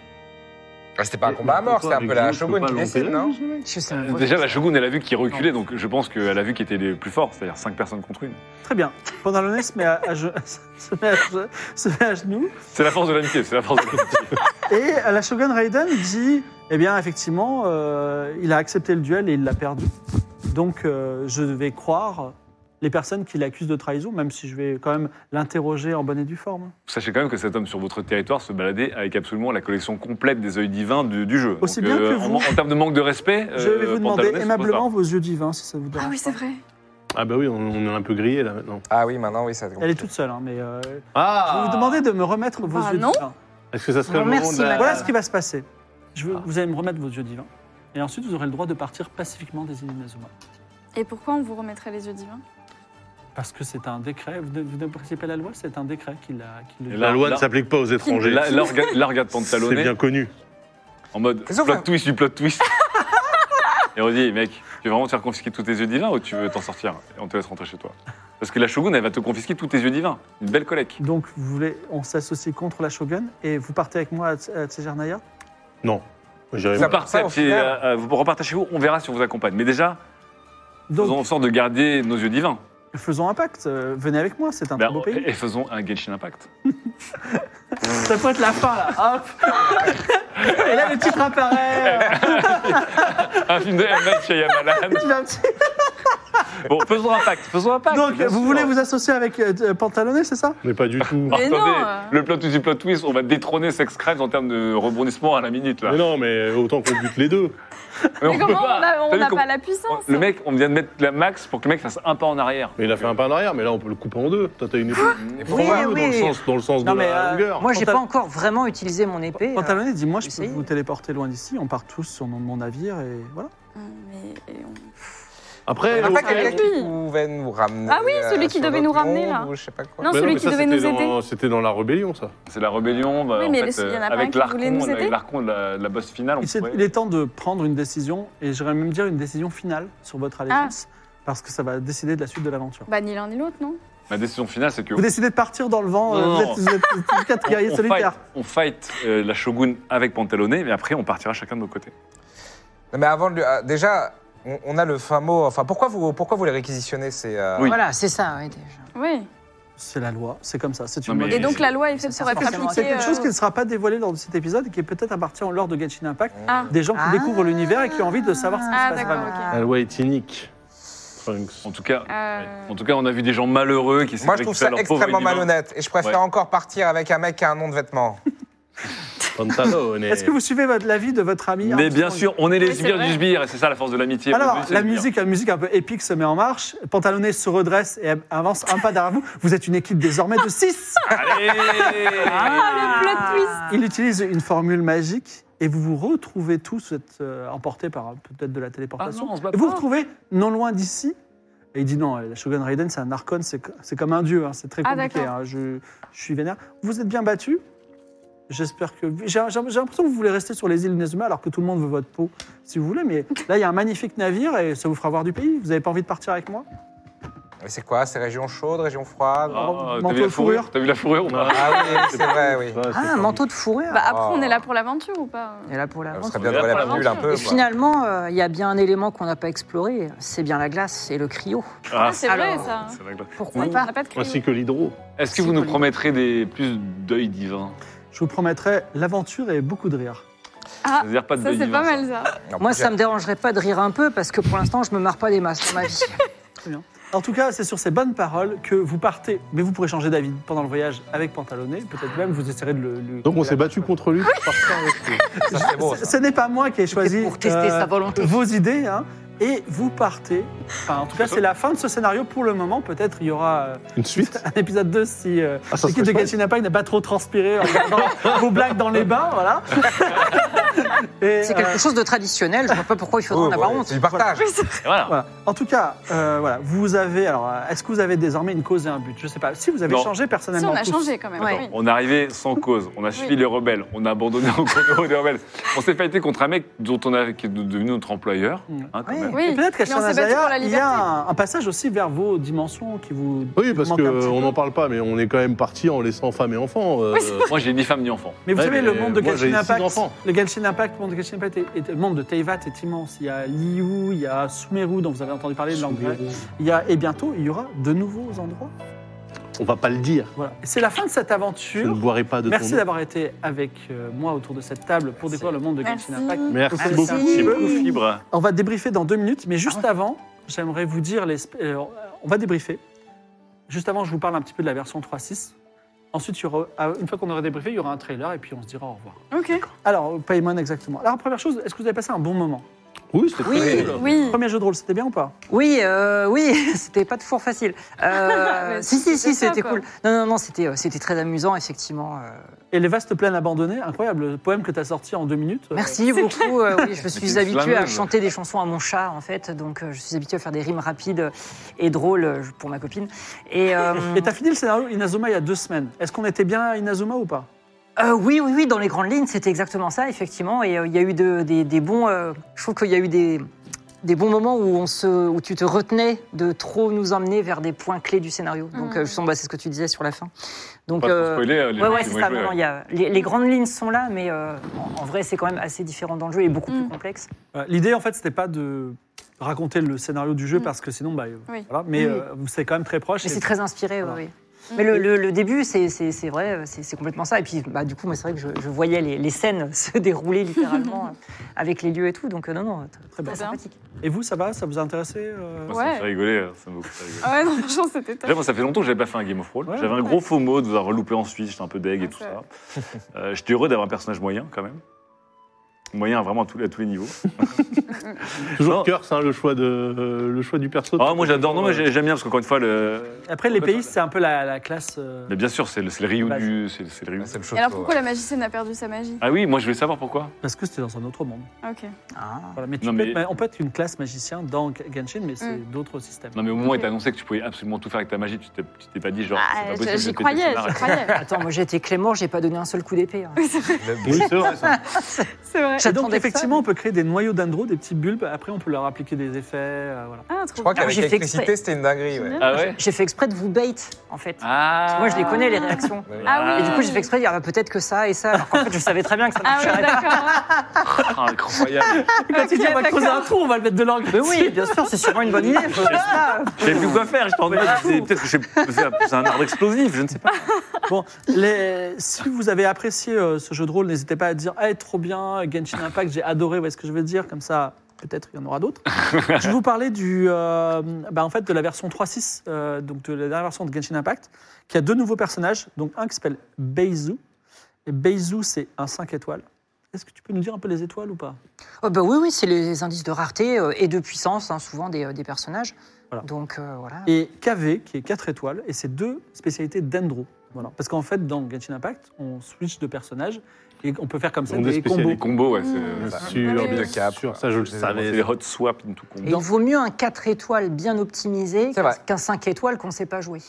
Speaker 4: Ah, C'était pas un combat à mort, c'était un peu la Shogun qui décide, non
Speaker 6: Je sais même pas.
Speaker 2: Déjà, la Shogun, elle a vu qu'il reculait, donc je pense qu'elle a vu qu'il était les plus forts, c'est-à-dire 5 personnes contre une.
Speaker 1: Très bien. Pendant se met à, à, ge- se met à ge- se met à genoux
Speaker 2: C'est la force de l'amitié, c'est la force de l'amitié.
Speaker 1: Et euh, la Shogun Raiden dit Eh bien, effectivement, euh, il a accepté le duel et il l'a perdu. Donc, euh, je vais croire les personnes qui l'accusent de trahison, même si je vais quand même l'interroger en bonne et due forme.
Speaker 2: Sachez quand même que cet homme sur votre territoire se baladait avec absolument la collection complète des œils divins du, du jeu. euh,
Speaker 1: Aussi Oh, bien que
Speaker 2: en-
Speaker 1: vous.
Speaker 2: En, termes de manque de respect,
Speaker 1: je vais
Speaker 2: euh,
Speaker 1: vous demander
Speaker 2: Pantalone, c'est
Speaker 1: aimablement
Speaker 2: pas
Speaker 1: vos yeux divins, si ça vous dérange.
Speaker 3: Ah oui, c'est vrai.
Speaker 5: Ah, bah oui, on, on est un peu grillé là maintenant.
Speaker 4: Ah oui, maintenant, oui, ça
Speaker 1: Elle est toute seule, hein, mais euh, je vais
Speaker 5: Ah
Speaker 1: vous demander de me remettre vos
Speaker 3: Ah
Speaker 1: yeux
Speaker 3: non.
Speaker 1: divins.
Speaker 5: Est-ce que ça serait
Speaker 6: Bah Non,
Speaker 5: le moment
Speaker 2: euh,
Speaker 6: merci,
Speaker 5: de la...
Speaker 6: madame.
Speaker 1: Voilà ce qui va se passer. Je veux- Vous allez me remettre vos yeux divins. Et ensuite, vous aurez le droit de partir pacifiquement des îles Inazuma.
Speaker 3: Et pourquoi on vous remettrait les yeux divins
Speaker 1: Parce que c'est un décret, vous ne, vous ne pratiquez pas la loi, c'est un décret qui, l'a, qui le
Speaker 2: Et
Speaker 5: La
Speaker 2: là-
Speaker 5: loi
Speaker 2: là-
Speaker 5: ne s'applique pas aux étrangers.
Speaker 2: Là, là, regarde, là, regarde
Speaker 5: C'est
Speaker 2: Pantalone
Speaker 5: bien connu.
Speaker 2: en mode
Speaker 4: Qu'est-ce qu'on
Speaker 2: plot
Speaker 4: fait
Speaker 2: twist du plot twist. Et on dit, mec, tu veux vraiment te faire confisquer tous tes yeux divins ou tu veux t'en sortir Et on te laisse rentrer chez toi. Parce que la Shogun, elle va te confisquer tous tes yeux divins. Une belle collecte.
Speaker 1: Donc, vous voulez, on s'associe contre la Shogun et vous partez avec moi à Tse- à Tsejernaya
Speaker 5: Non. J'irai
Speaker 4: Ça-
Speaker 2: Vous, partez,
Speaker 4: au
Speaker 2: puis,
Speaker 4: final-
Speaker 2: euh, euh, vous repartez chez vous, on verra si on vous accompagne. Mais déjà, faisons
Speaker 1: Donc,
Speaker 2: en sorte de garder nos yeux divins.
Speaker 1: faisons un pacte. euh, venez avec moi, c'est un
Speaker 2: Ben,
Speaker 1: très beau pays.
Speaker 2: et faisons un Genshin Impact.
Speaker 1: Ça peut être la fin, là. Hop. et là, le titre apparaît.
Speaker 2: un film de M. Night Shyamalan.
Speaker 1: Tu fais un petit-
Speaker 2: Bon, faisons un pacte, faisons un pacte.
Speaker 1: Donc,
Speaker 2: bien
Speaker 1: vous
Speaker 2: sûr.
Speaker 1: voulez vous associer avec euh, euh, Pantalonnet, c'est ça
Speaker 5: Mais pas du tout.
Speaker 2: Oh,
Speaker 3: Mais
Speaker 2: attendez,
Speaker 3: non, euh.
Speaker 2: le plot twist du plot twist, on va détrôner Sex Crimes en termes de rebondissement à la minute là.
Speaker 5: Mais non, mais autant qu'on bute les deux.
Speaker 2: Mais
Speaker 3: Mais
Speaker 2: on peut
Speaker 3: comment on
Speaker 2: pas.
Speaker 3: a- on
Speaker 2: T'as vu
Speaker 3: n'a
Speaker 2: comment-
Speaker 3: pas la puissance
Speaker 2: Le mec, on vient de mettre la max pour que le mec fasse un pas en arrière.
Speaker 5: Mais il a fait un pas en arrière, mais là on peut le couper en deux. Toi, t'as une épée.
Speaker 6: Oui,
Speaker 5: Dans le
Speaker 6: oui.
Speaker 5: sens- Dans le sens
Speaker 1: Non,
Speaker 5: de
Speaker 1: mais,
Speaker 5: la
Speaker 1: euh,
Speaker 5: longueur.
Speaker 6: Moi, j'ai
Speaker 1: Pantal-
Speaker 6: pas encore vraiment utilisé mon épée. euh,
Speaker 1: Pantalonnet dit Moi, je peux
Speaker 6: Essayez.
Speaker 1: vous téléporter loin d'ici. On part tous sur mon- mon navire et voilà.
Speaker 3: Hum, mais- et on-
Speaker 4: Il n'y
Speaker 5: Après,
Speaker 4: a
Speaker 5: au
Speaker 4: pas
Speaker 3: Ah,
Speaker 4: quelqu'un
Speaker 5: final-
Speaker 3: oui.
Speaker 4: qui pouvait nous ramener.
Speaker 3: Ah oui, celui
Speaker 4: euh,
Speaker 3: qui
Speaker 4: sur
Speaker 3: devait nous
Speaker 4: notre
Speaker 3: ramener,
Speaker 4: monde
Speaker 3: là.
Speaker 4: ou je sais pas quoi.
Speaker 3: Non,
Speaker 5: Mais
Speaker 3: celui
Speaker 5: mais
Speaker 3: qui
Speaker 5: ça,
Speaker 3: devait nous
Speaker 5: c'était
Speaker 3: aider.
Speaker 5: dans- C'était dans la rébellion, ça.
Speaker 2: C'est la rébellion. bah,
Speaker 3: Oui,
Speaker 2: en
Speaker 3: mais
Speaker 2: fait,
Speaker 3: il y en a
Speaker 2: euh,
Speaker 3: pas un
Speaker 2: avec
Speaker 3: qui voulait nous
Speaker 2: l'arcon, avec
Speaker 3: aider
Speaker 2: l'arcon de la, la boss finale. on
Speaker 1: Il, s'est-
Speaker 2: pourrait-
Speaker 1: il est temps de prendre une décision, et j'aurais même dire une décision finale sur votre allégeance,
Speaker 3: Ah.
Speaker 1: parce que ça va décider de la suite de l'aventure.
Speaker 3: Bah, ni l'un ni l'autre, non
Speaker 2: Ma décision finale, c'est que
Speaker 1: Vous décidez de partir dans le vent, euh,
Speaker 2: Non,
Speaker 1: vous, êtes, vous êtes- vous êtes quatre guerriers
Speaker 2: on
Speaker 1: solitaires.
Speaker 2: fight, on fight, euh, la shogun avec Pantalone, mais après on partira chacun de nos côtés.
Speaker 4: Non, mais avant de lui- ah, déjà, on, on a le fin mot. Enfin, pourquoi vous, pourquoi vous les réquisitionnez ces, euh,
Speaker 2: Oui.
Speaker 6: Voilà, c'est ça, ouais, déjà.
Speaker 3: Oui.
Speaker 1: C'est la loi, c'est comme ça, c'est
Speaker 2: Non,
Speaker 1: une
Speaker 2: mais-
Speaker 1: loi.
Speaker 3: Et donc la loi est faite
Speaker 6: Ça
Speaker 3: sur être
Speaker 6: forcément
Speaker 1: C'est
Speaker 3: appliquée.
Speaker 1: quelque chose
Speaker 3: euh,
Speaker 1: qui ne sera pas dévoilé lors de cet épisode, et qui est peut-être appartient lors de Genshin Impact,
Speaker 3: Ah.
Speaker 1: des gens qui
Speaker 6: Ah.
Speaker 1: découvrent l'univers et qui ont envie de savoir ce qui
Speaker 3: Ah,
Speaker 1: se passe
Speaker 3: d'accord,
Speaker 1: vraiment.
Speaker 3: ok.
Speaker 5: La loi est inique. Trunks.
Speaker 2: En tout cas,
Speaker 3: Euh,
Speaker 2: en tout cas, on a vu des gens malheureux qui
Speaker 4: Moi, je trouve ça
Speaker 2: récupérer leur pauvre
Speaker 4: extrêmement
Speaker 2: humain.
Speaker 4: malhonnête. Et je préfère
Speaker 2: Ouais.
Speaker 4: encore partir avec un mec qui a un nom de vêtement.
Speaker 5: Pantalone.
Speaker 1: Est-ce que vous suivez votre, la vie de votre ami
Speaker 2: Mais
Speaker 1: Armstrong
Speaker 2: bien sûr, on est les
Speaker 3: Oui, c'est
Speaker 2: sbires
Speaker 3: vrai.
Speaker 2: du sbire, et c'est ça la force de l'amitié.
Speaker 1: Alors,
Speaker 2: Parce que
Speaker 1: la
Speaker 2: c'est le
Speaker 1: musique, la musique un peu épique se met en marche. Pantalonnet se redresse et avance un pas derrière vous. Vous êtes une équipe désormais de 6
Speaker 2: sbire. Allez
Speaker 3: Ah, le plot twist
Speaker 1: Il utilise une formule magique et vous vous retrouvez tous, vous êtes euh, emportés par euh, peut-être de la téléportation.
Speaker 2: Ah non, on se bat
Speaker 1: et vous vous
Speaker 2: pas.
Speaker 1: retrouvez non loin d'ici. Et il dit non, la Shogun Raiden, c'est un archon, c'est co- c'est comme un dieu, hein, c'est très
Speaker 3: Ah,
Speaker 1: compliqué.
Speaker 3: d'accord.
Speaker 1: hein, je, je suis vénère. Vous êtes bien battus. J'espère que. J'ai j'ai- j'ai l'impression que vous voulez rester sur les îles Nezuma alors que tout le monde veut votre peau, si vous voulez. Mais là, il y a un magnifique navire et ça vous fera voir du pays. Vous n'avez pas envie de partir avec moi
Speaker 4: Mais c'est quoi C'est région chaude, région froide
Speaker 2: Ah, T'as
Speaker 1: Manteau
Speaker 2: vu la
Speaker 1: de fourrure.
Speaker 2: fourrure T'as vu la fourrure ou pas
Speaker 4: Ah oui, c'est vrai, oui.
Speaker 5: Ça, c'est
Speaker 6: Ah, un
Speaker 5: pas-
Speaker 6: manteau de fourrure.
Speaker 3: Bah, après,
Speaker 4: Oh.
Speaker 3: on est là pour l'aventure ou pas
Speaker 6: Et là pour la
Speaker 4: On
Speaker 6: vente.
Speaker 4: serait bien bah.
Speaker 2: On est là
Speaker 4: devant la
Speaker 2: pour
Speaker 4: bulle un
Speaker 3: l'aventure.
Speaker 4: peu.
Speaker 6: Et
Speaker 4: quoi.
Speaker 6: finalement, euh, il y a bien un élément qu'on n'a pas exploré, c'est bien la glace et le cryo.
Speaker 3: Ah, c'est vrai,
Speaker 6: alors,
Speaker 3: ça.
Speaker 2: c'est la glace.
Speaker 6: Pourquoi
Speaker 3: Oui, on
Speaker 6: pas
Speaker 3: n'a pas de crayon.
Speaker 5: Ainsi que l'hydro.
Speaker 1: Ah,
Speaker 2: Est-ce que vous nous promettrez des plus d'œil divin
Speaker 1: Je vous promettrai l'aventure et beaucoup de rire.
Speaker 3: Ah,
Speaker 2: C'est-à-dire pas de
Speaker 3: Ça,
Speaker 2: deuil
Speaker 3: c'est
Speaker 2: divin.
Speaker 3: pas mal, ça.
Speaker 4: Non,
Speaker 6: euh, Moi,
Speaker 4: j'ai-
Speaker 6: ça me dérangerait pas de rire un peu parce que pour l'instant, je me marre pas des masses dans ma vie.
Speaker 1: En tout cas, c'est sur ces bonnes paroles que vous partez. Mais vous pourrez changer d'avis pendant le voyage avec Pantalonnet. Peut-être même vous essaierez de le. le-
Speaker 5: Donc on
Speaker 1: la-
Speaker 5: s'est battu contre lui pour partir avec lui.
Speaker 4: Ça, c'est beau,
Speaker 1: Ce
Speaker 4: ça.
Speaker 1: ce n'est pas moi qui ai choisi
Speaker 6: C'était pour tester
Speaker 1: euh,
Speaker 6: sa volonté.
Speaker 1: vos idées. hein. et vous partez. Enfin, en tout cas, c'est la fin de ce scénario pour le moment. Peut-être il y aura euh,
Speaker 5: Une suite
Speaker 1: un épisode 2 si euh,
Speaker 5: Ah, ça
Speaker 1: l'équipe de
Speaker 5: serait
Speaker 1: Genshin Impact n'a pas trop transpiré en regardant vos blagues dans les bains. Voilà. Et,
Speaker 6: C'est
Speaker 1: euh,
Speaker 6: quelque chose de traditionnel, je vois pas pourquoi il faudrait en
Speaker 4: Oh,
Speaker 6: avoir
Speaker 4: ouais,
Speaker 6: honte.
Speaker 4: c'est du partage.
Speaker 2: Et voilà.
Speaker 1: Voilà. En tout cas, euh, voilà, vous avez. Alors, euh, est-ce que vous avez désormais une cause et un but Je ne sais pas. Si vous avez
Speaker 2: Non.
Speaker 1: changé
Speaker 3: Si,
Speaker 1: personnellement.
Speaker 3: on a
Speaker 1: tous.
Speaker 3: changé quand même.
Speaker 6: Ouais.
Speaker 3: oui.
Speaker 2: On est arrivé sans cause, on a suivi
Speaker 3: Oui.
Speaker 2: les rebelles, on a abandonné en cours des rebelles. On s'est fighté contre un mec dont on a, qui est devenu notre employeur.
Speaker 1: Mm.
Speaker 2: hein, quand
Speaker 6: Oui.
Speaker 2: même.
Speaker 1: Et
Speaker 3: Oui,
Speaker 1: Peut-être qu'à
Speaker 3: mais on s'est battu pour
Speaker 1: Shanazaya,
Speaker 3: la
Speaker 1: il y a
Speaker 3: liberté.
Speaker 1: un, un passage aussi vers vos dimensions qui vous.
Speaker 5: Oui,
Speaker 1: qui
Speaker 5: parce
Speaker 1: vous manquent un petit
Speaker 5: qu'on
Speaker 1: peu.
Speaker 5: n'en parle pas, mais on est quand même parti en laissant femme et enfant. euh,
Speaker 2: Moi, j'ai ni femme ni enfant.
Speaker 1: Mais vous
Speaker 5: Ouais,
Speaker 1: savez,
Speaker 5: mais
Speaker 1: le monde de
Speaker 5: moi, j'ai
Speaker 1: Genshin
Speaker 5: six
Speaker 1: Impact,
Speaker 5: enfants.
Speaker 1: le Genshin Impact, le monde de Genshin Impact est- est- le monde de Teyvat est immense. Il y a Liu, il y a Sumeru dont vous avez entendu parler de l'anglais. Il y a et bientôt il y aura de nouveaux endroits.
Speaker 5: on va pas le dire.
Speaker 1: Voilà. Et C'est la fin de cette
Speaker 5: Je ne
Speaker 1: aventure.
Speaker 5: boirai pas de
Speaker 1: Merci
Speaker 5: ton eau.
Speaker 1: d'avoir été avec euh, moi autour de cette table pour découvrir le monde de Genshin
Speaker 3: Merci.
Speaker 1: Impact.
Speaker 5: Merci
Speaker 1: Ah, Merci.
Speaker 5: beaucoup.
Speaker 2: J'ai
Speaker 1: Oui.
Speaker 2: beaucoup de fibres.
Speaker 1: On va débriefer dans deux minutes, mais juste
Speaker 6: Ah.
Speaker 1: avant, j'aimerais vous dire. Les... sp- euh, on va débriefer. Juste avant, je vous parle un petit peu de la version 3.6. Ensuite, il y aura- euh, une fois qu'on aura débriefé, il y aura un trailer et puis on se dira au revoir.
Speaker 3: Ok.
Speaker 1: Alors, Paymon, exactement. Alors, première chose, est-ce que vous avez passé un bon moment
Speaker 7: Oui, c'était
Speaker 6: Oui.
Speaker 7: très cool.
Speaker 3: Oui.
Speaker 1: Premier jeu de rôle, c'était bien ou pas
Speaker 6: Oui, euh, oui, c'était pas toujours facile. Euh,
Speaker 3: Mais
Speaker 6: si, si, si,
Speaker 3: c'était ça,
Speaker 6: c'était
Speaker 3: quoi.
Speaker 6: cool. Non, non, non, c'était, euh, c'était très amusant, effectivement. euh.
Speaker 1: Et les vastes plaines abandonnées, incroyable. Le poème que tu as sorti en deux minutes. euh,
Speaker 6: Merci beaucoup. euh, oui, je
Speaker 2: t'es
Speaker 6: suis habituée à
Speaker 2: flammeuse.
Speaker 6: chanter des chansons à mon chat, en fait. Donc, euh, je suis habituée à faire des rimes rapides et drôles euh, pour ma copine. Et, euh,
Speaker 1: Et t'as fini le scénario Inazuma il y a deux semaines. Est-ce qu'on était bien à Inazuma ou pas
Speaker 6: euh, oui, oui, oui, dans les grandes lignes, c'était exactement ça, effectivement. Et euh, il y a eu de- des, des bons. euh, je trouve qu'il y a eu des, des bons moments où, on se, où tu te retenais de trop nous emmener vers des points clés du scénario. Donc,
Speaker 3: Mhm.
Speaker 6: euh, je sens, bah, c'est ce que tu disais sur la fin. Donc,
Speaker 2: Pas trop
Speaker 6: euh,
Speaker 2: spoiler euh, les
Speaker 6: Ouais,
Speaker 2: gens
Speaker 6: ouais,
Speaker 2: qui
Speaker 6: c'est
Speaker 2: vont
Speaker 6: ça.
Speaker 2: jouer,
Speaker 6: non,
Speaker 2: ouais.
Speaker 6: non, il y a- les, les grandes lignes sont là, mais euh, en, en vrai, c'est quand même assez différent dans le jeu et beaucoup plus
Speaker 3: Mm.
Speaker 6: complexe.
Speaker 1: Euh, L'idée, en fait, c'était pas de raconter le scénario du jeu
Speaker 3: Mm.
Speaker 1: parce que sinon, bah, euh,
Speaker 3: Oui.
Speaker 1: voilà. Mais
Speaker 6: Oui.
Speaker 1: euh, c'est quand même très proche.
Speaker 6: Mais
Speaker 1: et-
Speaker 6: c'est très inspiré, ouais,
Speaker 1: Voilà.
Speaker 6: oui. Mais le, le- le début, c'est c'est- c'est vrai, euh, c'est c'est complètement ça. Et puis, bah, du coup, moi, c'est vrai que je, je voyais les, les scènes se dérouler littéralement euh, avec les lieux et tout. Donc, euh, non, non, t-
Speaker 1: Très bien.
Speaker 6: très sympathique.
Speaker 1: Et vous, ça va Ça vous a intéressé euh,
Speaker 2: Moi, Ça me
Speaker 3: Ouais.
Speaker 2: fait rigoler, euh, ça m'a beaucoup fait rigoler.
Speaker 3: Ah ouais, non, franchement, c'était top.
Speaker 2: Déjà, moi, ça fait longtemps que j'avais pas fait un Game of Roll.
Speaker 1: Ouais.
Speaker 2: J'avais un gros faux mot de vous avoir reloupé en Suisse, j'étais un peu deg et
Speaker 3: Ouais,
Speaker 2: tout
Speaker 3: c'est
Speaker 2: ça. Euh, j'étais heureux d'avoir un personnage moyen quand même. Moyen vraiment à tous, à tous les niveaux.
Speaker 5: Toujours
Speaker 2: Non.
Speaker 5: curse, hein, le, choix de, euh, le choix du perso.
Speaker 2: Ah, moi j'adore, non, moi j'ai- j'aime bien parce qu'encore une fois, le...
Speaker 1: Après, les pays, c'est un peu la, la classe. euh,
Speaker 2: Mais bien sûr, c'est le, c'est le Ryu
Speaker 1: Base.
Speaker 2: du. C'est c'est le Ryu.
Speaker 4: C'est le
Speaker 3: Et
Speaker 4: chocolat.
Speaker 3: alors pourquoi la magicienne a perdu sa magie
Speaker 2: Ah oui, moi je voulais savoir pourquoi.
Speaker 1: Parce que c'était dans un autre monde.
Speaker 3: Ah, Ok.
Speaker 6: Ah.
Speaker 1: Voilà, mais tu
Speaker 2: Non,
Speaker 1: peux
Speaker 2: mais-
Speaker 1: être ma- on peut être une classe magicien dans G- Genshin, mais c'est
Speaker 6: Mm.
Speaker 1: d'autres systèmes.
Speaker 2: Non, mais au moment où il
Speaker 3: Ok.
Speaker 2: t'a annoncé que tu pouvais absolument tout faire avec ta magie, tu t'es tu t'es pas dit genre. c'est pas
Speaker 3: Ah,
Speaker 2: possible, je vais
Speaker 3: j'y
Speaker 2: péter
Speaker 3: croyais,
Speaker 2: le scénar.
Speaker 3: j'y croyais. Ah,
Speaker 6: Attends, moi, j'ai été Clément, j'ai pas donné un seul coup d'épée. hein.
Speaker 4: Le-
Speaker 5: Oui, c'est vrai, ça.
Speaker 3: C'est vrai.
Speaker 1: Et
Speaker 6: J'attendais
Speaker 1: donc,
Speaker 6: que ça,
Speaker 1: effectivement, on peut créer des noyaux d'andro, des petits bulbes. Après, on peut leur appliquer des effets. euh, voilà.
Speaker 3: Ah,
Speaker 4: Je
Speaker 3: trop
Speaker 4: crois
Speaker 3: bien.
Speaker 4: qu'avec
Speaker 6: j'ai fait
Speaker 4: l'électricité,
Speaker 6: exprès.
Speaker 4: c'était une dinguerie. ouais.
Speaker 2: Ah ouais
Speaker 6: J'ai fait exprès de vous bait, en fait.
Speaker 2: Ah
Speaker 6: Moi, je les connais, les réactions.
Speaker 4: Ouais.
Speaker 3: Ah oui.
Speaker 6: Et du coup, j'ai fait exprès de dire ah, bah, peut-être que ça et ça. Alors qu'en fait, je savais très bien que ça
Speaker 3: Ah
Speaker 6: marcherait
Speaker 3: oui, d'accord.
Speaker 2: Ah, Incroyable
Speaker 1: Et quand il dit on va creuser un trou, on va le mettre de l'angle.
Speaker 6: Mais oui, bien sûr, c'est sûrement une bonne idée. faut faire ça.
Speaker 2: Je savais plus quoi faire, j'étais en mode. c'est- Peut-être que je vais faire- c'est un arbre explosif, je ne sais pas.
Speaker 1: Bon, les- si vous avez apprécié euh, ce jeu de rôle, n'hésitez pas à dire hey, trop bien, Genshin Impact, j'ai adoré, vous voyez ce que je veux dire Comme ça, peut-être il y en aura d'autres. je vais vous parler du, euh, bah, en fait, de la version 3.6, euh, donc de la dernière version de Genshin Impact, qui a deux nouveaux personnages. Donc un qui s'appelle Beizu. Et Beizu, c'est un 5 étoiles. Est-ce que tu peux nous dire un peu les étoiles ou pas
Speaker 6: Oh, bah oui, oui, c'est les indices de rareté euh, et de puissance, hein, souvent des, euh, des personnages.
Speaker 1: Voilà.
Speaker 6: Donc euh, voilà.
Speaker 1: Et KV, qui est 4 étoiles, et c'est deux spécialités d'Endro. Voilà. Parce qu'en fait, dans Genshin Impact, on switch de personnages et on peut faire comme ça
Speaker 5: On est
Speaker 1: des
Speaker 5: spécialisé.
Speaker 1: combos.
Speaker 2: Les combos, ouais,
Speaker 3: Mmh.
Speaker 2: c'est.
Speaker 5: Bien
Speaker 4: Ça,
Speaker 5: sûr,
Speaker 3: oui,
Speaker 5: bien
Speaker 4: oui. Cap,
Speaker 5: sûr, ça je le
Speaker 4: c'est-
Speaker 2: C'est
Speaker 5: savais.
Speaker 2: les hot swap into combo.
Speaker 6: Et il vaut mieux un 4 étoiles bien optimisé
Speaker 4: C'est vrai.
Speaker 6: qu'un 5 étoiles qu'on ne sait pas jouer.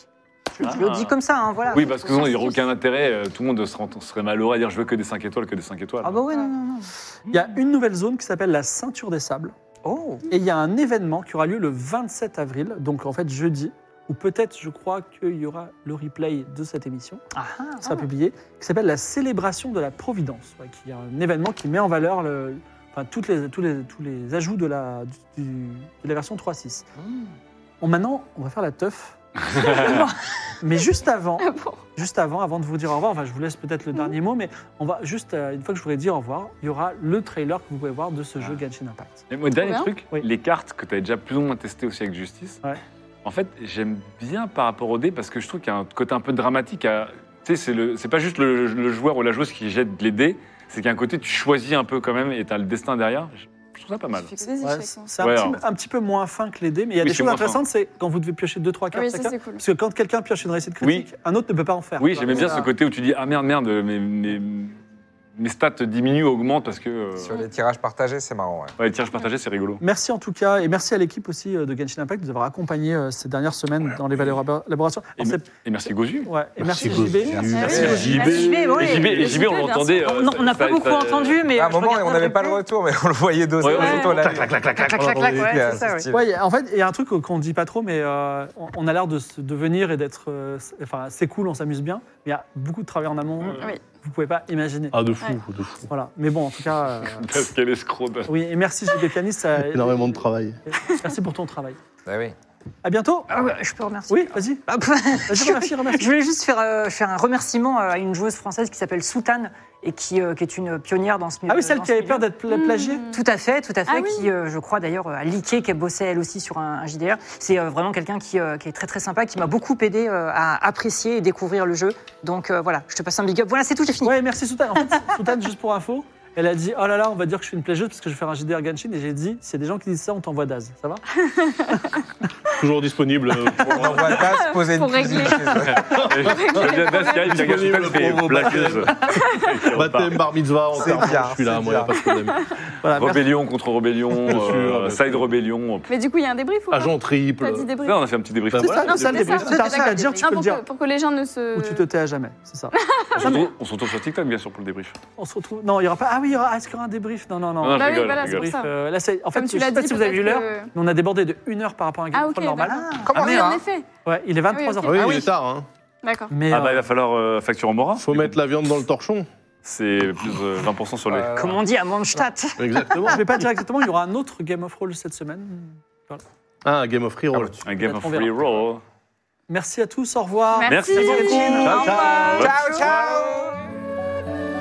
Speaker 6: Je, je
Speaker 2: Ah.
Speaker 6: le dis comme ça, hein, voilà.
Speaker 2: Oui,
Speaker 4: bah-
Speaker 2: parce que sinon, il n'y aurait aucun intérêt. euh, Tout le monde serait, serait malheureux à dire je veux que des 5 étoiles, que des 5 étoiles.
Speaker 6: Ah bah ouais, non, non, non.
Speaker 1: Il y a une nouvelle zone qui s'appelle la Ceinture des Sables.
Speaker 6: Oh,
Speaker 1: Et il y a un événement qui aura lieu le 27 avril, donc en fait jeudi, ou peut-être je crois qu'il y aura le replay de cette émission,
Speaker 6: ah, ah.
Speaker 1: qui sera publié, qui s'appelle la Célébration de la Providence, ouais, qui est un événement qui met en valeur le- enfin, toutes les, tous, les, tous les ajouts de la, du- de la version 3.6.
Speaker 3: Hmm.
Speaker 6: Mm.
Speaker 1: Bon, maintenant, on va faire la teuf. Mais juste avant,
Speaker 3: Ah bon Hmm.
Speaker 1: juste avant, avant de vous dire au revoir, enfin, je vous laisse peut-être le dernier mot, mais on va juste, euh, une fois que je vous ai dit au revoir, il y aura le trailer que vous pouvez voir de ce jeu
Speaker 3: Ah.
Speaker 1: Genshin Impact.
Speaker 2: Et moi, dernier
Speaker 3: Trop bien.
Speaker 2: truc,
Speaker 1: Oui.
Speaker 2: les cartes que tu avais déjà plus ou moins testées aussi avec Justice.
Speaker 1: Ouais.
Speaker 2: En fait, j'aime bien par rapport au dé parce que je trouve qu'il y a un côté un peu dramatique. À... Tu sais, c'est le- c'est pas juste le, le joueur ou la joueuse qui jette les dés, c'est qu'il y a un côté tu choisis un peu quand même et tu as le destin derrière. Je je trouve ça pas mal.
Speaker 3: J'ai fait que des
Speaker 1: Ouais,
Speaker 3: échecs.
Speaker 1: c'est
Speaker 3: hein.
Speaker 1: c'est un,
Speaker 2: Ouais,
Speaker 1: petit-
Speaker 2: alors.
Speaker 1: un petit peu moins fin que les dés, mais il y a
Speaker 2: Oui,
Speaker 1: des
Speaker 2: c'est
Speaker 1: choses
Speaker 2: moins fin.
Speaker 1: intéressantes, c'est quand vous devez piocher 2-3 cartes
Speaker 3: Oui, ça
Speaker 1: chacun,
Speaker 3: c'est cool.
Speaker 1: parce que quand quelqu'un pioche une réussite critique, un autre ne peut pas en faire.
Speaker 2: Oui,
Speaker 1: tu vois.
Speaker 2: j'aimais bien
Speaker 6: ça.
Speaker 2: ce côté où tu dis ah merde, merde, mes, mes, mes stats diminuent, augmentent parce que. euh,
Speaker 4: Sur les tirages partagés, c'est marrant. ouais.
Speaker 2: Ouais, le tirage partagé, c'est rigolo.
Speaker 1: Merci en tout cas, et merci à l'équipe aussi euh, de Genshin Impact de nous avoir accompagnés euh, ces dernières semaines dans les élaborations.
Speaker 2: Et, me- et merci Gozu.
Speaker 1: ouais, et merci,
Speaker 5: beaucoup.
Speaker 1: JB.
Speaker 3: Merci,
Speaker 2: Et
Speaker 6: Ah, JB, ouais.
Speaker 2: Et JB, et JB, on
Speaker 3: bien sûr.
Speaker 2: l'entendait. euh,
Speaker 6: On on n'a pas beaucoup entendu, mais. euh,
Speaker 4: À un
Speaker 6: je
Speaker 4: moment,
Speaker 6: regarde
Speaker 4: on
Speaker 6: la
Speaker 4: n'avait pas le
Speaker 6: replay.
Speaker 4: retour, mais on le voyait doser
Speaker 2: Ouais, ouais,
Speaker 4: les photos
Speaker 3: ouais.
Speaker 4: là.
Speaker 5: Clac, clac, clac, clac, clac,
Speaker 6: Clac, clac, clac, ouais, c'est ça, ouais.
Speaker 4: stylé.
Speaker 1: Ouais, y a- en fait, il y a un truc qu'on ne dit pas trop, mais euh, on, on a l'air de, se- de venir et d'être. euh, c'est- enfin, c'est cool, on s'amuse bien, mais il y a beaucoup de travail en amont, euh,
Speaker 3: Oui.
Speaker 1: vous ne pouvez pas imaginer.
Speaker 5: Ah, de fou, de fou.
Speaker 1: Voilà, mais bon, en tout cas. euh,
Speaker 2: Parce qu'elle est scrobe.
Speaker 1: oui, et merci, JB Pianiste. ça-
Speaker 5: Énormément de travail.
Speaker 1: Merci pour ton travail.
Speaker 4: Ah oui.
Speaker 1: À bientôt.
Speaker 6: Ah ouais, je peux remercier.
Speaker 1: Oui, vas-y.
Speaker 6: Hop.
Speaker 1: Vas-y, remercie, remercie.
Speaker 6: Je voulais juste faire, euh, faire un remerciement à une joueuse française qui s'appelle Soutane et qui, euh, qui est une pionnière dans ce milieu.
Speaker 1: Ah oui, celle
Speaker 6: dans
Speaker 1: qui
Speaker 6: ce
Speaker 1: avait
Speaker 6: milieu.
Speaker 1: peur d'être pla- plagiée.
Speaker 6: Tout à fait, tout à fait.
Speaker 3: Ah oui.
Speaker 6: qui, euh, je crois d'ailleurs, euh, a leaké qu'elle bossait elle aussi sur un, un JDR. C'est euh, vraiment quelqu'un qui, euh, qui est très très sympa, qui m'a beaucoup aidé euh, à apprécier et découvrir le jeu. Donc euh, voilà, je te passe un big up. Voilà, c'est tout, j'ai fini.
Speaker 1: Ouais, merci Soutane. En fait, Soutane, juste pour info, Elle a dit Oh là là, on va dire que je suis une plaigeuse parce que je vais faire un GD Arganshin. Et j'ai dit S'il y a des gens qui disent ça, on t'envoie Daz. Ça va
Speaker 7: Toujours disponible. euh, pour-
Speaker 4: On envoie Daz poser une
Speaker 3: Pour
Speaker 4: cuisine
Speaker 3: régler.
Speaker 4: chez eux.
Speaker 3: Ah,
Speaker 5: Baptême, bar mitzvah, en
Speaker 4: C'est bien,
Speaker 5: je suis là,
Speaker 4: c'est
Speaker 5: moi, il n'y
Speaker 4: bien.
Speaker 5: a pas de problème.
Speaker 1: Voilà, merci.
Speaker 2: Rébellion contre rébellion,
Speaker 7: Bien sûr,
Speaker 2: euh,
Speaker 7: bien sûr.
Speaker 2: side rébellion.
Speaker 3: Mais du coup, il y a un débrief ou pas
Speaker 5: Agent
Speaker 3: T'as
Speaker 5: triple.
Speaker 3: dit débrief.
Speaker 2: Là, on a fait un petit débrief.
Speaker 5: Bah
Speaker 1: C'est
Speaker 5: voilà,
Speaker 1: ça, c'est ça, le
Speaker 3: c'est
Speaker 1: débrief.
Speaker 3: Ah, ça.
Speaker 1: Si T'as un truc à dire, tu
Speaker 3: Ah,
Speaker 1: peux le
Speaker 3: pour,
Speaker 1: dire.
Speaker 3: que, pour que les gens ne se.
Speaker 1: Ou tu te tais à jamais, c'est ça.
Speaker 2: On se retrouve- On se retrouve sur TikTok, bien sûr, pour le débrief.
Speaker 1: On se retrouve. Non, il y aura pas. Ah oui, il y aura. ah, Est-ce qu'il y aura un débrief Non, non, non.
Speaker 2: Non, non, je
Speaker 3: Bah oui,
Speaker 2: rigole,
Speaker 3: voilà,
Speaker 2: je
Speaker 3: c'est
Speaker 2: rigole.
Speaker 3: pour
Speaker 1: Débrief,
Speaker 3: ça.
Speaker 1: euh, là, c'est- en fait,
Speaker 3: Comme tu
Speaker 1: je
Speaker 3: l'as
Speaker 1: sais pas
Speaker 3: dit.
Speaker 1: si vous avez vu
Speaker 3: peut-être
Speaker 1: l'heure,
Speaker 3: que-
Speaker 1: mais on a débordé de une heure par rapport à un
Speaker 3: Ah,
Speaker 1: Game
Speaker 3: ok.
Speaker 1: normal.
Speaker 3: d'accord.
Speaker 4: Comment
Speaker 3: Ah
Speaker 4: on
Speaker 3: oui,
Speaker 4: est,
Speaker 3: en
Speaker 4: hein
Speaker 3: effet.
Speaker 1: Ouais, il est 23h.
Speaker 5: Ah oui,
Speaker 3: Ah
Speaker 5: il
Speaker 3: oui.
Speaker 5: est tard, hein.
Speaker 3: D'accord.
Speaker 1: Mais
Speaker 2: Ah bah,
Speaker 1: euh,
Speaker 2: il va falloir euh, facturer en Mora.
Speaker 5: Faut mettre la viande dans le torchon.
Speaker 2: C'est plus de 20% sur les.
Speaker 4: Euh,
Speaker 6: Comme on dit à Mondstadt.
Speaker 5: Exactement.
Speaker 1: je vais pas dire exactement, il y aura un autre Game of Roll cette semaine.
Speaker 5: Ah, Game of Free
Speaker 4: Ah
Speaker 5: Roll.
Speaker 4: bah, tu-
Speaker 2: Un game of
Speaker 1: on verra.
Speaker 2: free roll.
Speaker 1: Merci à tous, au revoir.
Speaker 3: Merci,
Speaker 2: Merci
Speaker 3: beaucoup.
Speaker 1: beaucoup.
Speaker 3: Au revoir.
Speaker 4: Ciao, ciao